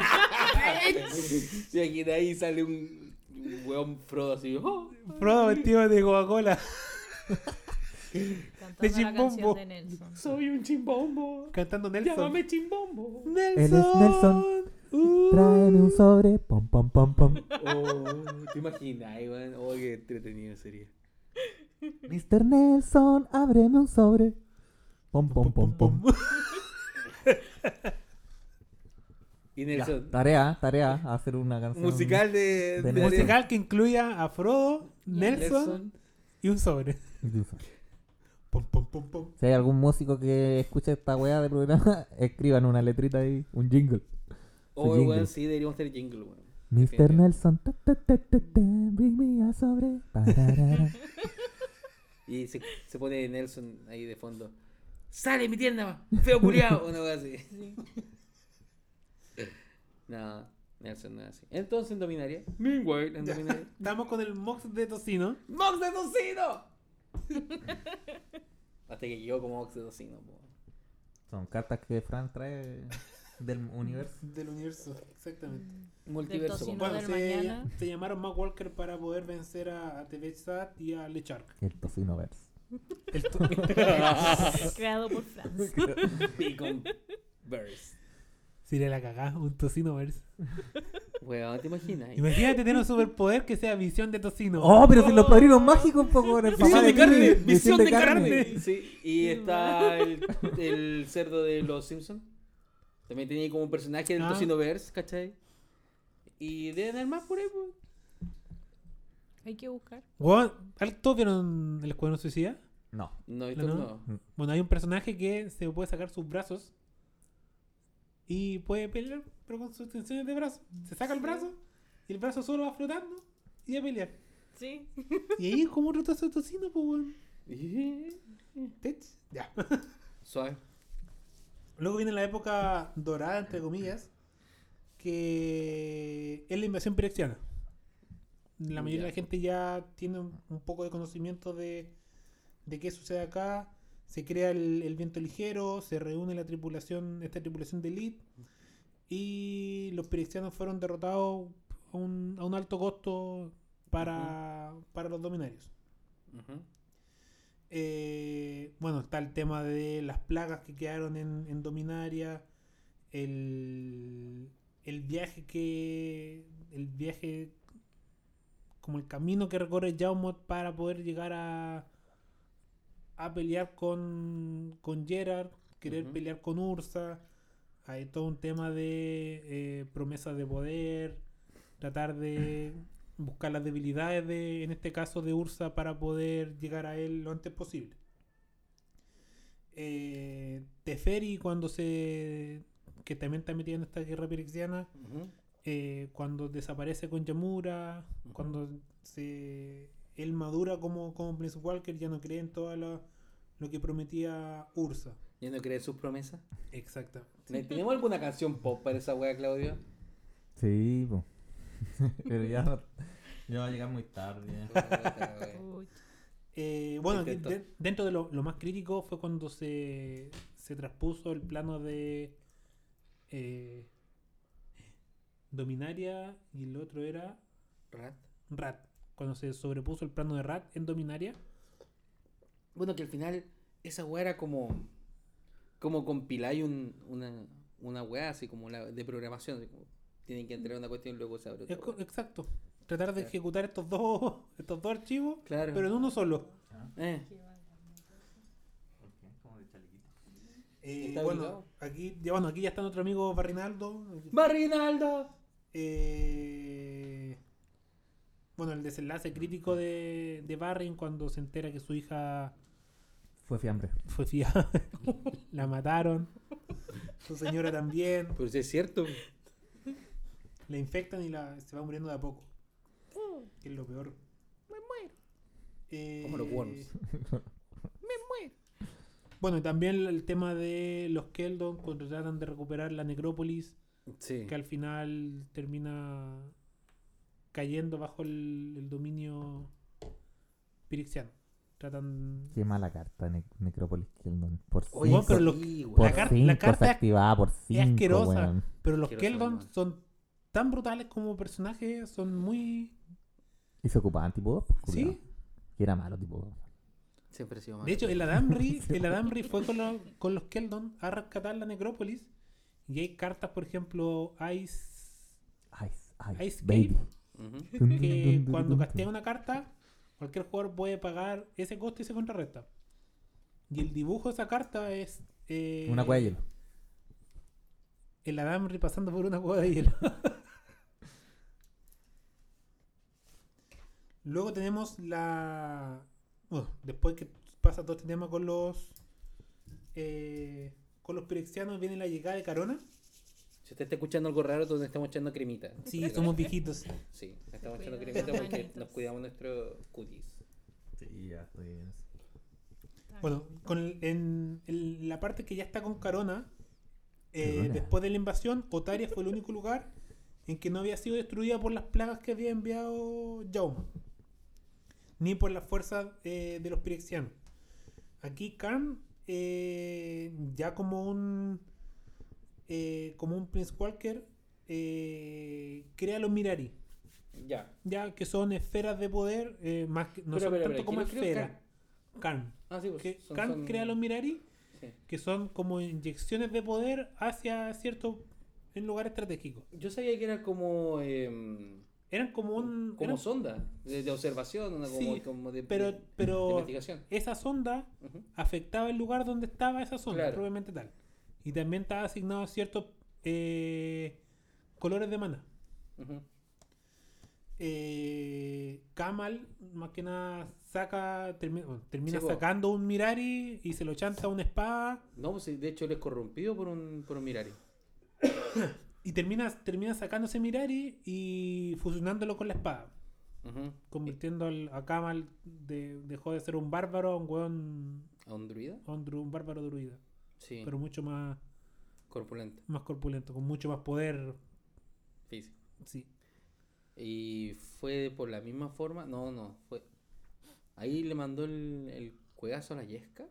Speaker 1: Y aquí de ahí sale un un weón Frodo así. ¡oh!
Speaker 2: Frodo vestido de Coca-Cola.
Speaker 4: Cantando la
Speaker 2: Chimbombo.
Speaker 4: canción de Nelson.
Speaker 1: Soy un chimbombo.
Speaker 2: Cantando Nelson.
Speaker 1: Llámame chimbombo.
Speaker 2: Nelson.
Speaker 3: Él es Nelson.
Speaker 2: Uh.
Speaker 3: Tráeme un sobre. Pom, pom, pom, pom.
Speaker 1: Oh, ¿Te imaginas, weón? Oh, qué entretenido sería.
Speaker 3: Mr. Nelson, ábreme un sobre. Pom, pom, pom, pom.
Speaker 1: Y
Speaker 3: Ya,
Speaker 1: Nelson.
Speaker 3: Tarea, tarea, hacer una canción.
Speaker 1: musical de.
Speaker 3: de
Speaker 1: de-
Speaker 3: Nelson.
Speaker 2: Musical que incluya a Frodo, Nelson, y un sobre. Pum, pum, pum, pum.
Speaker 3: Si hay algún músico que escuche esta weá de programa, escriban una letrita ahí, un jingle.
Speaker 1: Oh,
Speaker 3: Su jingle.
Speaker 1: weón, sí, deberíamos tener jingle, weón.
Speaker 3: Mr.
Speaker 1: Definitivamente.
Speaker 3: Nelson, ta, ta, ta, ta, ta, bring me a sobre. Tararara.
Speaker 1: Y se, se pone Nelson ahí de fondo. ¡Sale mi tienda! ¡Feo culiao! Una cosa así. No, Nelson no es así. Entonces en Dominaria. Meanwhile, en Dominaria.
Speaker 2: Estamos con el Mox de Tocino.
Speaker 1: ¡Mox de Tocino! Hasta que llegó como Mox de Tocino. po.
Speaker 3: Son cartas que Fran trae del universo.
Speaker 2: Del universo, exactamente.
Speaker 1: Multiverso.
Speaker 4: Del
Speaker 1: po.
Speaker 4: Tocino.
Speaker 2: Bueno,
Speaker 4: del
Speaker 2: se,
Speaker 4: mañana.
Speaker 2: se llamaron Mac Walker para poder vencer a, a TV Sat y a Lechark.
Speaker 3: El tocino verso.
Speaker 2: El to-
Speaker 4: Creado por Franz.
Speaker 1: Beacon Burst.
Speaker 2: Si le la cagás, un Tocino verse.
Speaker 1: Weón, ¿te imaginas?
Speaker 2: Imagínate tener un superpoder que sea visión de tocino.
Speaker 5: Oh, pero si los padrinos mágicos, poco en el
Speaker 2: Visión
Speaker 5: papá
Speaker 2: de carne,
Speaker 5: Kirby,
Speaker 2: visión de carne.
Speaker 1: Sí, y está el, el cerdo de los Simpsons. También tenía como un personaje del
Speaker 2: Ah.
Speaker 1: Tocinoverse, ¿cachai? Y deben haber más por ahí, po.
Speaker 4: Hay que buscar.
Speaker 2: Weón, ¿al- ¿Todos vieron el escuadrón suicida?
Speaker 3: No.
Speaker 1: No, esto
Speaker 2: No,
Speaker 1: no.
Speaker 2: no. Bueno, hay un personaje que se puede sacar sus brazos y puede pelear, pero con sus tensiones de brazo. Se saca el brazo y el brazo solo va flotando y a pelear.
Speaker 4: Sí.
Speaker 2: Y ahí es como otro trozo de tocino, pues, weón. Tech. Ya.
Speaker 1: Suave.
Speaker 2: Luego viene la época dorada, entre comillas, que es la invasión pirexiana. La mayoría de la
Speaker 1: Ya.
Speaker 2: gente ya tiene un un poco de conocimiento de, de qué sucede acá. Se crea el, el viento ligero, se reúne la tripulación, esta tripulación de elite, y los pirexianos fueron derrotados a un, a un alto costo para, para los dominarios.
Speaker 1: Ujú.
Speaker 2: Eh, bueno, está el tema de las plagas que quedaron en, en Dominaria, el, el viaje que. El viaje. Como el camino que recorre Jaumoth para poder llegar a. a pelear con. con Gerard, querer
Speaker 1: Ujú.
Speaker 2: pelear con Ursa. Hay todo un tema de eh, promesas de poder, tratar de buscar las debilidades de, en este caso, de Ursa para poder llegar a él lo antes posible. Eh, Teferi cuando se... que también está metida en esta guerra pirexiana,
Speaker 1: Ujú.
Speaker 2: eh, cuando desaparece con Yamura,
Speaker 1: Ujú.
Speaker 2: cuando se, él madura como, como Prince Walker, ya no cree en todo lo que prometía Ursa.
Speaker 1: ¿Ya no crees sus promesas?
Speaker 2: Exacto.
Speaker 1: ¿Le- ¿Tenemos alguna canción pop para esa wea, Claudio?
Speaker 3: Sí, po. pero ya, no- ya va a llegar muy tarde. ya.
Speaker 4: Uy,
Speaker 2: Eh, bueno, aquí
Speaker 1: Intento.
Speaker 2: de- dentro de lo, lo más crítico fue cuando se, se traspuso el plano de eh, Dominaria y el otro era
Speaker 1: Rat.
Speaker 2: Rat. Cuando se sobrepuso el plano de Rat en Dominaria.
Speaker 1: Bueno, que al final esa weá era como. Como compilar un, una, una weá así como la de programación. así como tienen que entrar una cuestión y luego se abre otra
Speaker 2: Es co-
Speaker 1: weá.
Speaker 2: exacto. Tratar de
Speaker 1: Claro.
Speaker 2: ejecutar estos dos, estos dos archivos,
Speaker 1: Claro.
Speaker 2: pero en uno solo.
Speaker 1: Eh,
Speaker 2: Eh,
Speaker 1: ¿Está
Speaker 2: bueno,
Speaker 1: habilitado?
Speaker 2: aquí, ya, bueno, aquí ya está nuestro amigo Barrinaldo.
Speaker 1: ¡Barrinaldo!
Speaker 2: Eh, bueno, el desenlace crítico de, de Barrin cuando se entera que su hija
Speaker 3: Fue fiambre.
Speaker 2: fue fiada. la mataron. Su señora también.
Speaker 1: Pero si es cierto.
Speaker 2: La infectan y la, se va muriendo de a poco. Que es lo peor. Mm. Eh, Me muero.
Speaker 1: Como los worms.
Speaker 2: Me muero. Bueno, y también el tema de los Keldon cuando tratan de recuperar la necrópolis.
Speaker 1: Sí.
Speaker 2: que al final termina cayendo bajo el, el dominio pirixiano. Tratan.
Speaker 3: Qué mala carta, Ne- Necrópolis Keldon. Por cinco,
Speaker 1: Oye,
Speaker 2: Bueno, pero lo-
Speaker 1: sí,
Speaker 3: por
Speaker 1: weón.
Speaker 2: la car-
Speaker 3: cinco
Speaker 2: la carta
Speaker 3: se activaba, por cinco,
Speaker 2: asquerosa.
Speaker 3: weón.
Speaker 2: Pero los
Speaker 1: Quiero
Speaker 2: Keldon
Speaker 1: saber más.
Speaker 2: son tan brutales como personajes, son muy.
Speaker 3: Y se ocupaban tipo 2,
Speaker 2: ¿Sí?
Speaker 3: Que era malo tipo 2.
Speaker 1: Siempre ha sido malo.
Speaker 2: De hecho, el Adamri, el Adamri fue con, los- con los Keldon a rescatar la necrópolis. Y hay cartas, por ejemplo, Ice.
Speaker 3: Ice, Ice,
Speaker 2: Ice
Speaker 3: Baby.
Speaker 1: Ujú.
Speaker 3: Dun, dun, dun,
Speaker 2: Que
Speaker 3: dun,
Speaker 2: cuando
Speaker 3: dun,
Speaker 2: castea
Speaker 3: dun.
Speaker 2: una carta, cualquier jugador puede pagar ese coste y se contrarresta. Y el dibujo de esa carta es. eh,
Speaker 3: Una cueva de hielo.
Speaker 2: El Adamri pasando por una cueva de hielo. Luego tenemos la. Bueno, después que pasa todo este tema con los. eh, con los pirexianos, viene la llegada de Carona.
Speaker 1: Si usted está escuchando algo raro, entonces estamos echando cremita.
Speaker 2: Sí, somos viejitos.
Speaker 1: Sí, estamos
Speaker 4: Se
Speaker 1: echando
Speaker 4: cuidan
Speaker 1: cremita
Speaker 4: las
Speaker 1: porque
Speaker 4: manitos.
Speaker 1: nos cuidamos nuestros cutis.
Speaker 5: Sí, ya estoy bien.
Speaker 4: está
Speaker 2: Bueno, con el- en, en la parte que ya está con Carona, eh,
Speaker 3: Carona.
Speaker 2: después de la invasión, Otaria fue el único lugar en que no había sido destruida por las plagas que había enviado Jauma, ni por las fuerzas eh, de los pirexianos. Aquí Karn, eh, ya como un eh, como un Prince Walker, eh, crea los Mirari,
Speaker 1: Ya.
Speaker 2: ya que son esferas de poder, eh, más que, no
Speaker 1: Pero,
Speaker 2: son
Speaker 1: pero,
Speaker 2: tanto
Speaker 1: pero,
Speaker 2: como
Speaker 1: ¿quién los creó?
Speaker 2: esferas. Karn.
Speaker 1: Ah, sí, pues.
Speaker 2: Que
Speaker 1: son-
Speaker 2: Kant
Speaker 1: son-
Speaker 2: crea los Mirari,
Speaker 1: sí.
Speaker 2: que son como inyecciones de poder hacia ciertos en lugar estratégico.
Speaker 1: Yo sabía que era como. em,
Speaker 2: Eran como un.
Speaker 1: como
Speaker 2: eran-
Speaker 1: sonda, de, de observación, una como,
Speaker 2: Sí,
Speaker 1: como de, de-
Speaker 2: pero-
Speaker 1: de
Speaker 2: pero-
Speaker 1: investigación.
Speaker 2: esa sonda
Speaker 1: Ujú.
Speaker 2: afectaba el lugar donde estaba esa sonda,
Speaker 1: Claro.
Speaker 2: probablemente tal. Y también estaba asignado a ciertos eh, colores de mana.
Speaker 1: Ujú.
Speaker 2: Eh, Kamal, más que nada, saca, termi- bueno, termina
Speaker 1: Sí, po.
Speaker 2: sacando un Mirari y se lo chanta a una espada.
Speaker 1: No, pues, de hecho él es corrompido por un, por un Mirari.
Speaker 2: Y termina, termina sacando ese Mirari y fusionándolo con la espada.
Speaker 1: Ujú.
Speaker 2: Convirtiendo al- a Kamal, de, dejó de ser un bárbaro a un weón,
Speaker 1: ¿A un druida?
Speaker 2: a un, dru- un bárbaro druida.
Speaker 1: Sí,
Speaker 2: Pero mucho más,
Speaker 1: corpulento,
Speaker 2: más corpulento, con mucho más poder.
Speaker 1: físico.
Speaker 2: Sí.
Speaker 1: Y fue por la misma forma. No, no, fue. Ahí le mandó el, el cuegazo a la Yesca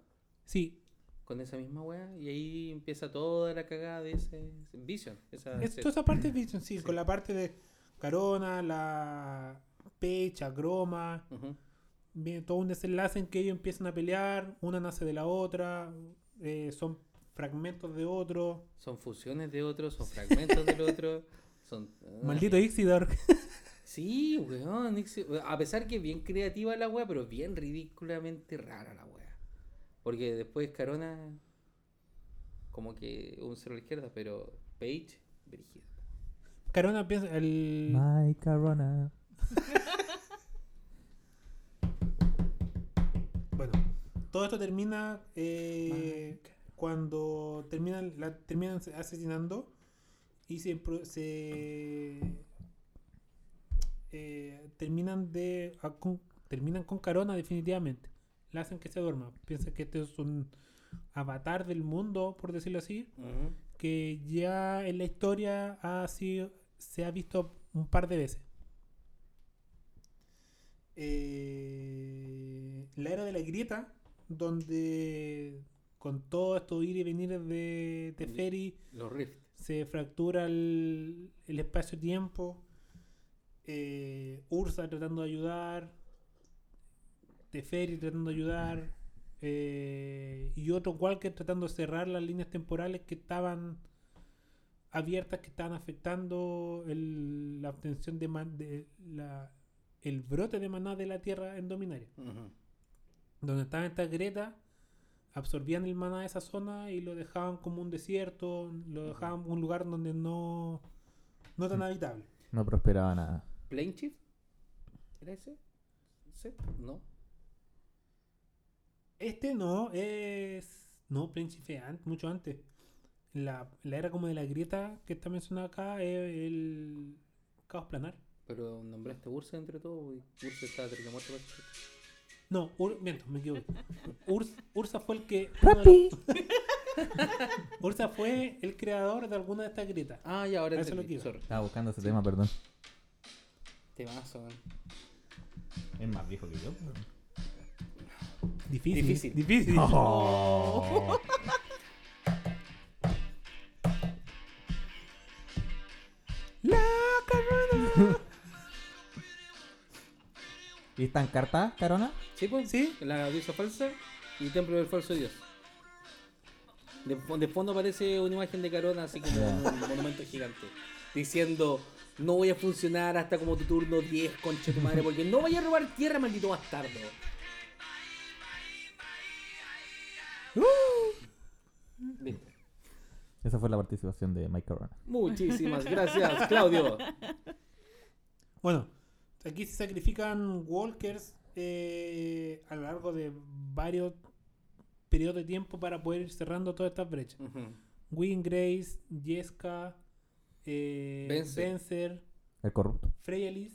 Speaker 2: Sí,
Speaker 1: con esa misma wea. Y ahí empieza toda la cagada de ese ese Vision. Esa,
Speaker 2: Es-
Speaker 1: ese-
Speaker 2: toda esa parte es Vision, sí, con la parte de Carona, la Pecha, Groma,
Speaker 1: Ujú.
Speaker 2: viene todo un desenlace en que ellos empiezan a pelear, una nace de la otra, eh, son fragmentos de otro.
Speaker 1: Son fusiones de otros, son fragmentos del otro. Son. ah,
Speaker 2: Maldito Ixidor.
Speaker 1: Sí, weón. Ixi- A pesar que bien creativa la wea, pero bien ridículamente rara la wea. Porque después Carona, como que un cero a la izquierda, pero Page, brígido.
Speaker 2: Carona piensa, el,
Speaker 3: My Corona.
Speaker 2: bueno, todo esto termina eh, cuando terminan, la terminan asesinando y se, pro- se eh, terminan de a- con- terminan con Carona definitivamente. La hacen que se duerma. Piensa que este es un avatar del mundo, por decirlo así, que ya en la historia ha sido, se ha visto un par de veces. Eh, la era de la grieta, donde con todo esto ir y venir de
Speaker 1: Ya.
Speaker 2: Teferi,
Speaker 1: Los Rift.
Speaker 2: se fractura el, el espacio-tiempo, eh, Ursa tratando de ayudar, Teferi tratando de ayudar, eh, y otro Walker tratando de cerrar las líneas temporales que estaban abiertas, que estaban afectando el- la obtención de, man- de la- el brote de maná de la Tierra en Dominaria.
Speaker 1: Ujú.
Speaker 2: Donde estaban estas grietas, absorbían el maná de esa zona y lo dejaban como un desierto, lo dejaban un lugar donde no, no tan habitable.
Speaker 3: No prosperaba nada.
Speaker 1: ¿Plane Chief? ¿Era ese? ¿Sí? ¿No?
Speaker 2: Este no es. No, Príncipe, an- mucho antes. La, la era como de la grieta que está mencionada acá es el caos planar.
Speaker 1: Pero nombraste Ursa entre todo y Ursa estaba cerca de muerte. parece.
Speaker 2: No, Ur, miento, me equivoqué. Urs- Ursa fue el que. Ursa fue el creador de alguna de estas grietas.
Speaker 1: Ah, ya, ahora
Speaker 2: A eso lo
Speaker 1: entendí,
Speaker 2: que iba.
Speaker 1: sorry.
Speaker 3: Estaba buscando ese tema, perdón.
Speaker 1: Temazo, weón.
Speaker 5: Es más viejo que yo.
Speaker 2: Difícil.
Speaker 1: Difícil.
Speaker 2: Difícil. La carona.
Speaker 3: ¿Y está en carta, Carona?
Speaker 1: ¿Sí, pues?
Speaker 2: ¿Sí?
Speaker 1: La diosa falsa y Templo del Falso Dios. De, fo- de fondo aparece una imagen de Carona, así como un monumento gigante, diciendo: No voy a funcionar hasta como tu turno 10, concha de tu madre, porque no voy a robar tierra, maldito bastardo. Listo.
Speaker 3: Esa fue la participación de Mike Corona.
Speaker 1: Muchísimas gracias, Claudio.
Speaker 2: Bueno, aquí se sacrifican walkers eh, a lo largo de varios periodos de tiempo para poder ir cerrando todas estas brechas.
Speaker 1: Ujú.
Speaker 2: Win Grace, Jeska, eh,
Speaker 1: Vencer.
Speaker 2: Vencer,
Speaker 3: El corrupto.
Speaker 2: Freyalis.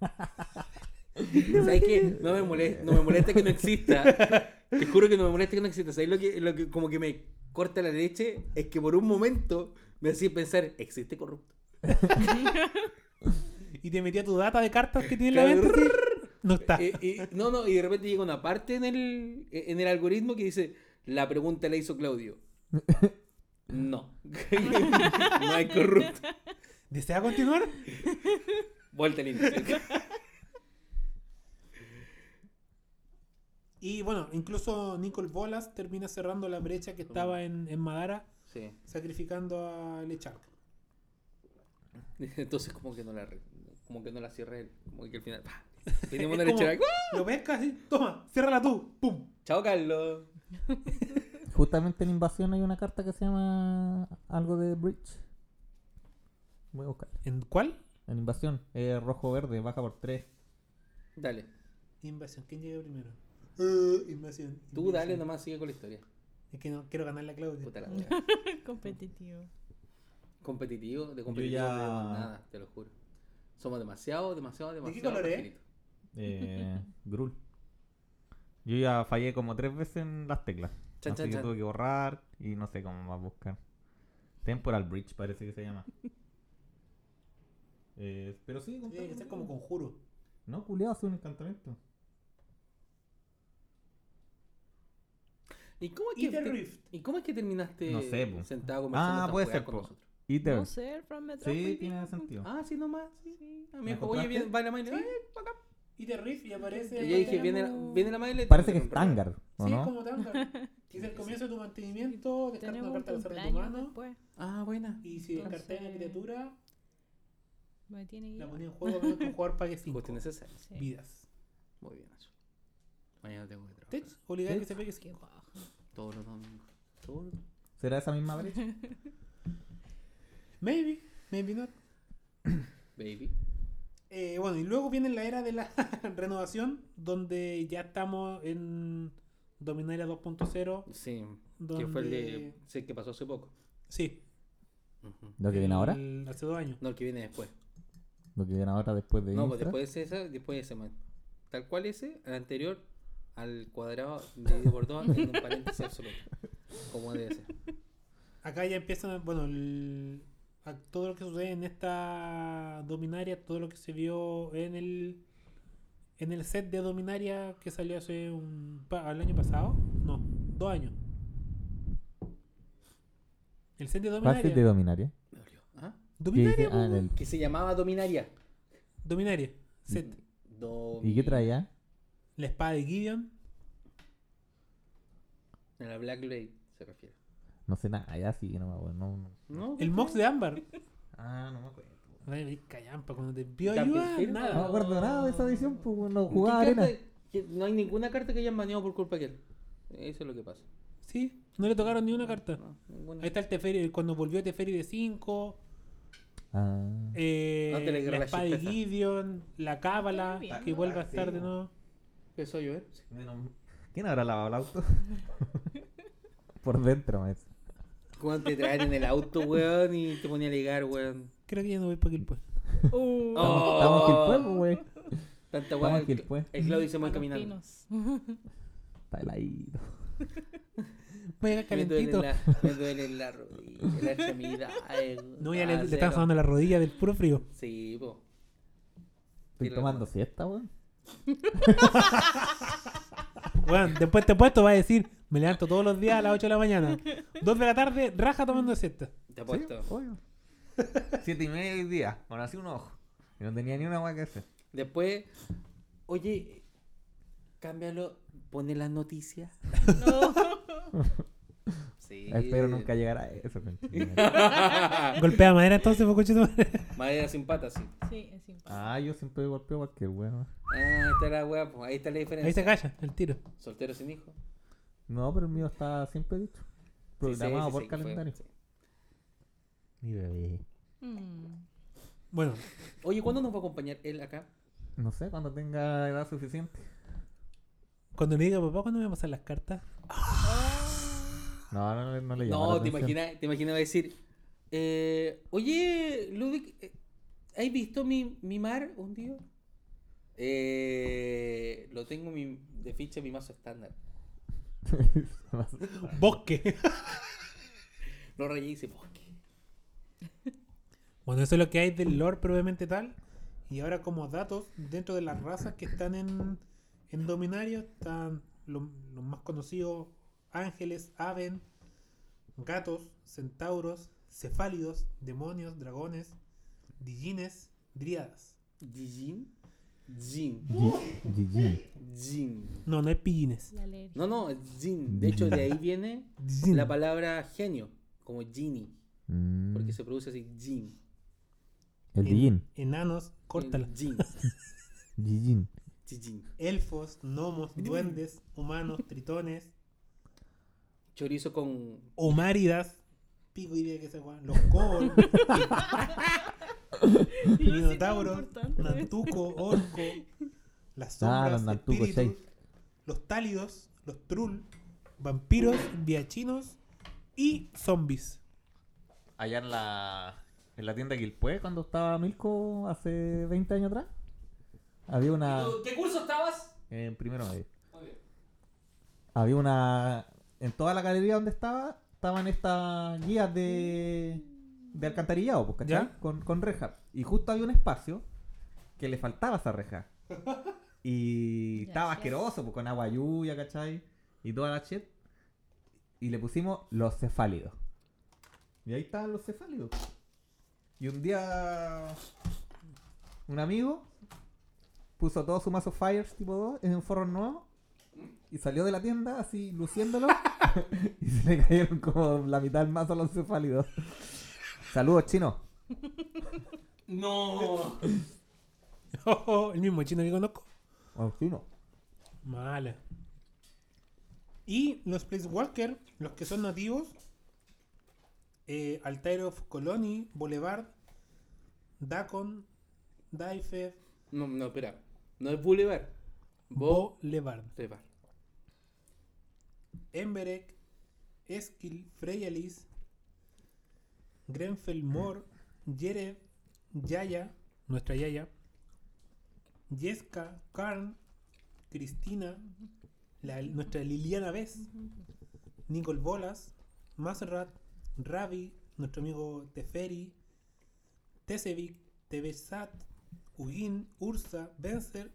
Speaker 1: ¿Sabes qué? No me molesta, no me molesta que no exista. Te juro que no me molesta que no exista. ¿Sabes lo que, lo que como que me corta la leche? Es que por un momento me hacía pensar, ¿existe corrupto?
Speaker 2: Y te metía tu data de cartas que tiene en la
Speaker 1: Claro.
Speaker 2: mente. sí. No está.
Speaker 1: Eh, eh, no, no, y de repente llega una parte en el, en el algoritmo que dice, la pregunta la hizo Claudio. No. no hay corrupto.
Speaker 2: ¿Desea continuar?
Speaker 1: Vuelta al índice.
Speaker 2: Y bueno, incluso Nicole Bolas termina cerrando la brecha que estaba en, en Madara
Speaker 1: Sí.
Speaker 2: sacrificando a Lechak.
Speaker 1: Entonces como que no la re- como que no la cierra él, como que al final ¡pah!
Speaker 2: Es
Speaker 1: tenemos una
Speaker 2: como-
Speaker 1: lechera. ¡Ah!
Speaker 2: Lo pescas y toma, ciérrala tú, pum.
Speaker 1: Chao Carlos.
Speaker 3: Justamente en Invasión hay una carta que se llama algo de Bridge. Voy a buscar.
Speaker 2: ¿En cuál?
Speaker 3: En Invasión, eh, rojo-verde, baja por 3.
Speaker 1: Dale.
Speaker 2: Invasión, ¿quién llega primero? Eh, invasión.
Speaker 1: Tú
Speaker 2: invasión.
Speaker 1: dale nomás, sigue con la historia.
Speaker 2: Es que no quiero ganar la Claudia.
Speaker 1: Puta la wea.
Speaker 4: Competitivo.
Speaker 1: Competitivo, de competitivo
Speaker 5: ya-
Speaker 1: no tenemos nada, te lo juro. Somos demasiado, demasiado, demasiado.
Speaker 2: color es?
Speaker 1: pequeñitos.
Speaker 3: Eh, Grul. Yo ya fallé como tres veces en las teclas.
Speaker 1: Chan,
Speaker 3: así
Speaker 1: chan,
Speaker 3: que
Speaker 1: chan.
Speaker 3: tuve que borrar y no sé cómo más buscar. Temporal Bridge parece que se llama. Eh, pero sí,
Speaker 2: Tiene que
Speaker 3: compadre,
Speaker 2: ser como conjuro.
Speaker 3: No, culiado, hace un encantamiento.
Speaker 1: ¿Y cómo es
Speaker 2: Y
Speaker 1: que
Speaker 2: The
Speaker 1: te-
Speaker 2: Rift.
Speaker 1: ¿Y cómo es que terminaste
Speaker 3: No sé, po.
Speaker 1: sentado conversando
Speaker 3: Ah,
Speaker 1: tan
Speaker 3: puede
Speaker 1: weá
Speaker 3: ser,
Speaker 1: con
Speaker 3: po.
Speaker 1: nosotros?
Speaker 3: Y te
Speaker 4: No sé, el Fran me trajo
Speaker 3: Sí,
Speaker 4: hoy
Speaker 3: tiene
Speaker 4: día.
Speaker 3: sentido.
Speaker 1: Ah, sí, nomás. Sí, sí. Ah, me
Speaker 3: ¿La
Speaker 1: dijo, oye,
Speaker 3: compraste?
Speaker 1: viene, va la Maile.
Speaker 2: Sí.
Speaker 1: "Ay".
Speaker 2: Y te riff y aparece.
Speaker 1: Y yo dije,
Speaker 4: tenemos-
Speaker 1: viene, la- viene la Maile.
Speaker 3: Parece que
Speaker 1: tengo
Speaker 3: es
Speaker 1: comprar.
Speaker 3: Tangar, ¿o
Speaker 2: Sí,
Speaker 3: no?
Speaker 2: es como tanga. Es el comienzo de tu mantenimiento, descarta
Speaker 4: Tenemos
Speaker 2: una
Speaker 4: un
Speaker 2: carta de la de tu
Speaker 4: cumpleaños
Speaker 2: mano.
Speaker 4: después.
Speaker 1: Ah, buena.
Speaker 2: Y si descartáis una
Speaker 4: Entonces-
Speaker 2: criatura,
Speaker 4: Me tiene que
Speaker 2: la
Speaker 4: llevar.
Speaker 2: ponía en juego a menos que un jugador pague 5
Speaker 1: Cuestión necesaria.
Speaker 4: Sí.
Speaker 2: vidas.
Speaker 1: pues, Muy bien, eso. Mañana tengo que trabajar.
Speaker 2: Tech, obligada
Speaker 3: Tech.
Speaker 2: que se pegue
Speaker 4: Qué
Speaker 2: 5.
Speaker 4: baja.
Speaker 1: Todos los domingos. Todos los domingos.
Speaker 3: ¿Será esa misma brecha?
Speaker 2: Maybe, maybe not.
Speaker 1: Baby.
Speaker 2: Eh, bueno, y luego viene la era de la renovación, donde ya estamos en Dominaria 2.0.
Speaker 1: Sí.
Speaker 2: Donde...
Speaker 1: Que fue el de. Sí, que pasó hace poco.
Speaker 2: Sí.
Speaker 1: Ujú.
Speaker 3: ¿Lo que viene ahora?
Speaker 2: el- Hace dos años.
Speaker 1: No, el que viene después.
Speaker 3: ¿Lo que viene ahora después de
Speaker 1: No, pues
Speaker 3: Infra?
Speaker 1: después de ese, después de ese man. Tal cual ese, el anterior al cuadrado dividido por dos en un paréntesis absoluto. Como debe ser.
Speaker 2: Acá ya empiezan, bueno, el- a- todo lo que sucede en esta Dominaria, todo lo que se vio en el en el set de Dominaria que salió hace un pa- al año pasado, no, dos años. El set de
Speaker 3: ¿Cuál es
Speaker 2: Dominaria.
Speaker 3: el de Dominaria?
Speaker 1: Me dolió. ¿Ah?
Speaker 3: ¿Qué dice?
Speaker 2: Dominaria,
Speaker 3: Ah, en
Speaker 2: po,
Speaker 3: el-
Speaker 1: Que se llamaba Dominaria.
Speaker 2: Dominaria, set,
Speaker 3: Mm.
Speaker 1: Do-
Speaker 3: ¿Y qué traía?
Speaker 2: la espada de Gideon.
Speaker 1: A la Black Blade se refiere.
Speaker 3: No sé nada, ya sí, no me acuerdo. No, no.
Speaker 1: No,
Speaker 2: El Mox de Ámbar.
Speaker 3: Ah, no me acuerdo.
Speaker 2: Ay, callampa, cuando te pidió
Speaker 1: También
Speaker 2: ayuda,
Speaker 1: firma.
Speaker 3: No me
Speaker 2: nada.
Speaker 3: acuerdo nada de esa edición, pues bueno,
Speaker 1: ¿Qué
Speaker 3: jugaba
Speaker 1: carta-
Speaker 3: arena.
Speaker 1: que- No hay ninguna carta que hayan baneado por culpa de él. Eso es lo que pasa.
Speaker 2: Sí, no le tocaron ni una carta.
Speaker 1: No, ninguna.
Speaker 2: Ahí está el Teferi, cuando volvió Teferi de 5.
Speaker 3: Ah,
Speaker 2: Eh,
Speaker 1: Antes de la guerra
Speaker 2: la,
Speaker 1: de la
Speaker 2: espada de
Speaker 1: chispeza.
Speaker 2: Gideon, la cábala,
Speaker 4: Muy bien.
Speaker 2: que vuelva a estar
Speaker 5: Sí,
Speaker 2: de
Speaker 5: no.
Speaker 2: nuevo.
Speaker 1: ¿Qué soy yo, eh?
Speaker 5: Menos-
Speaker 3: ¿Quién habrá lavado el auto? Por dentro, maestro.
Speaker 1: Cuando te traen en el auto, weón, y te ponía a ligar, weón.
Speaker 2: Creo que ya no voy para Quilpue.
Speaker 4: Uh,
Speaker 1: Oh,
Speaker 3: Estamos en el pueblo, güey.
Speaker 1: Tanta
Speaker 3: Estamos
Speaker 1: weón.
Speaker 3: aquí, pues.
Speaker 1: El Claudio se mueve
Speaker 4: Manos
Speaker 1: caminando.
Speaker 4: finos.
Speaker 3: Está heladito.
Speaker 2: Voy a llegar
Speaker 1: Me duele,
Speaker 2: calentito.
Speaker 1: la, me duele la rodilla, la extremidad. ay, weón.
Speaker 2: No, ya
Speaker 1: Ah,
Speaker 2: le, le
Speaker 1: cero.
Speaker 2: están sonando la rodilla del puro frío.
Speaker 1: Sí, po.
Speaker 3: Estoy
Speaker 1: Sí,
Speaker 3: tomando
Speaker 1: la-
Speaker 3: siesta, güey.
Speaker 2: Bueno, después te puesto va a decir, me levanto todos los días a las 8 de la mañana. 2 de la tarde, raja tomando siesta.
Speaker 1: Te apuesto.
Speaker 3: obvio. Siete y media hoy día, con así un ojo. Y no tenía ni una hueá que hacer.
Speaker 1: Después, oye, cámbialo, pone las noticias. Sí.
Speaker 3: Espero nunca llegar a eso, conchetumare.
Speaker 2: Golpea madera entonces, pues, fue coche
Speaker 1: Madera sin patas, sí.
Speaker 4: Sí, es simpático.
Speaker 3: Ah, yo siempre golpeo cualquier weón.
Speaker 1: Ah, ahí está la weá, pues, ahí está la
Speaker 2: Ahí
Speaker 1: diferencia.
Speaker 2: se calla, el tiro.
Speaker 1: Soltero sin hijo.
Speaker 3: No, pero el mío está siempre dicho.
Speaker 1: Sí, sí,
Speaker 3: Programado
Speaker 1: sí,
Speaker 3: por
Speaker 1: sí, fue,
Speaker 3: calendario.
Speaker 1: sí.
Speaker 3: Mi bebé.
Speaker 4: Mm.
Speaker 2: Bueno,
Speaker 1: Oye, ¿cuándo nos va a acompañar él acá?
Speaker 3: No sé, cuando tenga edad suficiente.
Speaker 2: cuando le diga papá, ¿cuándo me van a pasar las cartas?
Speaker 3: No, no, no, le llamo la
Speaker 1: No, te
Speaker 3: atención.
Speaker 1: imaginas, te imaginas decir, eh, oye, Ludwig, eh, ¿has visto mi, mi mar un día? Eh, lo tengo en mi, de ficha en mi mazo estándar.
Speaker 2: Bosque.
Speaker 1: Lo rayé y dice, bosque.
Speaker 2: Bueno, eso es lo que hay del lore probablemente tal. Y ahora como datos, dentro de las razas que están en, en Dominario, están lo- los más conocidos, ángeles, aven, gatos, centauros, cefálidos, demonios, dragones, digines, dríadas.
Speaker 1: Jin. Jin.
Speaker 3: GG.
Speaker 1: Jin.
Speaker 2: No, no hay pillines.
Speaker 4: La alergia.
Speaker 1: No, no, Jin. De hecho, de ahí viene
Speaker 2: Dijin.
Speaker 1: la palabra genio. como Genie,
Speaker 3: Mm.
Speaker 1: porque se produce así, Gin.
Speaker 3: El
Speaker 2: En-
Speaker 3: Dijin.
Speaker 2: Enanos, córtala.
Speaker 1: Gin.
Speaker 3: Dijin.
Speaker 1: Gin.
Speaker 2: Elfos, gnomos, duendes, humanos, tritones,
Speaker 1: Chorizo con.
Speaker 2: omáridas. Pico diría que se juegan. Los cobos, minotauros, nantuco, orco, las sombras,
Speaker 3: Ah, los nantucos,
Speaker 2: espíritus,
Speaker 3: sí.
Speaker 2: los tálidos, los trul, vampiros, viachinos y zombies.
Speaker 3: Allá en la, en la tienda Quilpue, cuando estaba Milko hace 20 años atrás, había una.
Speaker 1: ¿Qué curso estabas?
Speaker 3: En primero medio.
Speaker 1: Muy bien.
Speaker 3: Había una. En toda la galería donde estaba, estaban estas guías de. de alcantarillado, pues, ¿cachai?
Speaker 2: ¿Ya?
Speaker 3: Con, con reja. Y justo había un espacio que le faltaba esa reja. Y
Speaker 4: Ya,
Speaker 3: estaba
Speaker 4: sí.
Speaker 3: asqueroso, pues, con agua lluvia, ¿cachai? Y toda la shit. Y le pusimos los cefálidos. Y ahí estaban los cefálidos. Y un día. Un amigo puso todo su mazo Fires tipo 2 en un forro nuevo y salió de la tienda así luciéndolo y se le cayeron como la mitad del mazo a los cefálidos. Saludos, chino.
Speaker 1: No.
Speaker 2: Oh, el mismo chino que conozco.
Speaker 3: Oh, chino.
Speaker 2: Mala. Y los Placewalker, los que son nativos, eh, Altair of Colony, Boulevard, Dacon, Daifed,
Speaker 1: No, no, espera. No es Boulevard. Bo.
Speaker 2: Boulevard,
Speaker 1: Boulevard.
Speaker 2: Emberek, Eskil, Freyalis, Grenfell Moor, Yerev, Yaya, nuestra Yaya, Jeska, Karn, Cristina, la- nuestra Liliana Vez, Nicole Bolas, Masrat, Ravi, nuestro amigo Teferi, Tesevic, Tebesat, Ugin, Ursa, Benzer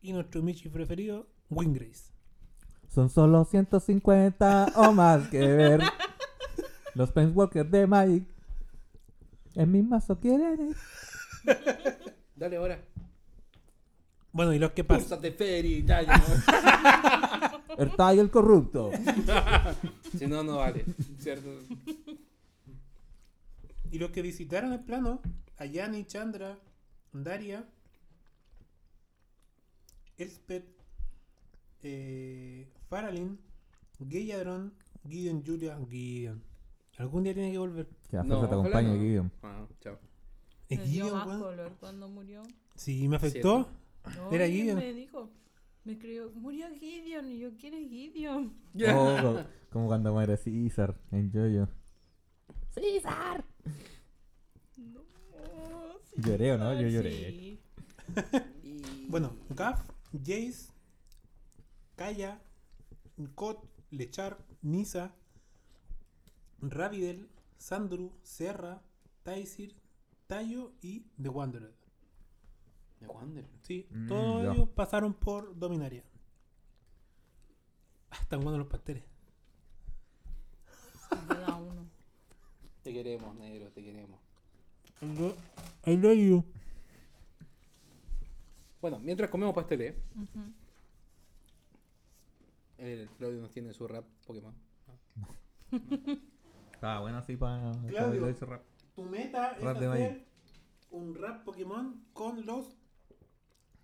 Speaker 2: y nuestro Michi preferido, Wingrace.
Speaker 3: Son solo 150 o más que ver. Los Planeswalkers de Magic. En mi mazo quieren.
Speaker 1: Dale ahora.
Speaker 2: Bueno, y los que pasan.
Speaker 1: Pásate, Ferry. Ya, ya, no.
Speaker 3: El Tag el corrupto.
Speaker 1: si no, no vale. ¿Cierto?
Speaker 2: Y los que visitaron el plano, Ayani, Chandra, Daria, Elspeth, eh, Faralin, Gilladron, Gideon, Julia, Gideon. Algún día tiene que volver.
Speaker 3: Que la
Speaker 1: No,
Speaker 3: fuerza te
Speaker 1: ojalá
Speaker 3: acompañe,
Speaker 1: no.
Speaker 3: Gideon.
Speaker 1: Ah, chao.
Speaker 2: Es
Speaker 4: Me dio
Speaker 2: Gideon,
Speaker 4: más
Speaker 2: weón.
Speaker 3: pues.
Speaker 4: color cuando murió.
Speaker 2: Sí, me afectó.
Speaker 4: No,
Speaker 2: Era
Speaker 4: y
Speaker 2: Gideon.
Speaker 4: Me dijo, me escribió, murió Gideon. Y yo, ¿quién es Gideon?
Speaker 3: Oh, co- como cuando muere César en Jojo. ¡César!
Speaker 4: No, Oh, sí,
Speaker 3: Lloré o no, yo
Speaker 4: sí.
Speaker 3: lloré.
Speaker 1: Y-
Speaker 2: Bueno, Gaff, Jace, Kaya, Kot, Lechar, Nisa, Ravidel, Sandru, Serra, Taisir, Tayo y The Wanderer.
Speaker 1: The Wanderer.
Speaker 2: Sí,
Speaker 3: Mm,
Speaker 2: todos
Speaker 3: ya.
Speaker 2: ellos pasaron por Dominaria. Ah, están buenos los pasteles.
Speaker 4: Me da uno.
Speaker 1: Te queremos, negro, te queremos.
Speaker 2: I love you.
Speaker 1: Bueno, mientras comemos ¿eh? pasteles,
Speaker 4: Ujú.
Speaker 1: el Eh, Claudio nos tiene su rap Pokémon.
Speaker 3: Estaba Ah, bueno así para.
Speaker 2: Claudio.
Speaker 3: para ese rap.
Speaker 2: Tu meta es
Speaker 3: Rap de
Speaker 2: hacer
Speaker 3: Magic.
Speaker 2: un rap Pokémon con los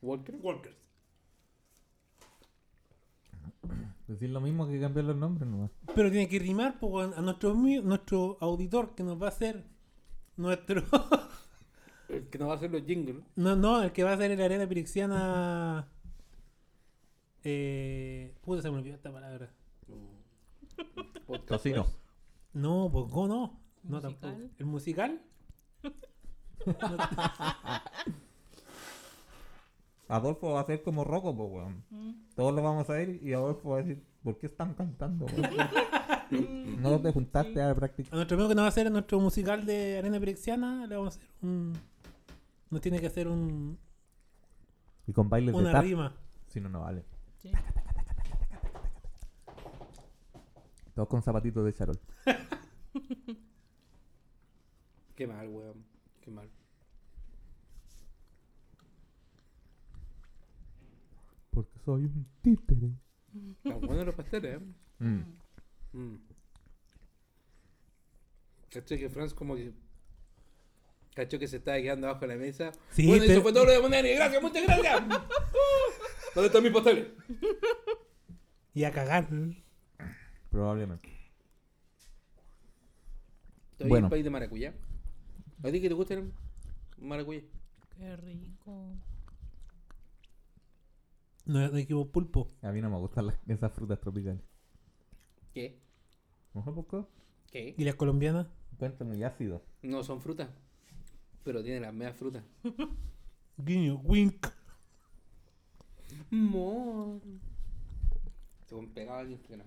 Speaker 1: Walker.
Speaker 2: Walkers.
Speaker 3: Decir lo mismo que cambiar los nombres nomás.
Speaker 2: Pero tiene que rimar po, weón. a nuestro, mi- nuestro auditor que nos va a hacer nuestro.
Speaker 1: El que nos va a hacer los jingles.
Speaker 2: no, no, el que va a hacer el arena pirixiana. Eh. Puta, se me olvidó esta palabra.
Speaker 1: Podcast. pues.
Speaker 3: Tocino.
Speaker 2: No, pues go no. No
Speaker 4: Musical.
Speaker 2: tampoco. ¿El musical?
Speaker 3: Adolfo va a ser como Rocco, pues, weón.
Speaker 1: Mm.
Speaker 3: Todos lo vamos a ir y Adolfo va a decir, ¿por qué están cantando, weón? no te juntaste a la práctica.
Speaker 2: A nuestro amigo que nos va a hacer nuestro musical de arena pirixiana, le vamos a hacer un. Nos tiene que hacer un,
Speaker 3: Y con bailes de
Speaker 2: una
Speaker 3: tap.
Speaker 2: rima.
Speaker 3: Si no, no vale.
Speaker 4: Sí.
Speaker 3: Todos con zapatitos de charol.
Speaker 1: Qué mal, weón. Qué mal.
Speaker 3: Porque soy un títere.
Speaker 1: Están buenos los pasteles, ¿eh?
Speaker 3: Mm.
Speaker 1: Mm. Cachó Mm. que Franz como que. Cachó que se estaba quedando abajo de la mesa.
Speaker 2: Sí,
Speaker 1: bueno,
Speaker 2: te-
Speaker 1: eso fue todo lo de Monani. Gracias, muchas gracias. ¿Dónde están mis pasteles?
Speaker 2: Y a cagar.
Speaker 3: Probablemente.
Speaker 1: Estoy en
Speaker 3: Bueno.
Speaker 1: el país de maracuyá. ¿A ti que te gusta el maracuyá?
Speaker 4: Qué rico.
Speaker 2: No, no dijimos pulpo.
Speaker 3: A mí no me gustan las- esas frutas tropicales.
Speaker 1: ¿Qué?
Speaker 3: ¿Un poco?
Speaker 1: ¿Qué?
Speaker 2: ¿Y las colombianas?
Speaker 3: Encuentro muy ácido.
Speaker 1: No son frutas. Pero tienen las medias frutas.
Speaker 2: Guiño, wink.
Speaker 1: Mon. Se fue pegado al Instagram.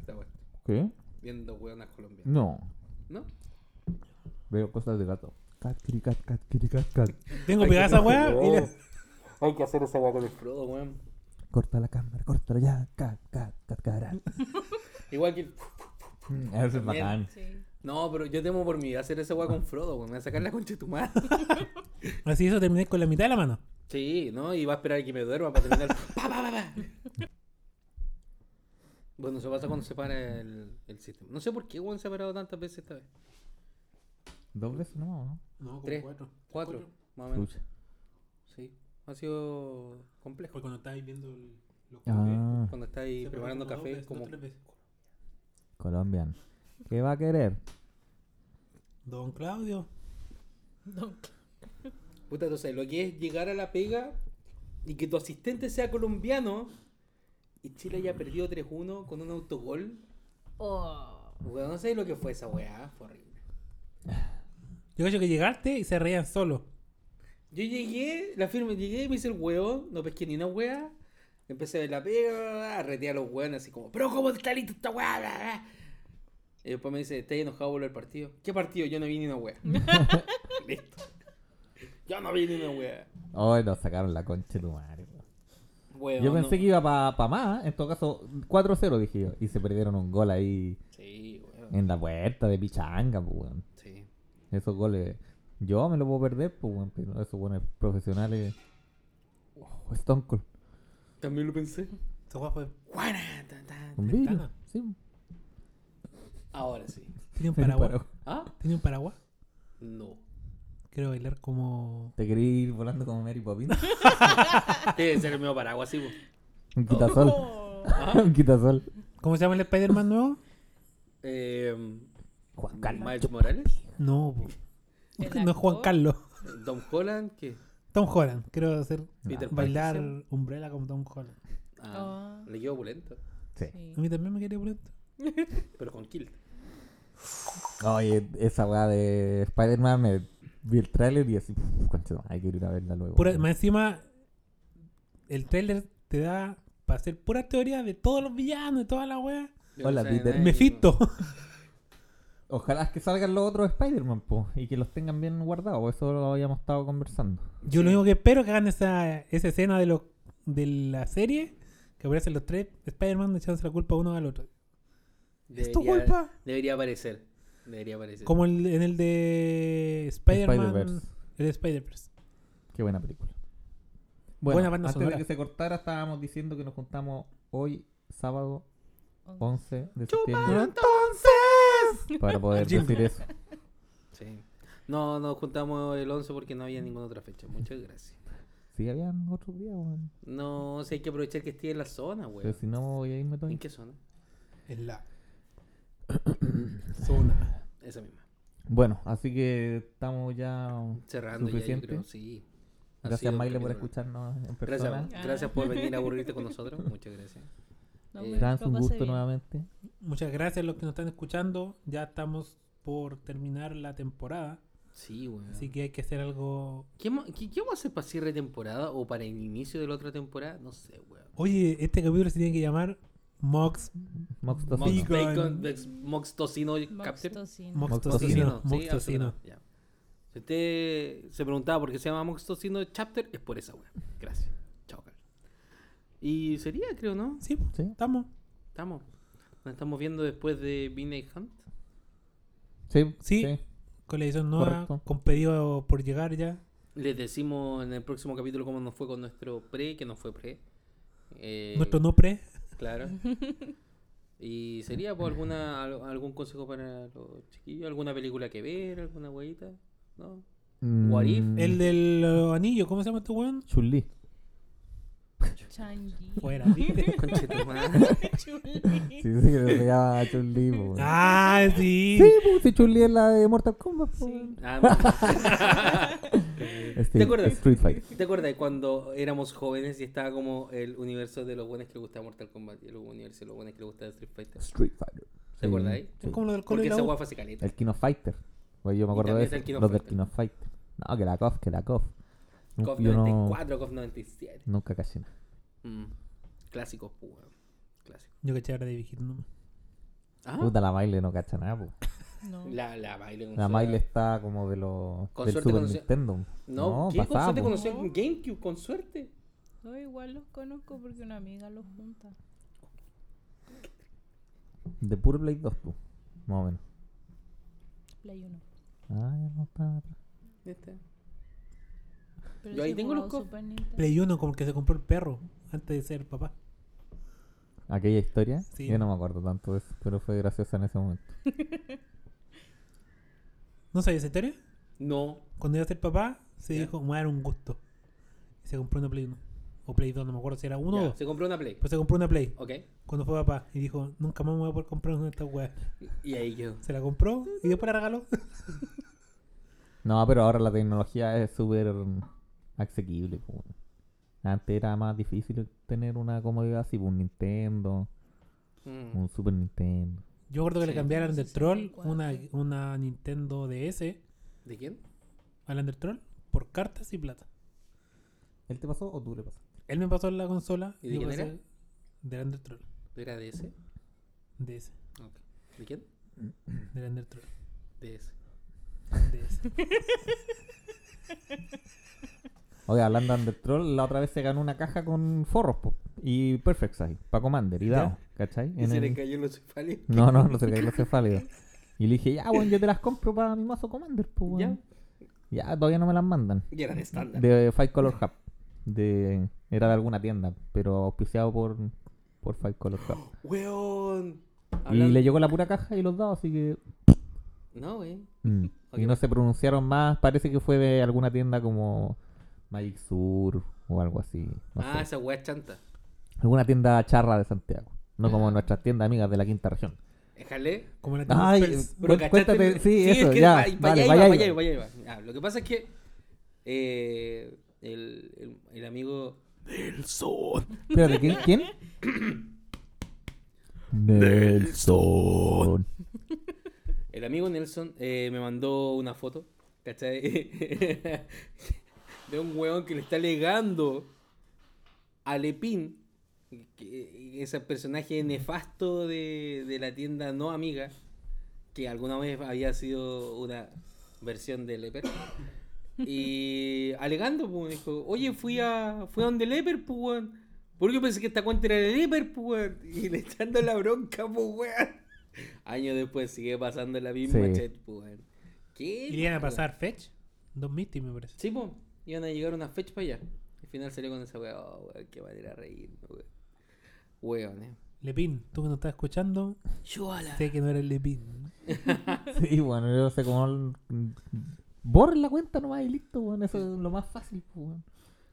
Speaker 1: Está bueno.
Speaker 3: ¿Qué?
Speaker 1: Viendo hueonas colombianas.
Speaker 3: No.
Speaker 1: ¿No?
Speaker 3: Veo cosas de gato. Cat, kiri, cat, cat, kiri, cat, cat.
Speaker 2: Tengo pegada esa weá. y la-
Speaker 1: Hay que hacer esa hueá con el Frodo, weón.
Speaker 3: Corta la cámara, córtala ya. Cat, cat, cat, cara.
Speaker 1: Igual que.
Speaker 3: Mm, Eso es
Speaker 1: También.
Speaker 3: bacán.
Speaker 4: Sí.
Speaker 1: No, pero yo temo por mí hacer esa hueá con Frodo, weón. Me va a sacar la concha de tu madre.
Speaker 2: Así eso terminé con la mitad de la mano.
Speaker 1: Sí, ¿no? Y va a esperar a que me duerma para terminar. Pa, pa, pa, pa. Bueno, eso pasa cuando se para el, el sistema. No sé por qué, weón, se ha parado tantas veces esta vez.
Speaker 3: Dos veces nomás, ¿no?
Speaker 2: No, como
Speaker 1: Tres.
Speaker 2: cuatro.
Speaker 1: Cuatro, más o menos.
Speaker 3: Chucha.
Speaker 1: Sí. Ha sido complejo.
Speaker 2: Porque cuando estáis viendo el- los colores,
Speaker 3: Ah,
Speaker 1: Cuando estáis
Speaker 2: se
Speaker 1: preparando
Speaker 2: preparó
Speaker 1: café,
Speaker 2: dos veces,
Speaker 1: como.
Speaker 2: no tres veces.
Speaker 3: colombian. ¿Qué va a querer?
Speaker 2: Don Claudio.
Speaker 1: Puta, tú sabes, lo que es llegar a la pega y que tu asistente sea colombiano y Chile haya perdido 3-1 con un autogol.
Speaker 4: Oh.
Speaker 1: Weón, no sé lo que fue esa weá. Fue horrible.
Speaker 2: Yo creo que llegaste y se reían solo.
Speaker 1: Yo llegué, la firma, llegué, me hice el hueón, no pesqué ni una hueá. Empecé a ver la pega, a retear a los hueones así como, pero ¿cómo está listo esta hueá? Bla, bla". Y después me dice, ¿estás enojado por el partido? ¿Qué partido? Yo no vi ni una hueá. listo. Yo no vi ni una hueá.
Speaker 3: Hoy nos sacaron la concha de tu madre. weón.
Speaker 1: Hueón,
Speaker 3: Yo
Speaker 1: no.
Speaker 3: pensé que iba para más, ¿eh? en todo caso 4-0 dije yo, y se perdieron un gol ahí
Speaker 1: Sí, hueón.
Speaker 3: en la puerta de Pichanga, pues weón.
Speaker 1: Sí.
Speaker 3: Esos goles, yo me los puedo perder, pues weón, pero esos buenos profesionales. Oh, Stone Cold,
Speaker 1: También lo pensé.
Speaker 2: Esa weá fue.
Speaker 1: Guana, tan, tan.
Speaker 3: un brillo.
Speaker 2: Ventana.
Speaker 3: Sí,
Speaker 1: Ahora sí.
Speaker 2: Tenía un
Speaker 3: pero
Speaker 2: paraguas.
Speaker 3: paró.
Speaker 1: ¿Ah?
Speaker 2: Tenía un paraguas.
Speaker 1: No.
Speaker 2: Quiero bailar como.
Speaker 3: Te quería ir volando como Mary Poppins.
Speaker 1: Debe ser el mío paraguas, sí, po. Ah,
Speaker 3: un quitasol,
Speaker 4: Oh.
Speaker 3: un quitasol.
Speaker 2: ¿Cómo se llama el Spider-Man nuevo?
Speaker 1: Eh,
Speaker 3: Juan Carlos.
Speaker 1: Miles Morales,
Speaker 2: No, po.
Speaker 4: ¿El
Speaker 2: no es Juan
Speaker 4: actor?
Speaker 2: Carlos.
Speaker 1: Don Holland, ¿qué?
Speaker 2: Tom Holland. Quiero hacer
Speaker 1: Peter
Speaker 2: bailar
Speaker 1: Parkinson.
Speaker 2: Umbrella como Tom Holland.
Speaker 1: Ah,
Speaker 4: Ah.
Speaker 1: Le quedó opulento,
Speaker 3: Sí.
Speaker 4: Sí.
Speaker 2: A mí también me quería por esto.
Speaker 1: pero con kilt.
Speaker 3: Oye, esa weá de Spider-Man me vi el tráiler y así, "Uf, concha, hay que ir a verla luego.
Speaker 2: Pura-
Speaker 3: weón".
Speaker 2: más encima, el trailer te da para hacer pura teoría de todos los villanos y toda la wea.
Speaker 1: Yo no
Speaker 3: Hola,
Speaker 1: sé de
Speaker 3: Peter.
Speaker 1: nadie,
Speaker 2: Mefisto.
Speaker 3: Ojalá que salgan los otros Spider-Man, po, y que los tengan bien guardados, eso lo habíamos estado conversando.
Speaker 2: Yo lo único que espero es que hagan esa, esa escena de, lo, de la serie que aparecen los tres Spider-Man echándose la culpa uno al otro.
Speaker 1: Debería,
Speaker 2: ¿Es tu culpa?
Speaker 1: Debería aparecer. Debería aparecer.
Speaker 2: Como el- en el de Spider-Man.
Speaker 3: Spider-Verse.
Speaker 2: el de Spider-Verse.
Speaker 3: Qué buena película.
Speaker 2: Buena banda
Speaker 3: antes
Speaker 2: sonora.
Speaker 3: de que se cortara estábamos diciendo que nos juntamos hoy, sábado
Speaker 4: Oh.
Speaker 3: 11 de septiembre,
Speaker 2: entonces!
Speaker 3: para poder
Speaker 2: Jingle.
Speaker 3: decir eso.
Speaker 1: Sí. No, nos juntamos el 11 porque no había ninguna otra fecha. Muchas gracias.
Speaker 3: Sí, habían otros días, weón.
Speaker 1: No, si hay que aprovechar que estoy en la zona,
Speaker 3: Pero
Speaker 1: güey.
Speaker 3: si no, voy a irme todo.
Speaker 1: ¿En qué zona?
Speaker 2: En la zona.
Speaker 1: Esa misma.
Speaker 3: Bueno, así que estamos ya...
Speaker 1: Cerrando
Speaker 3: Suficiente.
Speaker 1: ya, yo creo, sí. Ha sido
Speaker 3: Gracias,
Speaker 1: un
Speaker 3: Maile, por
Speaker 1: capítulo.
Speaker 3: escucharnos en persona.
Speaker 1: Gracias, gracias por venir a aburrirte con nosotros. Muchas gracias.
Speaker 4: No,
Speaker 1: Eh,
Speaker 4: me
Speaker 3: Trans,
Speaker 4: lo
Speaker 3: un
Speaker 4: pasé
Speaker 3: gusto
Speaker 4: bien.
Speaker 3: nuevamente.
Speaker 2: Muchas gracias a los que nos están escuchando. Ya estamos por terminar la temporada.
Speaker 1: Sí, güey.
Speaker 2: Así que hay que hacer algo.
Speaker 1: ¿Qué, mo- qué- qué vamos a hacer para cierre de temporada o para el inicio de la otra temporada? No sé, weón.
Speaker 2: Oye, este capítulo se tiene que llamar Mox.
Speaker 1: Mox
Speaker 3: Mox Tocino.
Speaker 2: Bacon.
Speaker 1: Bacon, Vex- Mox Tocino Captain.
Speaker 4: Moxtocino.
Speaker 2: Mox
Speaker 3: Mox
Speaker 2: Tocino.
Speaker 1: Tocino, sí,
Speaker 2: Mox Tocino.
Speaker 1: absolutamente, ya. Si usted se preguntaba por qué se llama Mox Tocino Chapter, es por esa weá. Gracias. Chao, Carlos. Y sería, creo, ¿no?
Speaker 2: Sí,
Speaker 3: Sí.
Speaker 2: estamos.
Speaker 1: Estamos. Nos estamos viendo después de Vinay Hunt.
Speaker 3: Sí,
Speaker 2: Sí. Con la edición nueva,
Speaker 3: Correcto.
Speaker 2: con pedido por llegar ya.
Speaker 1: Les decimos en el próximo capítulo cómo nos fue con nuestro pre, que no fue pre. Eh,
Speaker 2: Nuestro no pre.
Speaker 1: Claro. ¿Y sería por alguna al- algún consejo para los chiquillos? ¿Alguna película que ver? ¿Alguna huevita? ¿No? What if?
Speaker 3: Mm,
Speaker 2: El del eh, anillo, ¿cómo se llama este weón?
Speaker 3: Chun-Li.
Speaker 4: Changi.
Speaker 2: Fuera, ¿viste?
Speaker 1: Conchetumare.
Speaker 3: Sí, sí, que le pegaba a Chun-Li, po, weón.
Speaker 2: ah, sí.
Speaker 3: Sí, po, si Chun-Li es la de Mortal Kombat, pues. po, weón.
Speaker 1: Ah,
Speaker 3: Este,
Speaker 1: ¿Te acuerdas?
Speaker 3: Street Fighter.
Speaker 1: ¿Te acuerdas cuando éramos jóvenes y estaba como el universo de los buenos que le gustaba Mortal Kombat y el universo de los buenos que le gustaba Street Fighter?
Speaker 3: Street Fighter.
Speaker 1: ¿Te acuerdas ahí?
Speaker 2: Es como lo del cole
Speaker 1: Porque
Speaker 2: de la
Speaker 1: esa
Speaker 2: U.
Speaker 1: guafa fue hace caleta.
Speaker 3: El Kino Fighter. Oye, yo me acuerdo de
Speaker 1: también está
Speaker 3: eso,
Speaker 1: el King of
Speaker 3: los del
Speaker 1: Fighter.
Speaker 3: Kino Fighter. No, que la COF, que la COF. Nun-
Speaker 1: COF
Speaker 3: yo no-
Speaker 1: 94, COF 97.
Speaker 3: nunca caché nada.
Speaker 1: Mm. Clásico, pú, weón. Clásico.
Speaker 2: Yo caché ahora de viejito nomás.
Speaker 1: Ah,
Speaker 3: Puta, la Maile no cacha nada, po.
Speaker 4: No.
Speaker 1: La, la Maile.
Speaker 3: La Maile está como de los...
Speaker 1: Con
Speaker 3: del
Speaker 1: suerte
Speaker 3: Super
Speaker 1: conoció-
Speaker 3: Nintendo.
Speaker 1: No, ¿qué? con
Speaker 3: pasaba,
Speaker 1: suerte
Speaker 3: po.
Speaker 1: conoció en GameCube, con suerte.
Speaker 4: No, igual los conozco porque una amiga los junta.
Speaker 3: De Pure Blade 2, po. Más o menos.
Speaker 4: Play 1.
Speaker 3: Ah, ya no estaba atrás.
Speaker 1: Ya
Speaker 3: Este.
Speaker 1: está.
Speaker 4: Pero
Speaker 1: Yo ahí
Speaker 4: sí he
Speaker 1: tengo los
Speaker 4: jugado
Speaker 1: cofres.
Speaker 4: Super Nintendo.
Speaker 2: Play uno como que se compró el perro antes de ser papá.
Speaker 3: Aquella historia,
Speaker 2: Sí.
Speaker 3: yo no me acuerdo tanto de eso, pero fue graciosa en ese momento.
Speaker 2: ¿No sabías esa historia?
Speaker 1: No,
Speaker 2: Cuando iba a ser papá, se
Speaker 1: Ya.
Speaker 2: dijo, me va a dar un gusto. Y se compró una Play 1. O Play 2, no me acuerdo si era 1 o
Speaker 1: ya,
Speaker 2: 2.
Speaker 1: se compró una Play.
Speaker 2: Pues se compró una Play
Speaker 1: Ok.
Speaker 2: cuando fue papá. Y dijo, nunca más me voy a poder comprar una de estas weas.
Speaker 1: Y ahí quedó.
Speaker 2: Se la compró y después la regaló.
Speaker 3: No, pero ahora la tecnología es súper asequible. po, weón. Antes era más difícil tener una comodidad así, po, un Nintendo,
Speaker 1: Mm.
Speaker 3: un Super Nintendo.
Speaker 2: Yo me acuerdo que le
Speaker 1: Sí.
Speaker 2: cambiaron del troll
Speaker 4: 64.
Speaker 2: una, una Nintendo DS
Speaker 1: ¿De quién?
Speaker 2: al Undertroll por cartas y plata.
Speaker 3: ¿Él te pasó o tú le pasaste?
Speaker 2: Él me pasó la consola.
Speaker 1: ¿Y de
Speaker 2: yo
Speaker 1: quién
Speaker 2: pasé
Speaker 1: era?
Speaker 2: Del Undertroll.
Speaker 1: ¿Era de ese?
Speaker 2: DS.
Speaker 1: Ok. ¿De quién?
Speaker 2: Del Undertroll.
Speaker 1: De ese.
Speaker 2: DS.
Speaker 3: Oye, hablando de Undertroll, la otra vez se ganó una caja con forros po, y Perfect Size, para Commander y
Speaker 2: Ya.
Speaker 3: Dao, ¿cachai?
Speaker 1: Y
Speaker 3: En
Speaker 1: se le
Speaker 3: el-
Speaker 1: cayó los cefales.
Speaker 3: No, no, no se le cayó los cefálidos. Y le dije, ya, bueno, yo te las compro para mi mazo Commander, pues,
Speaker 1: Ya.
Speaker 3: Ya, todavía no me las mandan.
Speaker 1: Y eran estándar.
Speaker 3: De Five Color Hub. De, era de alguna tienda, pero auspiciado por, por Five Color Hub.
Speaker 1: ¡Weón!
Speaker 3: Y
Speaker 1: Hablando-
Speaker 3: le llegó la pura caja y los dados, así que.
Speaker 1: No, wey.
Speaker 3: mm.
Speaker 1: Ok.
Speaker 3: Y no se pronunciaron más. Parece que fue de alguna tienda como Magic Sur o algo así. no
Speaker 1: ah,
Speaker 3: sé.
Speaker 1: esa weá es chanta.
Speaker 3: Alguna tienda charra de Santiago. No como nuestras tiendas amigas de la quinta región.
Speaker 1: Déjale.
Speaker 2: Como la tienda
Speaker 3: Ay,
Speaker 2: Pels.
Speaker 3: cu- cuéntate. Sí, eso, ya.
Speaker 1: va- y pa'
Speaker 3: vale,
Speaker 1: allá
Speaker 3: vaya
Speaker 1: iba,
Speaker 3: ahí.
Speaker 1: pa' allá iba, pa' allá iba. Ah, lo que pasa es que eh, el, el, el amigo
Speaker 3: Espérate, ¿quién? ¿Quién? Nelson.
Speaker 1: El amigo Nelson eh, me mandó una foto, ¿cachai? de un weón que le está legando a Lepín, que- ese personaje nefasto de, de la tienda no amiga, que alguna vez había sido una versión de Leper. Y alegando, pues, dijo, oye, fui a, fui a donde Leper, pues, weón. Porque pensé que esta cuenta era de Leper, pues, weón. Y le está dando la bronca, pues, weón. Años después sigue pasando la misma
Speaker 3: Sí.
Speaker 1: chat, pues, weón. ¿Qué?
Speaker 2: Y le iban a
Speaker 1: mal, weón?
Speaker 2: pasar Fetch. Dos Misty, me parece.
Speaker 1: Sí, pues, iban a llegar unas fechas para allá. Al final salió con esa weá, oh, weón, qué manera de reírme, weón. Weón, eh.
Speaker 2: Lepin, tú que nos estás escuchando,
Speaker 1: Chuala.
Speaker 2: sé que no eres Lepin.
Speaker 3: Sí, bueno, yo sé cómo. Borren la cuenta nomás y listo, weón. Eso es lo más fácil, pues, weón.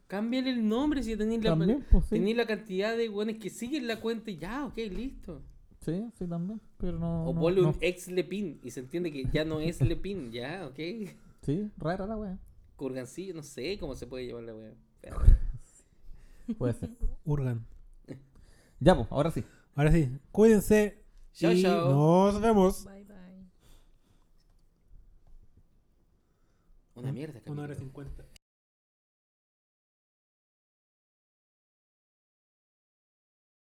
Speaker 1: Cámbiale el nombre si tenéis la,
Speaker 3: También, pues sí.
Speaker 1: tenéis la cantidad de weones que siguen la cuenta y ya, ok, listo.
Speaker 3: Sí, sí, también. Pero no.
Speaker 1: O
Speaker 3: no-
Speaker 1: ponle
Speaker 3: no.
Speaker 1: un ex Lepin y se entiende que ya no es Lepin, ya, ok.
Speaker 3: Sí, rara la weá.
Speaker 1: Curgancillo, no sé cómo se puede llevar la wea. Pero-
Speaker 3: Puede ser.
Speaker 2: Urgan.
Speaker 3: Ya, pues, ahora sí.
Speaker 2: Ahora sí, cuídense.
Speaker 1: Chao,
Speaker 2: y
Speaker 1: chao.
Speaker 2: Nos vemos.
Speaker 4: Bye bye.
Speaker 1: Una mierda,
Speaker 2: Una hora
Speaker 1: capítulo.
Speaker 2: cincuenta.